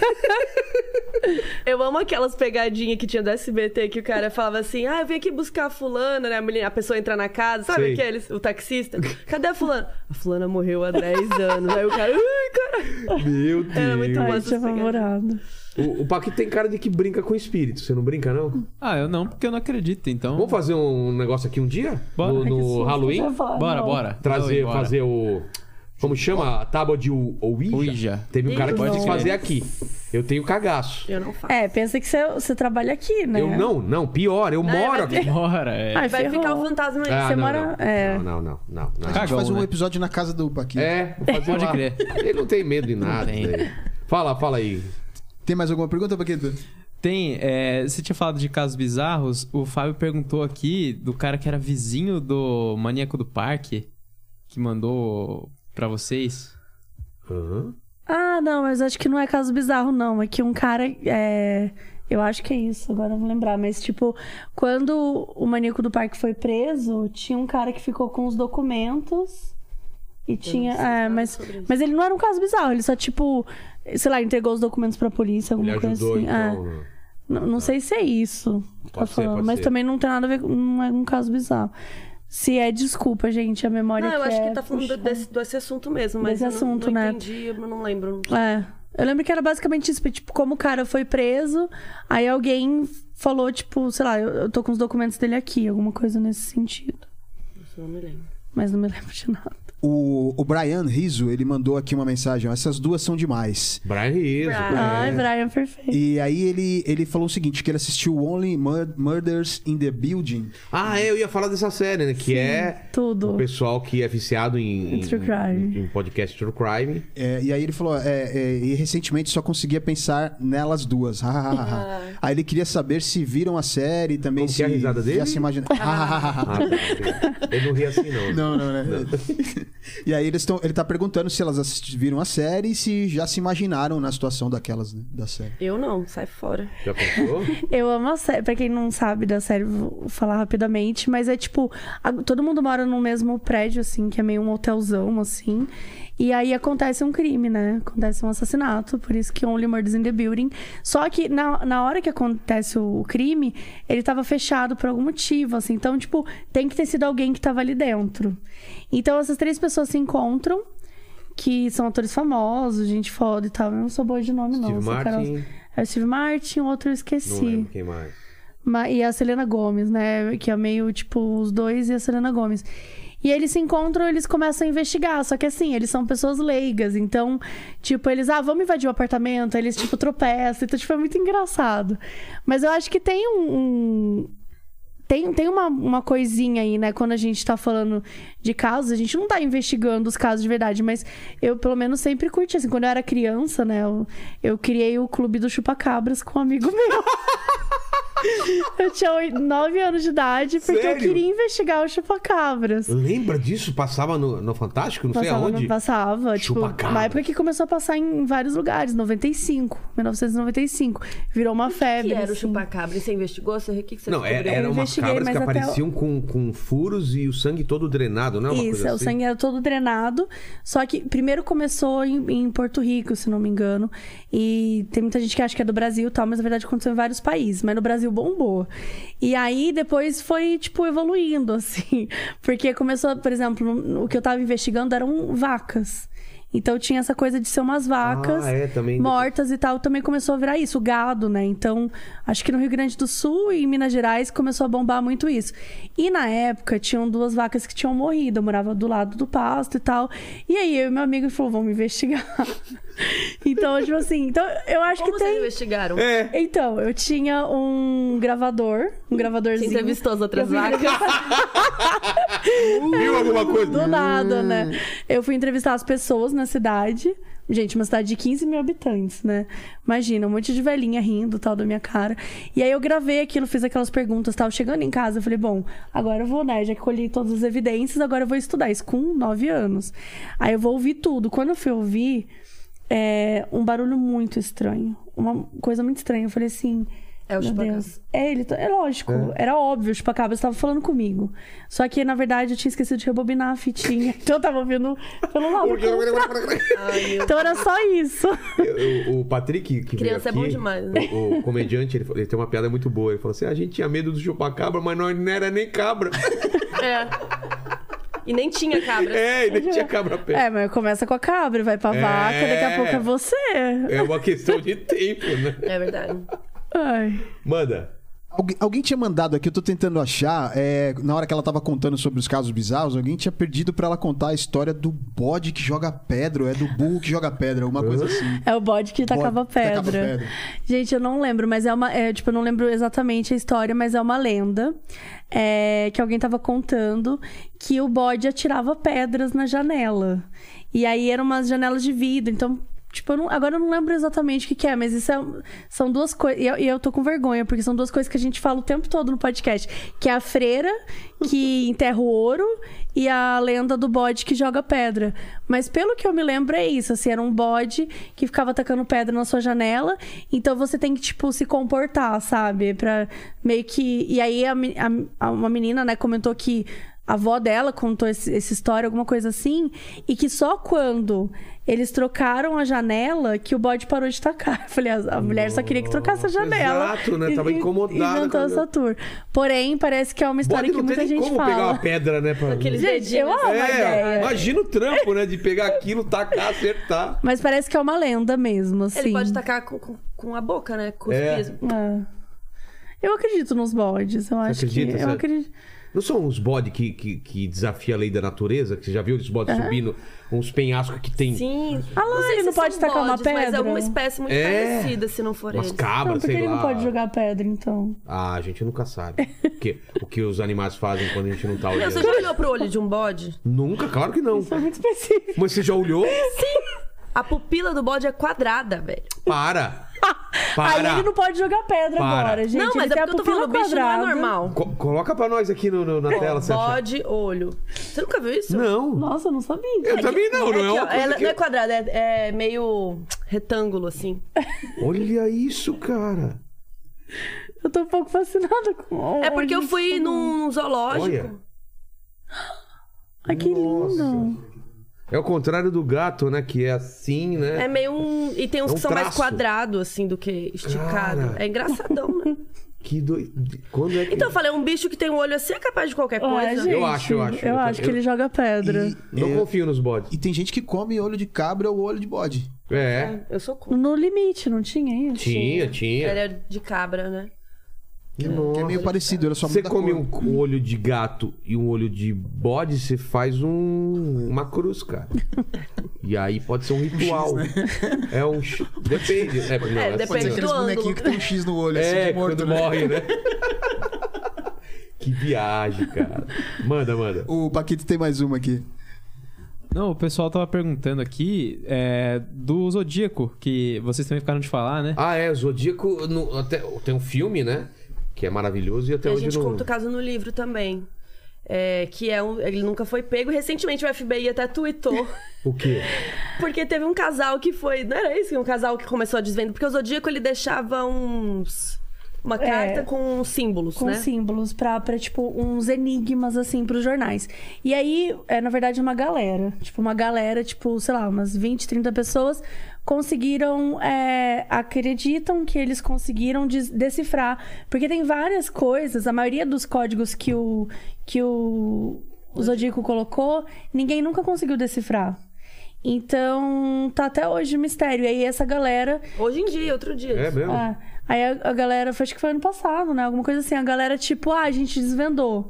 Eu amo aquelas pegadinhas que tinha do SBT que o cara falava assim: ah, eu vim aqui buscar a fulana, né? A, mulher- a pessoa entra na casa, sabe
Sei.
aqueles? O taxista. Cadê a fulana? A fulana morreu há 10 anos. Aí o cara, ai, cara.
Meu Deus.
Era muito bom
Ai,
essas
tinha
pegadinhas.
apavorado.
O, o Paquito tem cara de que brinca com espírito. Você não brinca, não?
[laughs] Ah, eu não, porque eu não acredito, então.
Vamos fazer um negócio aqui um dia?
Bora.
No,
Ai, que
no
susto, eu
Halloween?
ia falar,
Bora,
não.
bora.
Trazer,
Não, bora.
fazer o... Como chama? A tábua de o- Ouija?
Ouija.
Teve um cara que
Pode
quis
crer.
fazer aqui. Eu tenho cagaço.
Eu não faço.
É, pensa que você, você trabalha aqui, né?
Eu não, não. Pior, eu moro
vai ter-
aqui.
Bora, é.
Ai,
Vai
ferrou.
ficar o fantasma aí.
Ah,
Você
não,
mora-
não.
é.
não, não, não, não, não.
A gente
Cagão,
faz um
né?
episódio na casa do Paquito.
É, vou fazer
Pode
lá.
crer.
Ele não tem medo de nada.
tem.
né? Fala, fala aí.
Tem mais alguma pergunta, Paquito?
Tem, é, você tinha falado de casos bizarros. O Fábio perguntou aqui do cara que era vizinho do Maníaco do Parque, que mandou pra vocês.
Aham.
Ah, não, mas acho que não é caso bizarro, não. É que um cara. é, Eu acho que é isso, agora eu vou lembrar. Mas, tipo, quando o maníaco do parque foi preso, tinha um cara que ficou com os documentos. E tinha.
sei
É,
nada
mas,
sobre isso.
mas ele não era um caso bizarro, ele só, tipo, sei lá, entregou os documentos pra polícia,
Ele
alguma coisa
ajudou,
assim. É,
então.
não, não sei se é isso que tá
Pode ser,
falando,
pode
mas
ser.
também não tem nada a ver com. Não é um caso bizarro. Se é, desculpa, gente, a memória
Não, eu
que
acho
é
que tá falando
puxada.
desse, desse assunto mesmo, mas
Desse
eu não-
assunto,
não,
né?
entendi, eu não lembro.
É. Eu lembro que era basicamente isso, tipo, como o cara foi preso, aí alguém falou, tipo, sei lá, eu, eu tô com os documentos dele aqui, alguma coisa nesse sentido.
Isso eu não me lembro.
mas não me [laughs] lembro de nada.
O, o Brian Rizzo, ele mandou aqui uma mensagem. ó, Essas duas são demais.
Brian Rizzo. né?
Ai, Brian, perfeito.
E aí ele, ele falou o seguinte, que ele assistiu Only Mur- Murders in the Building.
Ah, é, eu ia falar dessa série, né? Que é
tudo.
o pessoal que é viciado em,
Em true crime.
em- em podcast True Crime.
É, e aí ele falou, é, é, e recentemente só conseguia pensar nelas duas. [laughs] Ha, ha, ha, ha.
Ah.
Aí ele queria saber se viram a série também.
Como
se
que é a risada dele?
já se
[laughs]
imagina... Ha, ha, ha, ha, ha.
Ah, tá. eu não ri assim, não.
Não, não, né? [laughs] e aí eles tão, ele tá perguntando se elas assisti- viram a série e se já se imaginaram na situação daquelas, né, da série.
Eu não, sai fora.
Já pensou?
Eu amo a série. Pra quem não sabe da série, vou falar rapidamente. Mas é tipo, a- todo mundo mora no mesmo prédio, assim, que é meio um hotelzão, assim. E aí acontece um crime, né? Acontece um assassinato, por isso que Only Murders in the Building. Só que na, na hora que acontece o crime, ele tava fechado por algum motivo, assim. Então, tipo, tem que ter sido alguém que tava ali dentro. Então, essas três pessoas se encontram, que são atores famosos, gente foda e tal. Eu não sou boa de nome, não.
Steve
eu sou Carol-
Martin.
é o Steve Martin, o outro eu
Não
esqueci.
lembro quem mais.
Ma- E a Selena Gomes, né? Que é meio, tipo, os dois e a Selena Gomes. E eles se encontram, eles começam a investigar. Só que assim, eles são pessoas leigas. Então, tipo, eles, ah, vamos invadir o apartamento. Eles, tipo, tropeçam. Então, tipo, é muito engraçado. Mas eu acho que tem um- um, tem, tem uma, uma coisinha aí, né? Quando a gente tá falando de casos, a gente não tá investigando os casos de verdade, mas eu, pelo menos, sempre curti. Assim, quando eu era criança, né? Eu, eu criei o clube do chupacabras com um
[laughs]
amigo meu. eu tinha oi- nove anos de idade, porque eu
Sério?
queria investigar o chupacabras.
Lembra disso? Passava no, no Fantástico? Não
Passava,
sei aonde?
não passava. Tipo,
Chupacabras.
uma época que começou a passar em vários lugares, 95, 1995. Virou uma febre.
que era o
assim.
chupacabra? E você investigou? Você- O que, que você
Não, é-
descobriu?
eram
Eu
umas
investiguei,
cabras que
mas até o-
apareciam com, com furos e o sangue todo drenado, não é uma
Isso,
coisa
o
assim?
sangue era todo drenado. Só que primeiro começou em, em Porto Rico, se não me engano. E tem muita gente que acha que é do Brasil e tal, mas na verdade aconteceu em vários países. Mas no Brasil bombou. E aí depois foi, tipo, evoluindo, [laughs] assim. Porque começou, por exemplo, no- o que eu tava investigando eram vacas. Então tinha essa coisa de ser umas vacas
Ah, é, também.
mortas e tal, também começou a virar isso, o gado, né? Então, acho que no Rio Grande do Sul e em Minas Gerais começou a bombar muito isso. E na época, tinham duas vacas que tinham morrido, eu morava do lado do pasto e tal. E aí, eu e meu amigo falou, vamos investigar. [laughs] então, tipo assim, então, eu acho
Como
que
vocês
tem...
investigaram?
Então, eu tinha um gravador, um
Você
gravadorzinho.
entrevistou as outras
Eu fui
vacas?
Viu alguma
[laughs]
coisa?
Do
Hum.
nada, né? Eu fui entrevistar as pessoas na cidade. Gente, uma cidade de 15 mil habitantes, né? Imagina, um monte de velhinha rindo tal da minha cara. E aí eu gravei aquilo, fiz aquelas perguntas tal. Chegando em casa, eu falei, bom, agora eu vou, né? Já que colhi todas as evidências, agora eu vou estudar isso com 9 anos. Aí eu vou ouvir tudo. Quando eu fui ouvir, é um barulho muito estranho. Uma coisa muito estranha. Eu falei assim.
É o
meu
chupacabra.
Deus. É, ele tá- é lógico, era óbvio, tipo, o chupacabra estava falando comigo. Só que, na verdade, eu tinha esquecido de rebobinar a fitinha. [laughs] Então eu tava ouvindo pelo lado. Então era só isso.
O, o Patrick, que
Criança é
veio
bom
aqui,
demais, né?
O, o comediante, ele, falou- ele tem uma piada muito boa. Ele falou assim: a gente tinha medo do chupacabra, mas nós não era nem
[laughs]
cabra.
É. E nem tinha cabra.
É, ele tinha cabra perto.
É, mas começa com a cabra, vai pra
É.
vaca, daqui a pouco é você.
É uma questão de tempo, né?
É verdade.
Ai.
Manda.
Algu- alguém tinha mandado aqui, eu tô tentando achar, é, na hora que ela tava contando sobre os casos bizarros, alguém tinha perdido pra ela contar a história do bode que joga pedra, ou é do burro que joga pedra, alguma coisa assim.
É o bode que tacava
Bode que tacava
pedra.
pedra.
Gente, eu não lembro, mas é uma. é, tipo, eu não lembro exatamente a história, mas é uma lenda é, que alguém tava contando que o bode atirava pedras na janela. E aí eram umas janelas de vidro, então. Tipo, eu não- agora eu não lembro exatamente o que, que é, mas isso é, são duas coisas. E eu, e eu tô com vergonha, porque são duas coisas que a gente fala o tempo todo no podcast: que é a freira que [laughs] enterra o ouro e a lenda do bode que joga pedra. Mas pelo que eu me lembro é isso, assim, era um bode que ficava atacando pedra na sua janela, então você tem que, tipo, se comportar, sabe? Pra meio que... E aí a me- a- a- uma menina, né, comentou que a avó dela contou esse- essa história, alguma coisa assim, e que só quando eles trocaram a janela que o bode parou de tacar. [laughs] Eu falei, a, a mulher só queria que trocasse a
Nossa,
janela.
exato, né?
[laughs] E-
Tava
e-
incomodada
Inventou
com a-
essa tour. Porém, parece que é uma história
Bode
que
não tem
muita
nem
gente
como pegar
fala.
uma pedra, né? Pra...
Aqueles
Gente, eu
dedinhos.
amo a
É,
ideia.
imagina o trampo, né? De pegar aquilo, tacar, acertar.
Mas parece que é uma lenda mesmo, assim.
Ele pode tacar com, com- com a boca, né? Com os
É.
pisos.
É. Eu acredito nos bodes, eu acho
acredita,
que. Eu
Sara?
acredito.
Não são uns bode que, que, que desafia a lei da natureza? Que você já viu os bodes subindo uns penhascos que tem
Sim.
Ah lá,
sei
ele não
são
pode tacar uma
Mas
pedra?
alguma espécie muito
É.
parecida, se não for
umas
ele.
Não,
cabras,
porque
Ah, sei
ele
lá.
não pode jogar pedra, então.
Ah, a gente nunca sabe. o que, o que os animais fazem quando a gente não tá
Meu,
olhando.
você já olhou pro olho de um bode?
Nunca, claro que não.
Foi muito específico.
Mas você já olhou?
A pupila do bode é quadrada, velho.
Para!
[laughs] Aí ele
Para!
não pode jogar pedra
Para.
agora, gente.
não, mas
ele
é
tem a
porque eu tô
pupila
falando, o bicho não é
quadrada.
normal.
Co- coloca pra nós aqui no, no- na
É,
tela, você acha?
Bode, olho. Você nunca viu isso?
Não.
Nossa, eu não sabia.
Eu também não, não é,
que, ó,
uma coisa
ela
que-
Não é quadrada, é, é meio retângulo, assim.
Olha isso, cara.
Eu tô um pouco fascinada com.
É porque eu
Olha
fui
isso.
num zoológico.
Olha.
Ai, que lindo.
É o contrário do gato, né? Que é assim, né?
É meio um. E tem uns
É um
que são mais
traço.
quadrados, assim, do que esticado.
Cara.
É engraçadão, né?
Que doido. Quando é que.
Então eu falei, um bicho que tem um olho assim é capaz de qualquer
Ué,
coisa.
gente,
Eu acho, eu acho.
Eu
Eu
acho
tô-
que
eu-
ele joga pedra.
Não
É.
confio nos bodes.
E tem gente que come olho de cabra ou olho de bode.
É.
Eu sou contra.
No limite, não tinha isso?
Tinha, tinha.
Ela é de cabra, né?
Que é meio parecido, era só
Você
muda a
come
cor.
um olho de gato e um olho de bode, você faz um, uma cruz, cara. E aí pode
[laughs]
ser um ritual.
né?
É um. x- Depende. É, não,
É,
assim,
Pode ser
depende.
ó.
aqueles
Do ângulo.
bonequinhos que tem um X no olho, assim,
É,
de morto,
quando
né?
morre, né? [laughs] que viagem, cara. Manda, manda.
O Paquito tem mais uma aqui.
Não, o pessoal tava perguntando aqui é, do Zodíaco, que vocês também ficaram de falar, né?
Ah, é, Zodíaco. no- até, tem um filme, né? Que é maravilhoso e até
E a
hoje
gente
não.
conta o caso no livro também. É, que é um, ele nunca foi pego. Recentemente o FBI até tweetou.
O quê?
[laughs] porque teve um casal que foi. Não era isso? Um casal que começou a desvenda. Porque o Zodíaco ele deixava uns. Uma carta com símbolos,
É. com
né?
símbolos pra, pra, tipo, uns enigmas, assim, pros jornais. E aí, é, na verdade, uma galera. Tipo, uma galera, tipo, sei lá, umas 20, 30 pessoas conseguiram, é, acreditam que eles conseguiram des- decifrar. Porque tem várias coisas, a maioria dos códigos que o, que o, o Zodíaco colocou, ninguém nunca conseguiu decifrar. Então, tá até hoje o mistério. E aí, essa galera
Hoje em dia, outro dia.
É mesmo?
é. Aí a, a galera, foi- acho que foi ano passado, né? Alguma coisa assim. A galera, tipo, ah, a gente desvendou.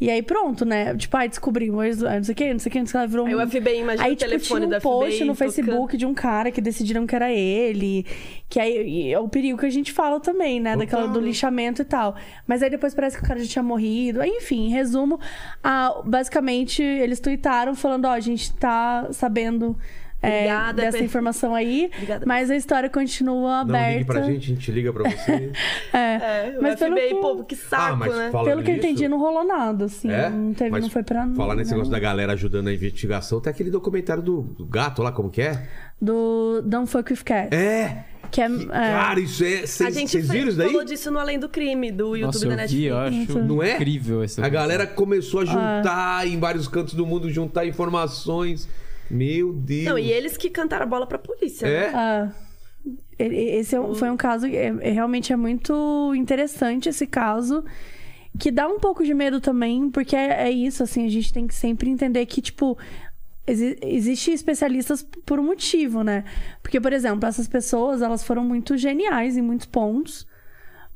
E aí pronto, né? Tipo, ah, descobrimos, ah, não sei o que, não sei o que, não sei o que, ela virou
Aí
um...
o FBI, imagina
aí,
o telefone
tinha um
do FBI
post no
tocando.
Facebook de um cara que decidiram que era ele, que aí e é o perigo que a gente fala também, né? Daquela do lixamento e tal. Mas aí depois parece que o cara já tinha morrido. Aí, enfim, em resumo, ah, basicamente eles tuitaram falando, ó, a gente tá sabendo... é,
Obrigada,
dessa
Pe-
informação aí,
Obrigada.
mas a história continua
Não
aberta.
ligue um pra gente, a gente liga pra
[laughs]
você.
É,
É, o
mas pelo,
FBI,
que,
pô, que saco,
ah, mas
né?
falando
pelo que eu
nisso-
entendi, não rolou nada, assim.
É?
Não, teve,
Mas
não foi pra nada.
Falar nesse
não.
negócio da galera ajudando na investigação, tem aquele documentário do, do gato lá, como que é?
Do Don't Fuck With Cats.
É!
Que é,
Que-
é,
Cara, isso é.
a
Vocês
gente
vocês
fe-
viram isso daí?
falou disso no Além do Crime, do YouTube
Nossa,
da
eu vi,
Netflix.
eu acho
Não é?
incrível esse
A galera começou
Ah.
a juntar em vários cantos do mundo, juntar informações. Meu Deus.
Não, e eles que cantaram a bola pra polícia. né?
É?
ah, e- e- esse é um- foi um caso. é- é- realmente é muito interessante esse caso. Que dá um pouco de medo também, porque é, é isso, assim, a gente tem que sempre entender que, tipo. exi- Existe especialistas por um motivo, né? Porque, por exemplo, essas pessoas, elas foram muito geniais em muitos pontos,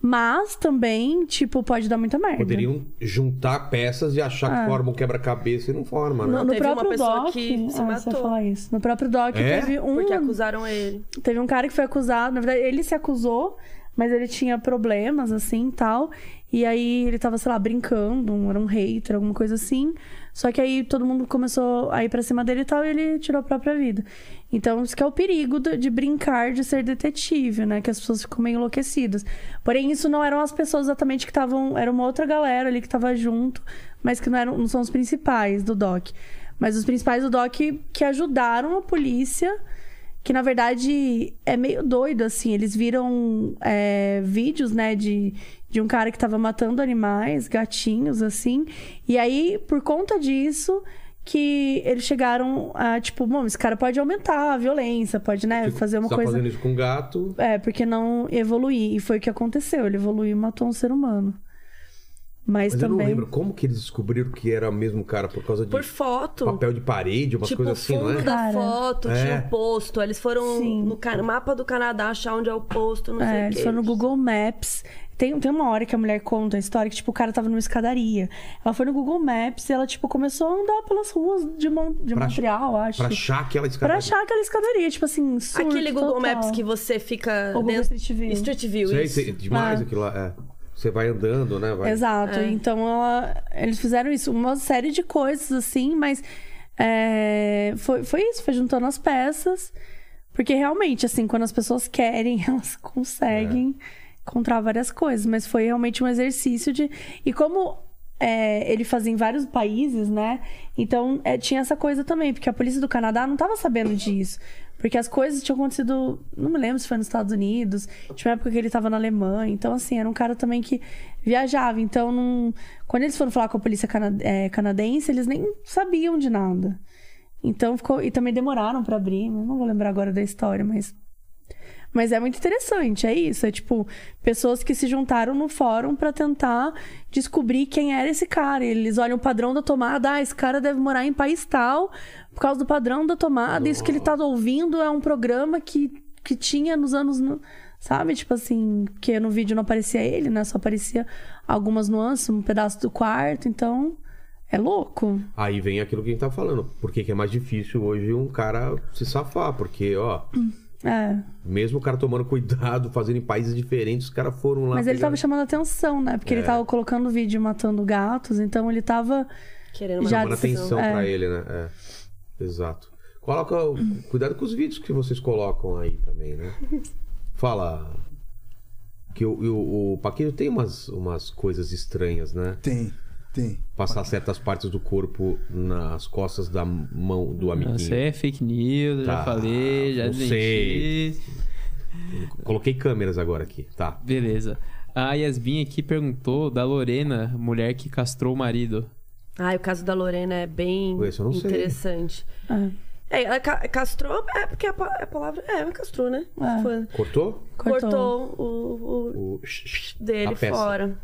mas também, tipo, pode dar muita merda.
Poderiam juntar peças e achar
Ah.
que forma um quebra-cabeça e não forma, né?
No, no
Teve uma
próprio
pessoa
doc,
que se
Ah,
matou.
você ia falar isso. No próprio doc
É?
teve um,
Porque acusaram ele.
teve um cara que foi acusado, na verdade ele se acusou, mas ele tinha problemas assim, tal. E aí ele tava, sei lá, brincando, um- era um hater, alguma coisa assim. Só que aí todo mundo começou a ir pra cima dele e tal, e ele tirou a própria vida. Então, isso que é o perigo do- de brincar de ser detetive, né? Que as pessoas ficam meio enlouquecidas. Porém, isso não eram as pessoas exatamente que estavam. Era uma outra galera ali que tava junto, mas que não, eram, não são os principais do DOC. Mas os principais do DOC que ajudaram a polícia que na verdade é meio doido, assim. Eles viram é, vídeos, né, de, de um cara que tava matando animais, gatinhos, assim. E aí, por conta disso, que eles chegaram a, tipo, bom, esse cara pode aumentar a violência, pode, né, fazer uma
tá
coisa.
fazendo isso com gato.
É, porque não evoluir. E foi o que aconteceu. Ele evoluiu e matou um ser humano. Mas,
Mas eu não
também.
lembro como que eles descobriram que era o mesmo cara por causa de
Por foto.
papel de parede, umas
tipo, o
coisas assim,
fundo
não é?
da
Cara.
foto,
É.
tinha o posto. Eles foram
Sim.
no ca- mapa do Canadá achar onde é o posto, não sei
É,
o quê.
eles foram no Google Maps. Tem, tem uma hora que a mulher conta a história que, tipo, o cara tava numa escadaria. Ela foi no Google Maps e ela, tipo, começou a andar pelas ruas de, Mon de
Pra-
Montreal, acho.
Pra achar aquela
Pra
escadaria.
achar aquela escadaria, tipo assim, surto
Aquele Google
total.
Maps que você fica.
O Google
dentro...
Street View.
Street View,
Sei,
isso.
sei,
Ah.
demais aquilo lá. é. Você vai andando, né? Vai...
Exato. Então ela- eles fizeram isso, uma série de coisas assim, mas é, foi, foi isso, foi juntando as peças. Porque realmente, assim, quando as pessoas querem, [laughs] elas conseguem encontrar várias coisas. Mas foi realmente um exercício de. E como é, ele fazia em vários países, né? Então é, tinha essa coisa também, porque a polícia do Canadá não tava sabendo disso. Porque as coisas tinham acontecido, não me lembro se foi nos Estados Unidos, tinha uma época que ele tava na Alemanha. Então, assim, era um cara também que viajava. Então, não... quando eles foram falar com a polícia cana- eh, canadense, eles nem sabiam de nada. Então ficou. E também demoraram pra abrir, né? não vou lembrar agora da história, mas. Mas é muito interessante, é isso. É tipo, pessoas que se juntaram no fórum pra tentar descobrir quem era esse cara. Eles olham o padrão da tomada, ah, esse cara deve morar em país tal, por causa do padrão da tomada. Isso que ele tá ouvindo é um programa que, que tinha nos anos. no- Sabe? Tipo assim, porque no vídeo não aparecia ele, né? Só aparecia algumas nuances, um pedaço do quarto. Então, é louco.
Aí vem aquilo que a gente tá falando. Por que, que é mais difícil hoje um cara se safar? Porque, ó,
É.
mesmo o cara tomando [laughs] cuidado, fazendo em países diferentes, os caras foram lá.
Mas ele
pegar-
tava chamando atenção, né? Porque ele tava colocando vídeo matando gatos, então ele tava.
Querendo uma
Já
chamando
adição.
atenção
É.
pra ele, né? É. Exato. Coloca. Cuidado com os vídeos que vocês colocam aí também,
[laughs]
né? Fala. Que o, o, o Paquinho tem umas, umas coisas estranhas, né?
Tem, tem.
Passar certas partes do corpo nas costas da mão do amiguinho.
Isso aí é fake news, eu
Tá,
já falei, já
não sei.
desmenti.
Coloquei câmeras agora aqui, tá?
Beleza. A Yasmin aqui perguntou da Lorena, mulher que castrou o marido.
Ai, o caso da Lorena é bem
Esse eu não sei.
interessante.
É,
É, ela ca- castrou, é porque a, pa- a palavra. É, ela castrou, né?
É.
Foi-
Cortou?
cortou.
Cortou o- o,
O
dele
a peça.
fora.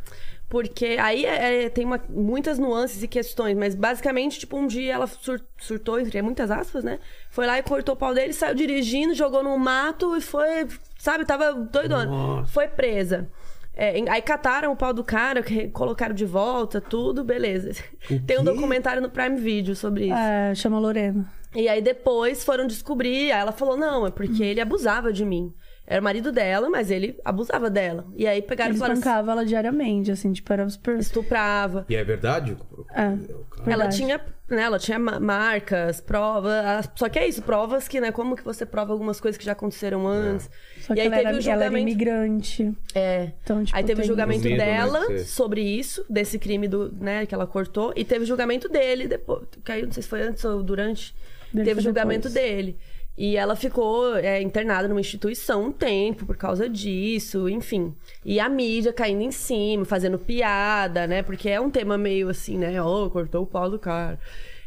Porque aí é- é- tem uma- muitas nuances e questões, mas basicamente, tipo, um dia ela sur- surtou, entre muitas aspas, né? Foi lá e cortou o pau dele, saiu dirigindo, jogou no mato e foi, sabe, tava doidona. Foi presa. É, em- aí cataram o pau do cara, que- colocaram de volta, tudo, beleza. [laughs] Tem um
quê?
documentário no Prime Video sobre isso.
É, chama Lorena.
E aí depois foram descobrir, aí ela falou, não, é porque ele abusava de mim. Era o marido dela, mas ele abusava dela. E aí pegaram
Ele
e falaram,
espancava ela diariamente, assim, tipo, era super.
estuprava.
E é verdade?
É.
Ela
Verdade.
tinha, né, ela tinha ma- marcas, provas, as- só que é isso, provas que, né, como que você prova algumas coisas que já aconteceram antes.
Só que
e aí
ela,
teve o
era, ela era
julgamento.
imigrante.
É.
Então, tipo,
aí teve o
tem-
julgamento
Medo, né,
dela
que você-
sobre isso, desse crime do, né, que ela cortou, e teve o julgamento dele depois, que aí eu não sei se foi antes ou durante,
Deve
teve o
ser
julgamento
depois.
dele. E ela ficou é, internada numa instituição um tempo por causa disso, enfim. E a mídia caindo em cima, fazendo piada, né? Porque é um tema meio assim, né? Ó, cortou o pau do cara.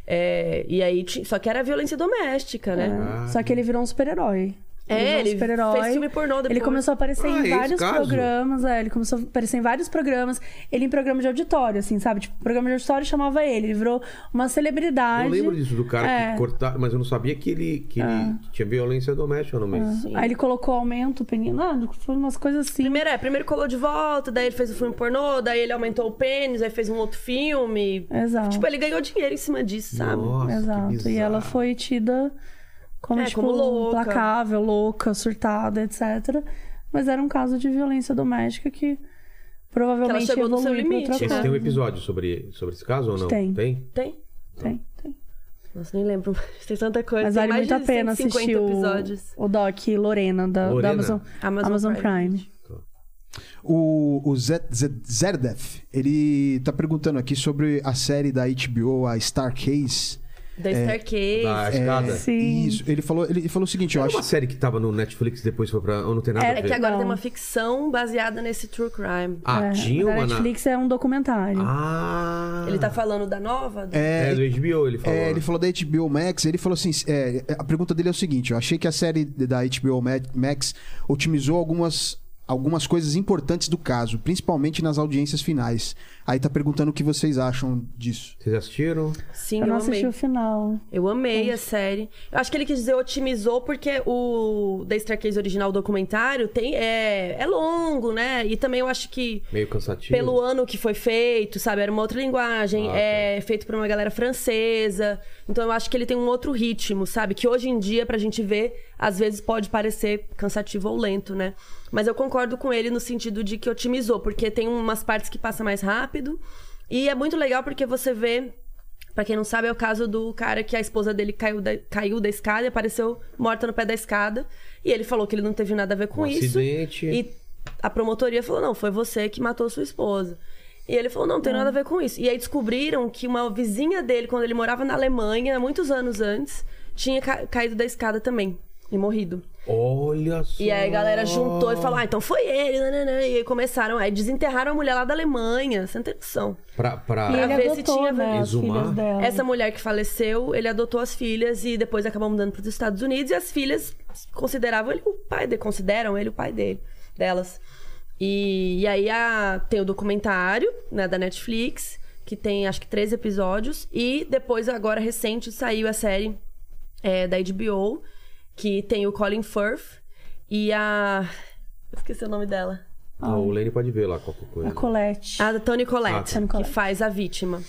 É, e aí, ti- só que era violência doméstica, né?
Ah.
É. Só que ele virou um super-herói.
É,
virou um
ele fez filme pornô
Ele
depois.
começou a aparecer
Ah, é
em
esse
vários
caso?
programas. é, ele começou a aparecer em vários programas. Ele em programa de auditório, assim, sabe? Tipo, programa de auditório chamava ele. Ele virou uma celebridade.
Eu lembro disso do cara
É. Ah.
que cortava, mas eu não sabia que ele, que ele tinha violência doméstica no meio.
Aí ele colocou aumento, penino. Ah, foi umas coisas assim.
Primeiro, é, primeiro colou de volta, daí ele fez o filme pornô, daí ele aumentou o pênis, aí fez um outro filme.
Exato.
Tipo, ele ganhou dinheiro em cima disso, sabe?
Nossa, que
Exato. E ela
bizarro.
foi tida como,
É,
tipo,
como louca.
implacável, louca, surtada, etc. Mas era um caso de violência doméstica que provavelmente
Que ela chegou no seu
evoluiu pra
limite,
outra
né?
Esse
coisa.
tem um episódio sobre, sobre esse caso ou não?
Tá. Tem.
Tem?
Tem?
Tem, tem.
Nossa, nem lembro. [laughs] Tem tanta coisa.
Mas
Tem
vale
mais
muito a
de
pena
150
assistir o,
episódios.
o Doc Lorena da, da
Lorena.
Amazon,
Amazon
Amazon,
Prime.
Prime.
O, o Zed- Zed- Zerdef, ele tá perguntando aqui sobre a série da HBO, a Starcase.
Da
É,
Staircase.
Da escada. É,
Sim.
Isso. Ele falou, ele ele falou o seguinte, eu
uma
acho.
série que tava no Netflix depois foi pra. Ou não tem nada
Era
a
É
ver.
que agora
Não.
tem uma ficção baseada nesse true crime.
Ah,
É,
tinha
mas
uma
a Netflix é um documentário.
na. Ah!
Ele tá falando da nova? Do-
É,
É,
do HBO, ele falou.
É, ele falou da HBO Max, ele falou assim, é, a pergunta dele é o seguinte, eu achei que a série da HBO Ma- Max otimizou algumas algumas coisas importantes do caso, principalmente nas audiências finais. Aí tá perguntando o que vocês acham disso.
Vocês assistiram?
Sim,
Eu
eu,
não assisti
amei.
o final.
Eu amei a série. Eu acho que ele quis dizer otimizou, porque o The Staircase original, o documentário, tem, é, é longo, né? E também eu acho que
Meio cansativo.
pelo ano que foi feito, sabe? Era uma outra linguagem,
Ah,
é feito por uma galera francesa. Então eu acho que ele tem um outro ritmo, sabe? Que hoje em dia, pra gente ver, às vezes pode parecer cansativo ou lento, né? Mas eu concordo com ele no sentido de que otimizou, porque tem umas partes que passa mais rápido. E é muito legal porque você vê. Pra quem não sabe, é o caso do cara que a esposa dele caiu da, caiu da escada e apareceu morta no pé da escada. E ele falou que ele não teve nada a ver com
Um
isso.
acidente.
E a promotoria falou: não, foi você que matou sua esposa. E ele falou: não, não tem nada a ver com isso. E aí descobriram que uma vizinha dele, quando ele morava na Alemanha, muitos anos antes, tinha ca- caído da escada também e morrido.
Olha só.
E aí a galera juntou e falou: ah, então foi ele, nananã. E aí começaram, aí desenterraram a mulher lá da Alemanha, sem ter noção.
Pra, pra...
E ele
ver se
adotou,
tinha
né, as
Exumar?
filhas dela.
Essa mulher que faleceu, ele adotou as filhas e depois acabou mudando para os Estados Unidos. E as filhas consideravam ele o pai dele, consideram ele o pai dele, delas. E, e aí a- tem o documentário né, da Netflix, que tem acho que três episódios. E depois, agora recente, saiu a série é, da HBO, que tem o Colin Firth e a. eu Esqueci o nome dela.
Ah, o Lene pode ver lá qualquer coisa.
A Colette.
A da Toni Collette,
Ah, tá.
que faz a vítima.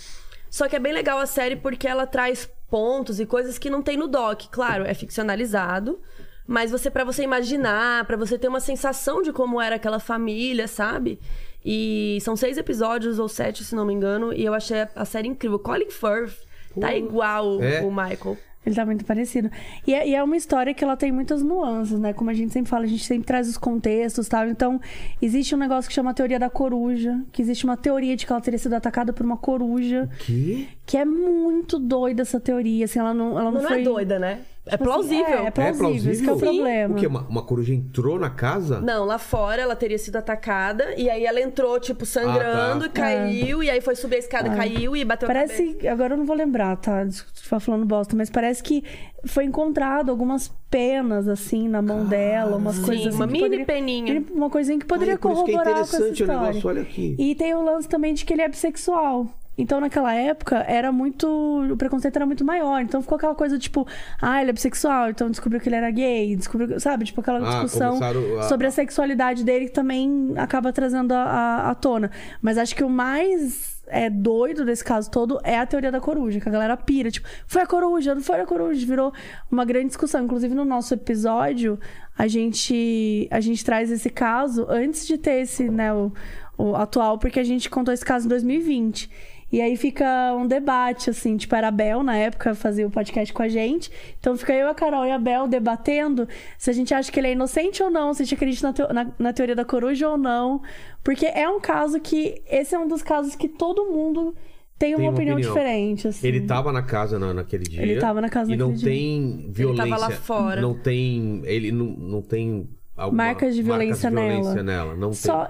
Só que é bem legal a série porque ela traz pontos e coisas que não tem no doc. Claro, é ficcionalizado, mas você para você imaginar, para você ter uma sensação de como era aquela família, sabe? E são seis episódios ou sete, se não me engano, e eu achei a série incrível. Colin Firth tá igual
É?
o Michael.
Ele tá muito parecido. E é, e é uma história que ela tem muitas nuances, né? Como a gente sempre fala, a gente sempre traz os contextos e tal. Então, existe um negócio que chama a teoria da coruja. Que existe uma teoria de que ela teria sido atacada por uma coruja.
Que?
Que é muito doida essa teoria. Assim, ela não, ela não,
Mas não
foi...
é doida, né? É
Tipo assim,
plausível.
É, é plausível. Esse que é o
plausível?
problema.
O quê? Uma, uma coruja entrou na casa?
Não, lá fora ela teria sido atacada e aí ela entrou, tipo, sangrando
Ah, tá.
e caiu, e aí foi subir a escada, caiu e bateu a cabeça.
É. Parece. Agora eu não vou lembrar, tá? Desculpa falando bosta, mas parece que foi encontrado algumas penas, assim, na mão dela, umas
sim,
coisas assim.
uma
que
mini
poderia-
peninha.
mini- Uma coisinha que poderia
Ai, por isso que é
corroborar com essa
interessante o
história.
negócio, olha aqui.
E tem o lance também de que ele é bissexual. Então, naquela época, era muito. O preconceito era muito maior. Então ficou aquela coisa, tipo, ah, ele é bissexual, então descobriu que ele era gay, descobriu. Sabe? Tipo, aquela
Ah,
discussão
começaram a-
sobre a sexualidade dele que também acaba trazendo a- a- à tona. Mas acho que o mais é, doido desse caso todo é a teoria da coruja, que a galera pira. Tipo, foi a coruja, não foi a coruja. Virou uma grande discussão. Inclusive, no nosso episódio, a gente, a gente traz esse caso antes de ter esse, né, o, o atual, porque a gente contou esse caso em 2020. E aí fica um debate, assim, tipo, era a Bel na época fazia o podcast com a gente. Então fica eu, a Carol e a Bel debatendo se a gente acha que ele é inocente ou não, se a gente acredita na, teo- na- na teoria da coruja ou não. Porque é um caso que. Esse é um dos casos que todo mundo tem, uma,
uma
opinião,
opinião.
diferente. Assim.
Ele tava na casa na- naquele dia.
Ele tava na casa
E não
naquele dia.
tem violência.
tava lá fora.
Não tem. Ele não, não tem. Alguma,
Marcas de violência
marcas de
nela.
violência nela. Não
Só,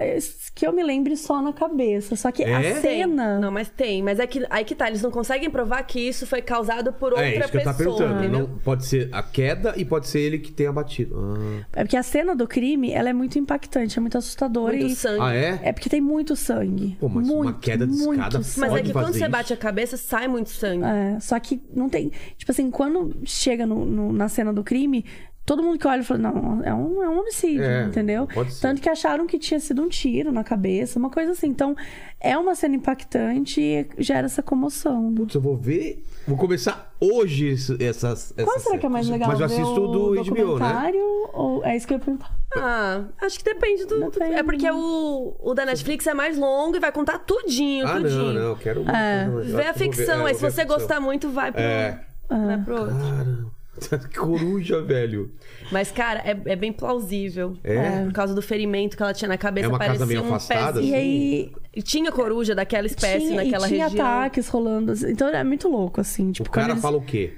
que eu me lembre só na cabeça. Só que
É?
a
Tem.
cena.
Não, mas tem. Mas é que aí que tá, eles não conseguem provar que isso foi causado por
tem.
outra
É isso que eu
pessoa,
tava perguntando.
entendeu?
Não, pode ser a queda e pode ser ele que tenha batido. Ah,
É porque a cena do crime ela é muito impactante, é muito assustadora.
Muito
e...
sangue.
Ah, é?
É porque tem muito sangue.
Pô, mas uma
muito,
queda de
muito
escada
sangue.
Mas é
Pode
que quando
fazer
você
isso.
bate a cabeça, sai muito sangue.
É, só que não tem. Tipo assim, quando chega no- no- na cena do crime, todo mundo que olha fala: não, é um, é um homicídio,
É,
entendeu?
pode ser.
Tanto que acharam que tinha sido um tiro na cabeça, uma coisa assim. Então, é uma cena impactante e gera essa comoção.
putz, eu vou ver. Vou começar hoje esse- essas.
Qual
essas
será que é mais
séries.
legal?
Mas eu
ver
assisto
o
do HBO, né?
documentário ou é isso que eu ia perguntar?
Ah, acho que depende do.
Depende.
É porque o, o da Netflix é mais longo e vai contar tudinho,
Ah,
tudinho.
não, não, eu quero. eu acho que eu
Vê
vou
a
ver-
ficção,
é,
aí
eu
se
vou ver
você
a ficção.
gostar muito, vai pro,
É.
Ah.
vai pro outro.
Cara, [laughs] coruja, velho.
Mas, cara, é, é bem plausível.
É?
Por causa do ferimento que ela tinha na
É
cabeça,
uma casa
parecia
meio
um
afastada, assim?
pezinho.
E aí,
E tinha coruja daquela espécie
tinha,
naquela
e tinha
região.
ataques rolando. assim. Então é muito louco, assim. Tipo,
O
quando
cara
eles-
fala o quê?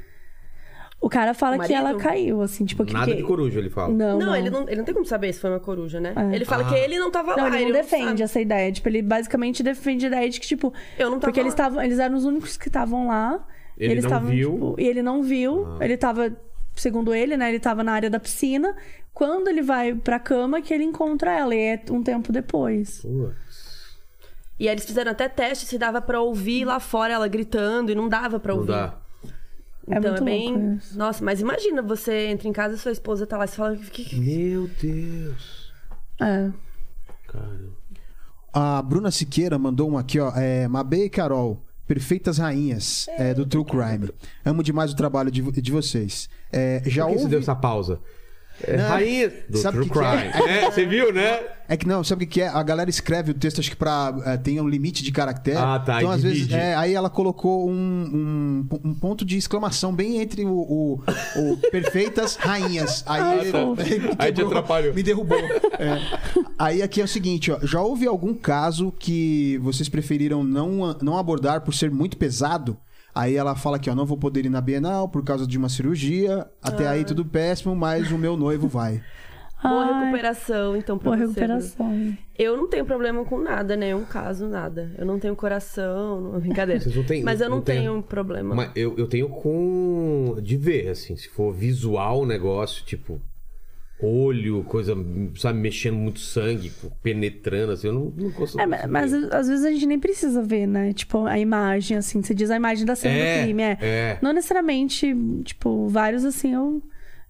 o cara fala
O
que ela
marido?
caiu, assim, tipo, que,
Nada
que-
de coruja, ele fala.
Não,
Não,
não. É.
Ele, não, ele não tem como saber se foi uma coruja, né? Ele fala
Ah.
que ele não tava
Não,
lá.
ele não defende
sabe.
essa ideia. Tipo, ele basicamente defende a ideia de que, tipo.
Eu não tava
Porque eles,
lá.
tavam, eles eram os únicos que estavam lá.
Ele
eles
não
tavam,
viu. Ah.
tipo, e ele não viu. Ele tava segundo ele, né? Ele tava na área da piscina. Quando ele vai pra cama, que ele encontra ela. E é um tempo depois.
E aí eles fizeram até teste se dava pra ouvir lá fora ela gritando e não dava pra
Não
ouvir.
dá.
É
Então é,
muito
bem.
louco isso.
Nossa, mas imagina, você entra em casa e sua esposa tá lá e você fala. "Que- que-
Meu Deus.
É.
Cara.
A Bruna Siqueira mandou um aqui, ó. É, Mabê e Carol, perfeitas rainhas é, do True Crime. Amo demais o trabalho de, vo- de vocês. É, já
Por que você
houve...
deu essa pausa? É,
Não,
rainha do
sabe
True
o que que é?
Crime. É, você viu, né?
É que não, sabe o que que é? A galera escreve o texto, acho que pra, eh, tem um limite de caractere.
Ah, tá,
Então,
e
às vezes,
divide.
é, aí ela colocou um, um, um ponto de exclamação bem entre o, o- o [laughs] perfeitas rainhas. Aí,
Ah,
[laughs] me
tá. Aí te
quebrou,
atrapalhou.
Me derrubou. [laughs] É. Aí aqui é o seguinte, ó. Já houve algum caso que vocês preferiram não, não abordar por ser muito pesado? Aí ela fala aqui, ó, não vou poder ir na Bienal por causa de uma cirurgia. Até
Ah.
aí tudo péssimo, mas o meu noivo vai.
Boa
Ai,
recuperação, então, pra
Boa
você,
recuperação.
Eu não tenho problema com nada, nenhum caso, nada. Eu não tenho coração,
[laughs]
não- brincadeira.
Vocês não têm-
Mas eu não,
não tem-
tenho um problema.
Mas eu, eu tenho com. De ver, assim, se for visual o negócio, tipo. Olho, coisa, sabe, mexendo muito sangue, penetrando, assim, eu não, não consigo.
É, mas, mas às vezes a gente nem precisa ver, né? Tipo, a imagem, assim. Você diz a imagem da cena
É,
do crime. É.
é.
Não necessariamente, tipo, vários, assim, eu,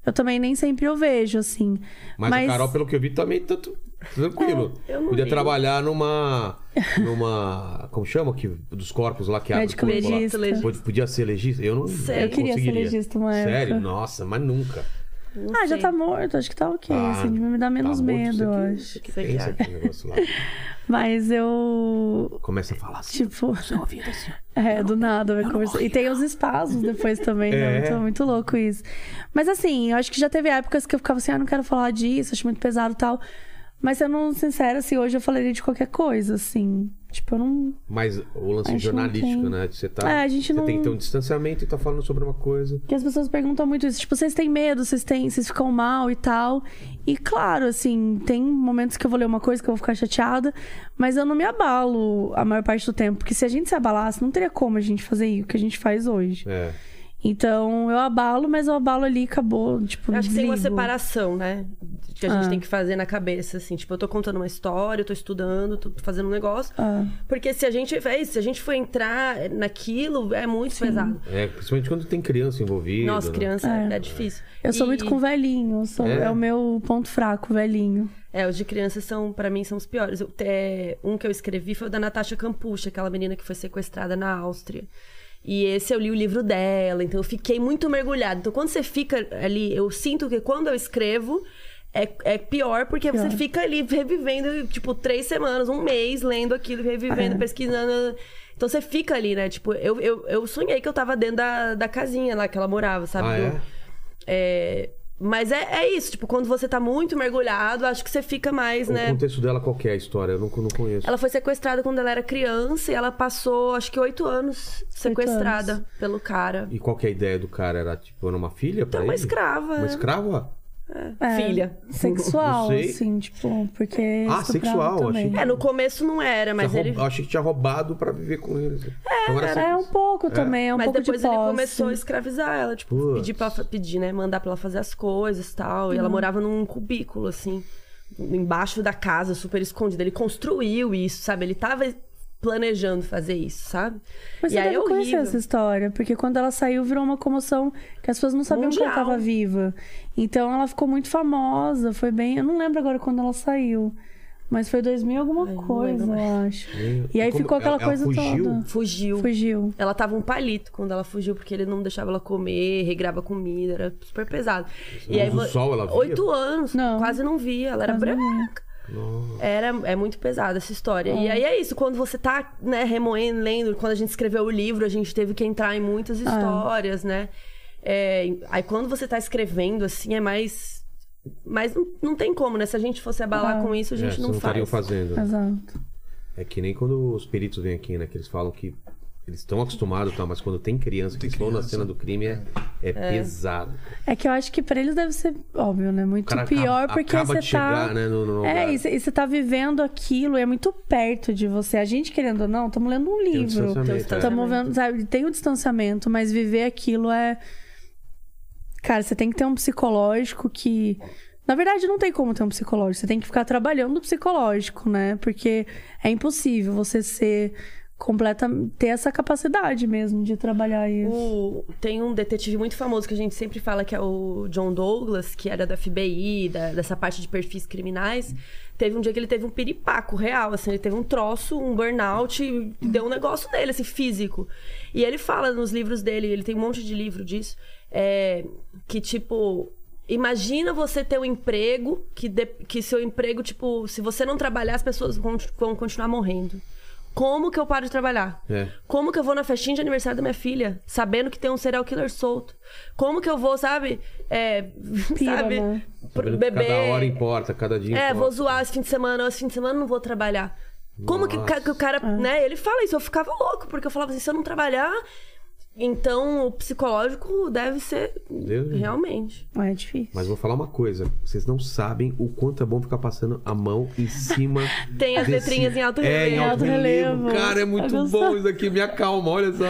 eu também nem sempre eu vejo, assim.
Mas, a Carol, é pelo que eu vi, também tanto tranquilo.
É, eu não
Podia
vi.
trabalhar numa. numa. Como chama? Que, dos corpos lá que abre o
Médico
corpo lá.
legista.
Legista.
Pod- Podia ser legista? Eu não
Sério?
Eu queria ser
conseguiria.
legista uma
Sério?
época.
Nossa, mas nunca.
Não
Ah, já
sei.
tá morto, acho que tá ok.
Ah,
assim, me dá menos
Pelo amor de
medo, eu
Deus,
acho.
isso aqui
acho.
tem isso aqui, negócio lá.
Mas eu.
Começa a falar assim.
Tipo. [laughs] É, do nada vai conversar. E tem os espasmos depois também, né?
[laughs] É.
Muito, muito louco isso. Mas assim, eu acho que já teve épocas que eu ficava assim, ah, não quero falar disso, acho muito pesado e tal. Mas sendo sincera, assim, hoje eu falaria de qualquer coisa, assim. Tipo, eu não.
Mas o lance
Acho
jornalístico,
que-
né? Você tá.
É, a gente
você
não-
tem que ter um distanciamento e tá falando sobre uma coisa.
Porque as pessoas perguntam muito isso. Tipo, vocês têm medo, vocês têm, vocês ficam mal e tal. E claro, assim, tem momentos que eu vou ler uma coisa que eu vou ficar chateada, mas eu não me abalo a maior parte do tempo. Porque se a gente se abalasse, não teria como a gente fazer o que a gente faz hoje.
É.
Então, eu abalo, mas eu abalo ali e acabou. Tipo,
Eu Acho que tem uma
desligo.
separação, né? Que a gente
Ah.
tem que fazer na cabeça, assim. Tipo, eu tô contando uma história, eu tô estudando, tô fazendo um negócio.
Ah.
Porque se a gente. É isso, se a gente for entrar naquilo, é muito pesado.
É, principalmente quando tem criança envolvida.
Nossa,
né?
criança é,
É.
difícil.
Eu sou
E-
muito com velhinho. eu sou-
É?
é. o meu ponto fraco, velhinho.
É, os de crianças são, pra mim, são os piores. Eu- é, um que eu escrevi foi o da Natasha Campucha, aquela menina que foi sequestrada na Áustria. E esse eu li o livro dela, então eu fiquei muito mergulhada. Então quando você fica ali, eu sinto que quando eu escrevo. É, é pior porque você fica ali revivendo, tipo, três semanas, um mês, lendo aquilo,
É.
revivendo, pesquisando. Então você fica ali, né? Tipo, eu, eu, eu sonhei que eu tava dentro da, da casinha lá que ela morava, sabe?
Ah,
Do-
é?
é, mas é, é isso, tipo, quando você tá muito mergulhado, acho que você fica mais,
O
né?
contexto dela qual que é a história? Eu não, não conheço.
Ela foi sequestrada quando ela era criança e ela passou, acho que oito anos sequestrada pelo cara.
E qual que é a ideia do cara? Era tipo, era uma filha pra
Então, uma
ele?
escrava.
Uma
né?
escrava?
É,
Filha.
Sexual,
Não sei.
assim, tipo, porque.
Ah,
estuprava
sexual,
também.
achei.
É, no começo não era, mas
Tinha
ele.
roub- Eu achei que tinha roubado pra viver com ele. É, então, era
É um pouco também, é um
mas
pouco
depois
de
ele
posse.
começou a escravizar ela, tipo,
Putz.
pedir pra pedir, né? Mandar pra ela fazer as coisas e tal. E ela
Uhum.
morava num cubículo, assim, embaixo da casa, super escondida. Ele construiu isso, sabe? Ele tava planejando fazer isso, sabe?
Mas
e
você
aí
deve
é
conhecer
horrível.
essa história, porque quando ela saiu virou uma comoção que as pessoas não sabiam que ela
Mundial.
estava viva. Então ela ficou muito famosa, foi bem. Eu não lembro agora quando ela saiu, mas foi 2000 alguma
não
coisa,
lembro
eu acho.
Meu,
E aí
É, como-
ficou aquela
ela- ela
coisa
fugiu?
toda.
Fugiu.
Fugiu.
Ela tava um palito quando ela fugiu, porque ele não deixava ela comer, regrava comida, era super pesado. E
Mas
aí,
o sol ela via?
Oito anos,
Não.
quase não via, ela era
Quase não
branca. Era, é muito pesada essa história. E aí é isso, quando você tá, né, remoendo, lendo, quando a gente escreveu o livro, a gente teve que entrar em muitas histórias, né? É, aí quando você tá escrevendo, assim, é mais. Mas não, não tem como, né? Se a gente fosse abalar
Ah.
com isso, a
É,
gente
vocês
não,
não estariam
faz.
fazendo. né?
Exato.
É que nem quando os peritos vêm aqui, né? Que eles falam que eles estão acostumados, tá? Mas quando tem criança, que estão na cena do crime, é, é pesado.
É que eu acho que pra eles deve ser óbvio, né? Muito
cara
pior
acaba-
porque
acaba
você
de
tá.
chegar, né, no- no lugar.
é, e você tá vivendo aquilo, é muito perto de você. A gente, querendo ou não, estamos lendo um
Tem um
livro.
distanciamento,
Tem um
é.
distanciamento.
Estamos vendo, sabe? Tem o distanciamento, mas viver aquilo é. Cara, você tem que ter um psicológico que. Na verdade, não tem como ter um psicológico. Você tem que ficar trabalhando o psicológico, né? Porque é impossível você ser completa. ter essa capacidade mesmo de trabalhar isso.
O- tem um detetive muito famoso que a gente sempre fala que é o John Douglas, que era da FBI, da- dessa parte de perfis criminais. Teve um dia que ele teve um piripaco real, assim, ele teve um troço, um burnout, e deu um negócio nele, assim, físico. E ele fala nos livros dele, ele tem um monte de livro disso, é, que tipo. Imagina você ter um emprego que, de- que seu emprego, tipo, se você não trabalhar, as pessoas vão- vão continuar morrendo. Como que eu paro de trabalhar?
É.
Como que eu vou na festinha de aniversário da minha filha, sabendo que tem um serial killer solto? Como que eu vou, sabe? É, [laughs]
Pira,
sabe?
né?
pro-
Sabendo Tá que
Beber.
Cada hora importa, cada dia
É,
importa.
vou zoar esse fim de semana, esse fim de semana eu não vou trabalhar. Como que, o ca- que o cara, né? Ele fala isso, eu ficava louco, porque eu falava assim, se eu não trabalhar, então o psicológico deve ser
Deus.
realmente.
É difícil.
Mas vou falar uma coisa, vocês não sabem o quanto é bom ficar passando a mão em cima.
Tem as letrinhas em alto
É, em
relevo.
alto
Alto
relevo.
relevo.
Cara, é muito
Vai gostar.
bom isso aqui, me acalma, olha só.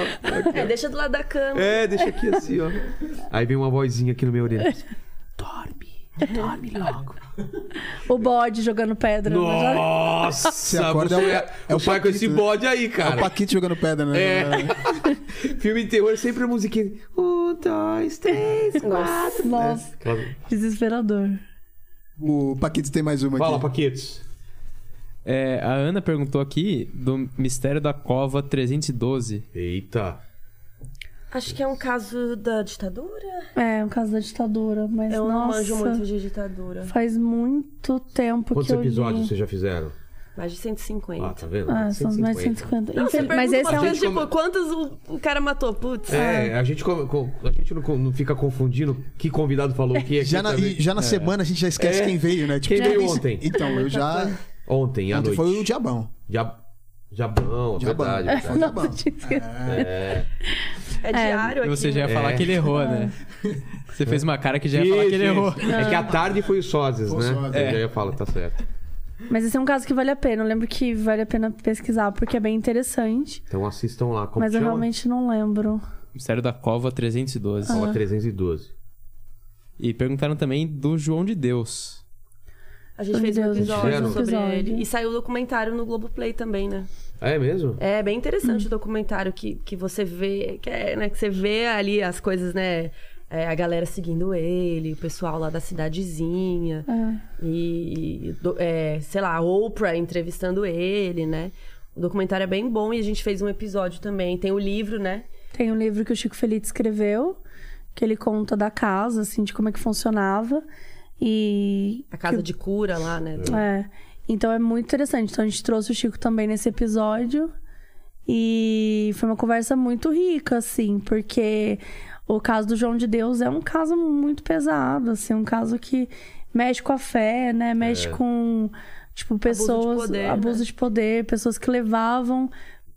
É, deixa do lado da cama.
É, deixa aqui assim, ó. Aí vem uma vozinha aqui no meu orelha.
O bode jogando pedra. né?
Nossa,
Você acorda,
você
é o-
é,
é
o pai
o
com
Paquito,
esse
né?
bode aí, [laughs] cara.
O Paquito jogando pedra, né?
É. [laughs] Filme de terror sempre a musiquinha. Um, dois, três, quatro.
Nossa, desesperador.
O Paquito tem mais uma
Fala,
aqui.
Paquitos.
É, a Ana perguntou aqui do Mistério da Cova 312.
Eita.
Acho que é um caso da ditadura.
É, um caso da ditadura, mas
Eu não
nossa,
manjo muito de ditadura.
faz muito tempo
Quantos
que eu
episódios
li.
vocês já fizeram?
Mais de 150.
Ah, tá vendo?
Ah, são mais de 150.
Não, você
Infel- Mas
pergunta
esse
uma
é um...
coisa, tipo, quantos o, o cara matou? Putz.
É,
Ah.
a gente, come- com- a gente não, com- não fica confundindo que convidado falou o que aqui
É, Já na,
também.
e já na semana a gente já esquece
É.
quem veio, né?
Quem veio
isso-
ontem?
Então, eu já.
Ontem, à
Ontem
noite.
foi o Diabão.
Jab- Jabão, é
Jabão. É,
verdade.
Foi o
verdade.
Diabão.
Nossa, tinha esquecido.
É, diário
E
aqui.
você já ia
É.
falar que ele errou, né?
[laughs]
Você fez uma cara que já ia falar que ele
Isso,
errou.
isso. É que à tarde foi o Sozes,
Ah. Foi o
né?
Sozes. é.
Eu já ia falar, tá certo.
Mas esse é um caso que vale a pena. Eu lembro que vale a pena pesquisar, porque é bem interessante.
Então assistam lá. Como
mas eu
chama?
realmente não lembro.
Mistério da Cova 312.
Fala 312.
E perguntaram também do João de Deus.
A gente fez um
Meu Deus,
episódio
a gente fez um
sobre
episódio.
ele. E saiu o documentário no Globoplay também, né?
É mesmo?
É bem interessante o documentário que, que você vê. Que, é, né, que você vê ali as coisas, né? É, a galera seguindo ele, o pessoal lá da cidadezinha.
É.
E, e do- é, sei lá, a Oprah entrevistando ele, né? O documentário é bem bom e a gente fez um episódio também. Tem o livro, né?
Tem um livro que o Chico Feliz escreveu, que ele conta da casa, assim, de como é que funcionava. E.
A casa de cura lá, né? do-
É. Então é muito interessante. Então a gente trouxe o Chico também nesse episódio. E foi uma conversa muito rica, assim, porque o caso do João de Deus é um caso muito pesado, assim, um caso que mexe com a fé, né? Mexe com, tipo, pessoas.
É. poder,
abuso
né?
de poder, pessoas que levavam.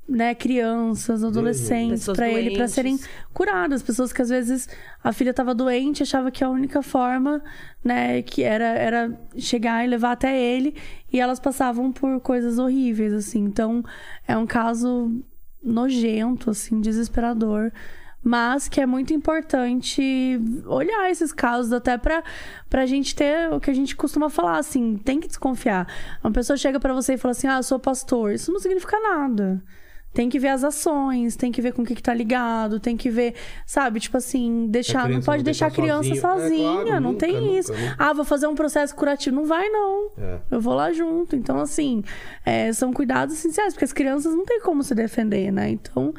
Né, crianças,
Uhum.
adolescentes,
Pessoas
pra ele, pra
doentes.
serem curadas. Pessoas que às vezes a filha estava doente, achava que a única forma, né, que era, era chegar e levar até ele, e elas passavam por coisas horríveis, assim. Então, é um caso nojento, assim, desesperador. Mas que é muito importante olhar esses casos até pra, pra gente ter o que a gente costuma falar, assim, tem que desconfiar. Uma pessoa chega pra você e fala assim, ah, eu sou pastor. Isso não significa nada. Tem que ver as ações, tem que ver com o que, que tá ligado, tem que ver, sabe? Tipo assim, deixar, não
criança
pode
não
deixar a
deixar
criança
sozinho. É,
sozinha,
claro,
não
nunca,
tem
nunca,
isso.
nunca.
Ah, vou fazer um processo curativo. Não vai, não.
É.
Eu vou lá junto. Então, assim, é, são cuidados essenciais, porque as crianças não têm como se defender, né? Então,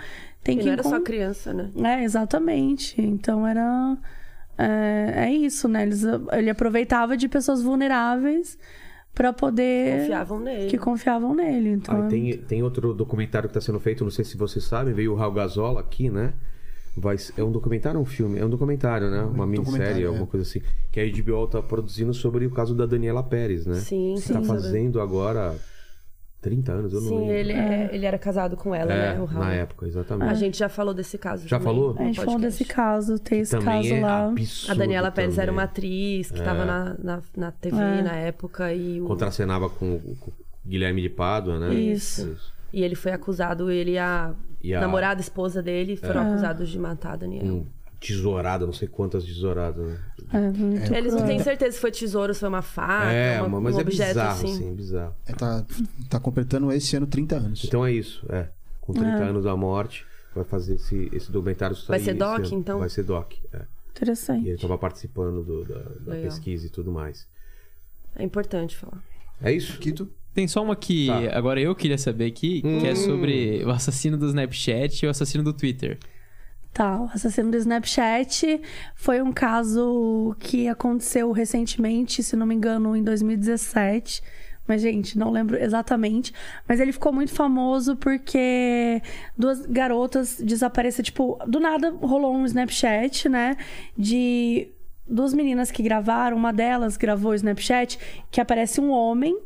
tem
E
que.
não era só
encon-
criança, né?
É, exatamente. Então era. É, é isso, né? Eles- ele aproveitava de pessoas vulneráveis pra poder.
Confiavam nele.
É, Que confiavam nele. Então,
Ah, e
é-
tem, tem outro documentário que tá sendo feito, não sei se vocês sabem, veio o Raul Gazola aqui, né? Vai, ser- é um documentário ou um filme? É um documentário, né? Uma minissérie,
documentário,
alguma
é.
coisa assim. Que a HBO tá produzindo sobre o caso da Daniela Pérez, né?
Sim,
Que tá
sim.
fazendo agora 30 anos, eu não
Sim,
lembro.
ele, é, ele era casado com ela,
É,
né? O Raul.
na época, exatamente.
A gente já falou desse caso.
Já
também
falou?
no
Ah. A gente falou
podcast.
desse caso, tem esse caso
é
lá.
absurdo
A Daniela Pérez era
também.
uma
É.
atriz que estava na, na, na TV
É.
na época e, o-
Contracenava com, o- com o Guilherme de Pádua, né?
Isso.
e ele foi acusado, ele e a,
E a-
É.
namorada, esposa dele, foram acusados de matar a Daniela.
Um Tesourada, não sei quantas tesouradas. Né?
É, muito
Eles não
cruel.
têm certeza se foi tesouro, se foi uma faca,
é,
uma-
ma- mas
um
é
objeto
bizarro,
assim.
assim, bizarro.
É, tá, tá completando esse ano 30 anos.
Então é isso, é.
Ah.
Com 30 anos da morte, vai fazer esse, esse documentário sair
Vai ser
esse
doc,
ano.
então?
Vai ser doc, é. E
Interessante.
ele tava participando do- da, da
Legal.
pesquisa e tudo mais.
É importante falar.
É isso?
Quito?
Tem só uma que
Tá. Hum.
agora eu queria saber aqui, que é sobre o assassino do Snapchat e o assassino do Twitter.
Tá, o assassino do Snapchat foi um caso que aconteceu recentemente, se não me engano, em 2017. Mas, gente, não lembro exatamente. Mas ele ficou muito famoso porque duas garotas desapareceram. Tipo, do nada rolou um Snapchat, né? De duas meninas que gravaram. Uma delas gravou o Snapchat que aparece um homem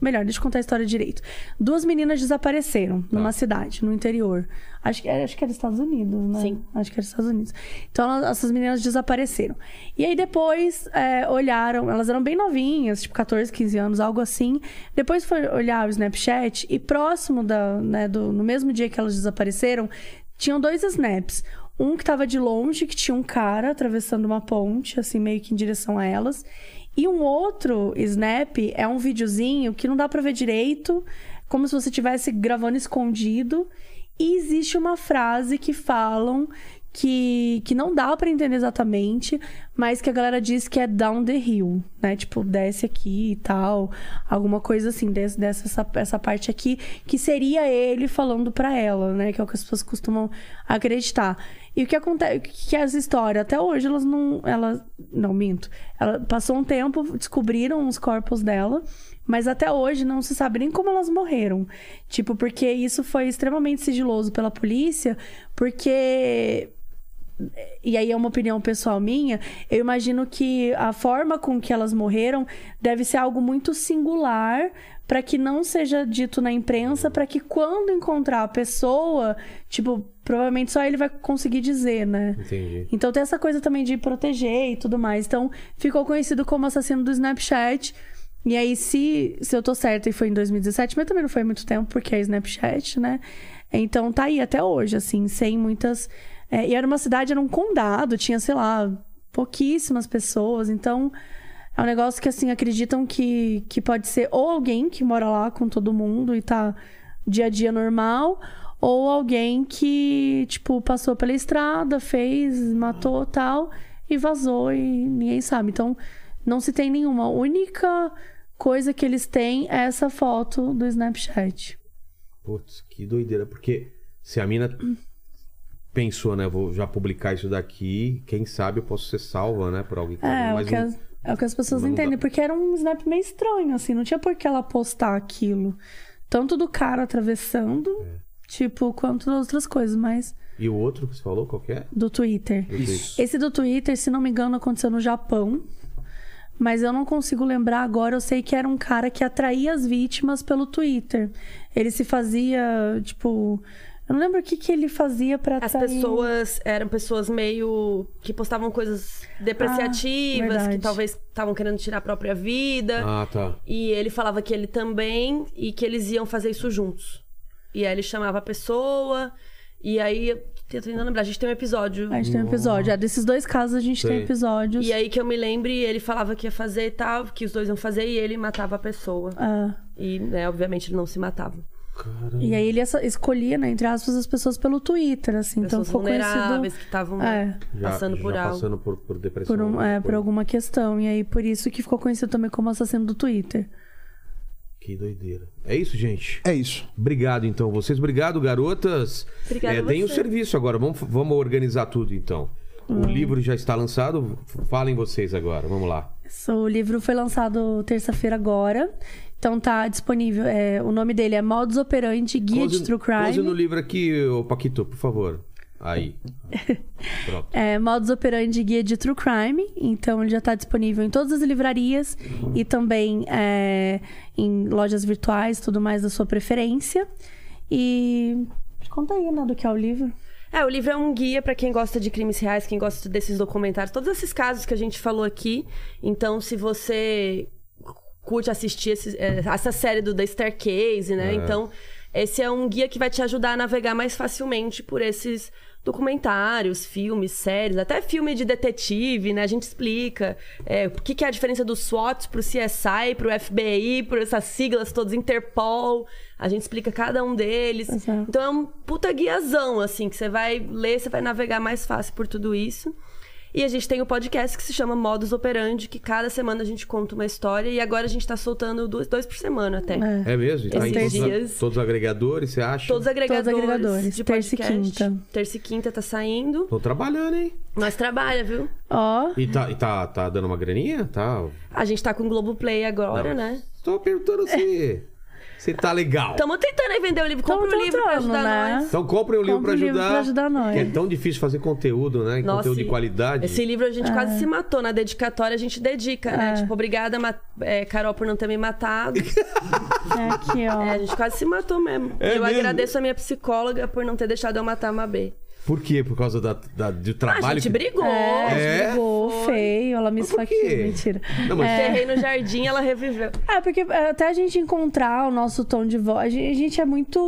Melhor, deixa eu contar a história direito. Duas meninas desapareceram numa cidade, no interior. Acho que, era- acho que era Estados Unidos, né?
Sim.
Acho que era Estados Unidos. Então, elas- essas meninas desapareceram. E aí, depois, é, olharam... Elas eram bem novinhas, tipo 14, 15 anos, algo assim. Depois foi olhar o Snapchat e próximo da... Né, do, no mesmo dia que elas desapareceram, tinham dois snaps. Um que tava de longe, que tinha um cara atravessando uma ponte, assim, meio que em direção a elas. E um outro snap é um videozinho que não dá pra ver direito, como se você estivesse gravando escondido. E existe uma frase que falam que, que não dá pra entender exatamente, mas que a galera diz que é down the hill, né? Tipo, desce aqui e tal, alguma coisa assim, desce, desce essa, essa parte aqui, que seria ele falando pra ela, né? Que é o que as pessoas costumam acreditar. E o que acontece, o que que é essa história? Até hoje elas não, elas, não minto. Ela passou um tempo, descobriram os corpos dela, mas até hoje não se sabe nem como elas morreram. Tipo, porque isso foi extremamente sigiloso pela polícia, porque e aí é uma opinião pessoal minha, eu imagino que a forma com que elas morreram deve ser algo muito singular para que não seja dito na imprensa, para que quando encontrar a pessoa, tipo, provavelmente só ele vai conseguir dizer, né?
Entendi.
Então tem essa coisa também de proteger e tudo mais. Então ficou conhecido como assassino do Snapchat. E aí, se, se eu tô certa, e foi em 2017, mas também não foi muito tempo, porque é Snapchat, né? Então tá aí até hoje, assim, sem muitas. é, e era uma cidade, era um condado, tinha, sei lá, pouquíssimas pessoas. Então é um negócio que, assim, acreditam que, que pode ser ou alguém que mora lá com todo mundo e tá dia a dia normal, ou alguém que, tipo, passou pela estrada, fez, matou tal, e vazou e ninguém sabe. Então, não se tem nenhuma. A única coisa que eles têm é essa foto do Snapchat.
Putz, que doideira. Porque se a mina pensou, né? Vou já publicar isso daqui, quem sabe eu posso ser salva, né? Por alguém que tá
É,
vendo,
é o
mas
que
não-
as, é o que as
mas
pessoas
não dá.
entendem, porque era um Snap meio estranho, assim, não tinha por que ela postar aquilo. Tanto do cara atravessando,
É.
tipo, quanto das outras coisas, mas
E o outro que você falou, qual que é?
do Twitter.
Isso.
Esse do Twitter, se não me engano, aconteceu no Japão. Mas eu não consigo lembrar agora. Eu sei que era um cara que atraía as vítimas pelo Twitter. Ele se fazia, tipo. Eu não lembro o que, que ele fazia pra
As
atrair.
pessoas eram pessoas meio que postavam coisas depreciativas, que
Ah, verdade.
talvez estavam querendo tirar a própria vida.
Ah, tá.
E ele falava que ele também e que eles iam fazer isso juntos. E aí ele chamava a pessoa. E aí, eu tô tentando lembrar, a gente tem um episódio.
A gente tem um episódio. É, desses dois casos a gente
Sei.
tem episódios.
E aí que eu me lembre, ele falava que ia fazer e tal, que os dois iam fazer e ele matava a pessoa.
Ah,
E, né, obviamente, ele não se matava.
Caramba.
e aí ele essa- escolhia, né, entre aspas, as pessoas pelo Twitter, assim. então
Pessoas
ficou conhecido.
vulneráveis que estavam
É.
Já,
passando por
já
algo.
passando por, por depressão.
Por, um- é,
por-
por alguma questão. E aí, por isso que ficou conhecido também como assassino do Twitter.
Que doideira. É isso, gente.
É isso.
Obrigado, então, vocês. Obrigado, garotas.
Obrigada
é,
a
tem o
você.
serviço agora. Vamos, vamos organizar tudo, então. O livro já está lançado. F- Falem vocês agora. Vamos lá.
Isso, O livro foi lançado terça-feira agora. Então tá disponível. é, o nome dele é Modus Operandi Guia de
Close-
True
close no
Crime.
livro aqui, ô Paquito, por favor. Aí. Pronto.
É, Modus Operandi Guia de True Crime. Então ele já tá disponível em todas as livrarias e também é, em lojas virtuais, tudo mais da sua preferência. E conta aí, né, do que é o livro.
É, o livro é um guia pra quem gosta de crimes reais, quem gosta desses documentários, todos esses casos que a gente falou aqui. Então, se você curte assistir esses- eh, essa série do The Staircase, né? Então, esse é um guia que vai te ajudar a navegar mais facilmente por esses documentários, filmes, séries, até filme de detetive, né? A gente explica é, o que, que é a diferença dos SWAT pro CSI, pro FBI, por essas siglas todas, Interpol. A gente explica cada um deles.
Exato.
Então é um puta guiazão, assim, que você vai ler, você vai navegar mais fácil por tudo isso. E a gente tem o podcast que se chama Modus Operandi, que cada semana a gente conta uma história. E agora a gente tá soltando duas- dois por semana até.
É mesmo? Tá em
Esses
todos,
dias.
todos os agregadores, você acha?
Todos os agregadores,
agregadores,
de
terça e
podcast.
quinta.
Terça e quinta tá saindo.
Tô trabalhando, hein?
Nós trabalha, viu?
Ó,
E tá, e tá, tá dando uma graninha? Tá.
A gente tá com o Globoplay
Não.
agora, né?
Tô perguntando se. se tá legal.
Estamos tentando aí vender o livro. Compra
Tamo
o livro pra
tentando,
ajudar
né?
nós.
Então compre um livro pra
Compre um livro
ajudar.
pra ajudar nós.
que é tão difícil fazer conteúdo, né? conteúdo de
e-
qualidade.
Esse livro a gente
É.
quase se matou. Na dedicatória a gente dedica, né? Tipo, obrigada, Ma- é, Carol, por não ter me
[laughs]
matado.
é aqui, ó.
É, a gente quase se matou mesmo.
É
eu
mesmo?
agradeço a minha psicóloga por não ter deixado eu matar a Mabê.
Por quê? Por causa da, da- do
Ah,
trabalho.
a gente
que-
brigou.
É,
a gente
É?
Pô,
brigou.
feio, ela me
Mas por quê?
esfaqueou, mentira.
Não, mas-
Enterrei no jardim, ela reviveu.
É, porque até a gente encontrar o nosso tom de voz, a gente- a gente é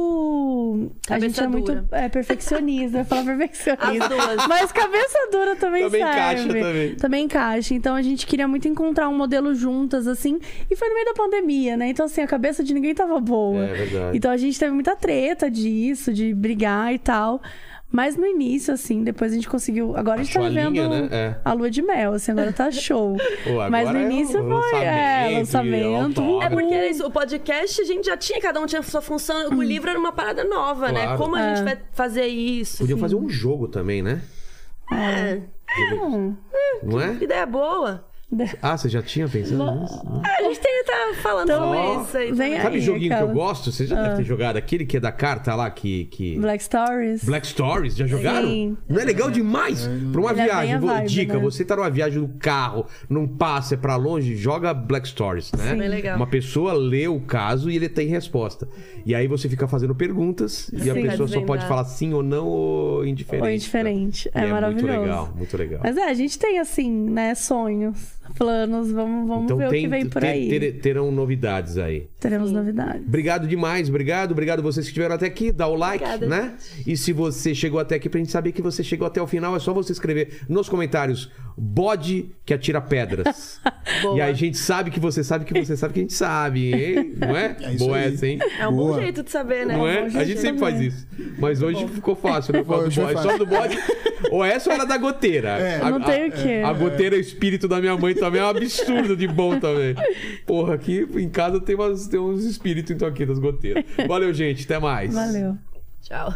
muito. a
Cabeça
gente é
dura.
muito é, perfeccionista, eu ia falar perfeccionista.
As duas.
Mas cabeça dura também,
Também
serve.
encaixa, também.
encaixa. Então a gente queria muito encontrar um modelo juntas, assim. E foi no meio da pandemia, né? Então, assim, a cabeça de ninguém tava boa.
É verdade.
Então a gente teve muita treta disso, de brigar e tal. Mas no início, assim, depois a gente conseguiu. Agora a gente tá
Achou a
vivendo
linha, né? É.
a lua de mel, assim, agora tá
[laughs]
show.
Pô, agora
Mas no
é o
início foi. É,
lançamento um e
lançamento.
autógrafo.
É porque era isso, o podcast a gente já tinha, cada um tinha sua função, o livro era uma parada nova, né?
Claro.
Como a gente
É.
vai fazer isso?
Podia fazer um jogo também, né?
É,
Não é?
ideia boa.
Ah, você já tinha pensado nisso?
É, A gente tem que tá falando sobre
Ó,
isso aí.
vem
também.
aí. Ah.
Sabe joguinho que
aquela-
eu gosto? Você já deve ter jogado aquele que é da carta lá que. que...
Black Stories.
Black Stories, já jogaram?
Sim.
Não é legal demais? Pra uma
Ele é bem
viagem,
a
vou-
vibe,
dica,
né?
você tá numa viagem no carro, não passa, é pra longe, joga Black Stories, né?
Sim.
É legal.
Uma pessoa lê o caso e ele tem resposta. E aí você fica fazendo perguntas e a
Sim.
pessoa só
Desvendar.
pode falar sim ou não ou indiferente.
Ou indiferente.
E
É, maravilhoso.
Muito legal, muito legal.
Mas é, a gente tem, assim, né, sonhos, planos, vamos, vamos
então
ver
tem,
o que vem por
ter-
aí.
ter- terão novidades aí.
Teremos novidades.
Obrigado demais, obrigado, obrigado vocês que estiveram até aqui, dá o like,
Obrigada,
né? E se você chegou até aqui pra gente saber que você chegou até o final, é só você escrever nos comentários bode que atira pedras. e aí a gente sabe que você sabe que você sabe que a gente sabe, hein? Não é?
É isso
Boa
aí.
essa, hein?
É um bom
Boa.
jeito de saber, né?
Não é?
um bom
A
jeito.
gente sempre faz isso. Mas hoje ficou fácil, né? Por causa do
[laughs] Hoje foi
bode. Só
fácil.
do bode. Ou essa ou era da goteira.
É.
A-
Não
a-
tem o quê.
A goteira é o espírito da minha mãe também é um absurdo de bom também. Porra, aqui em casa tem, umas, tem uns espíritos então aqui das goteiras. Valeu, gente. Até mais.
Valeu.
Tchau.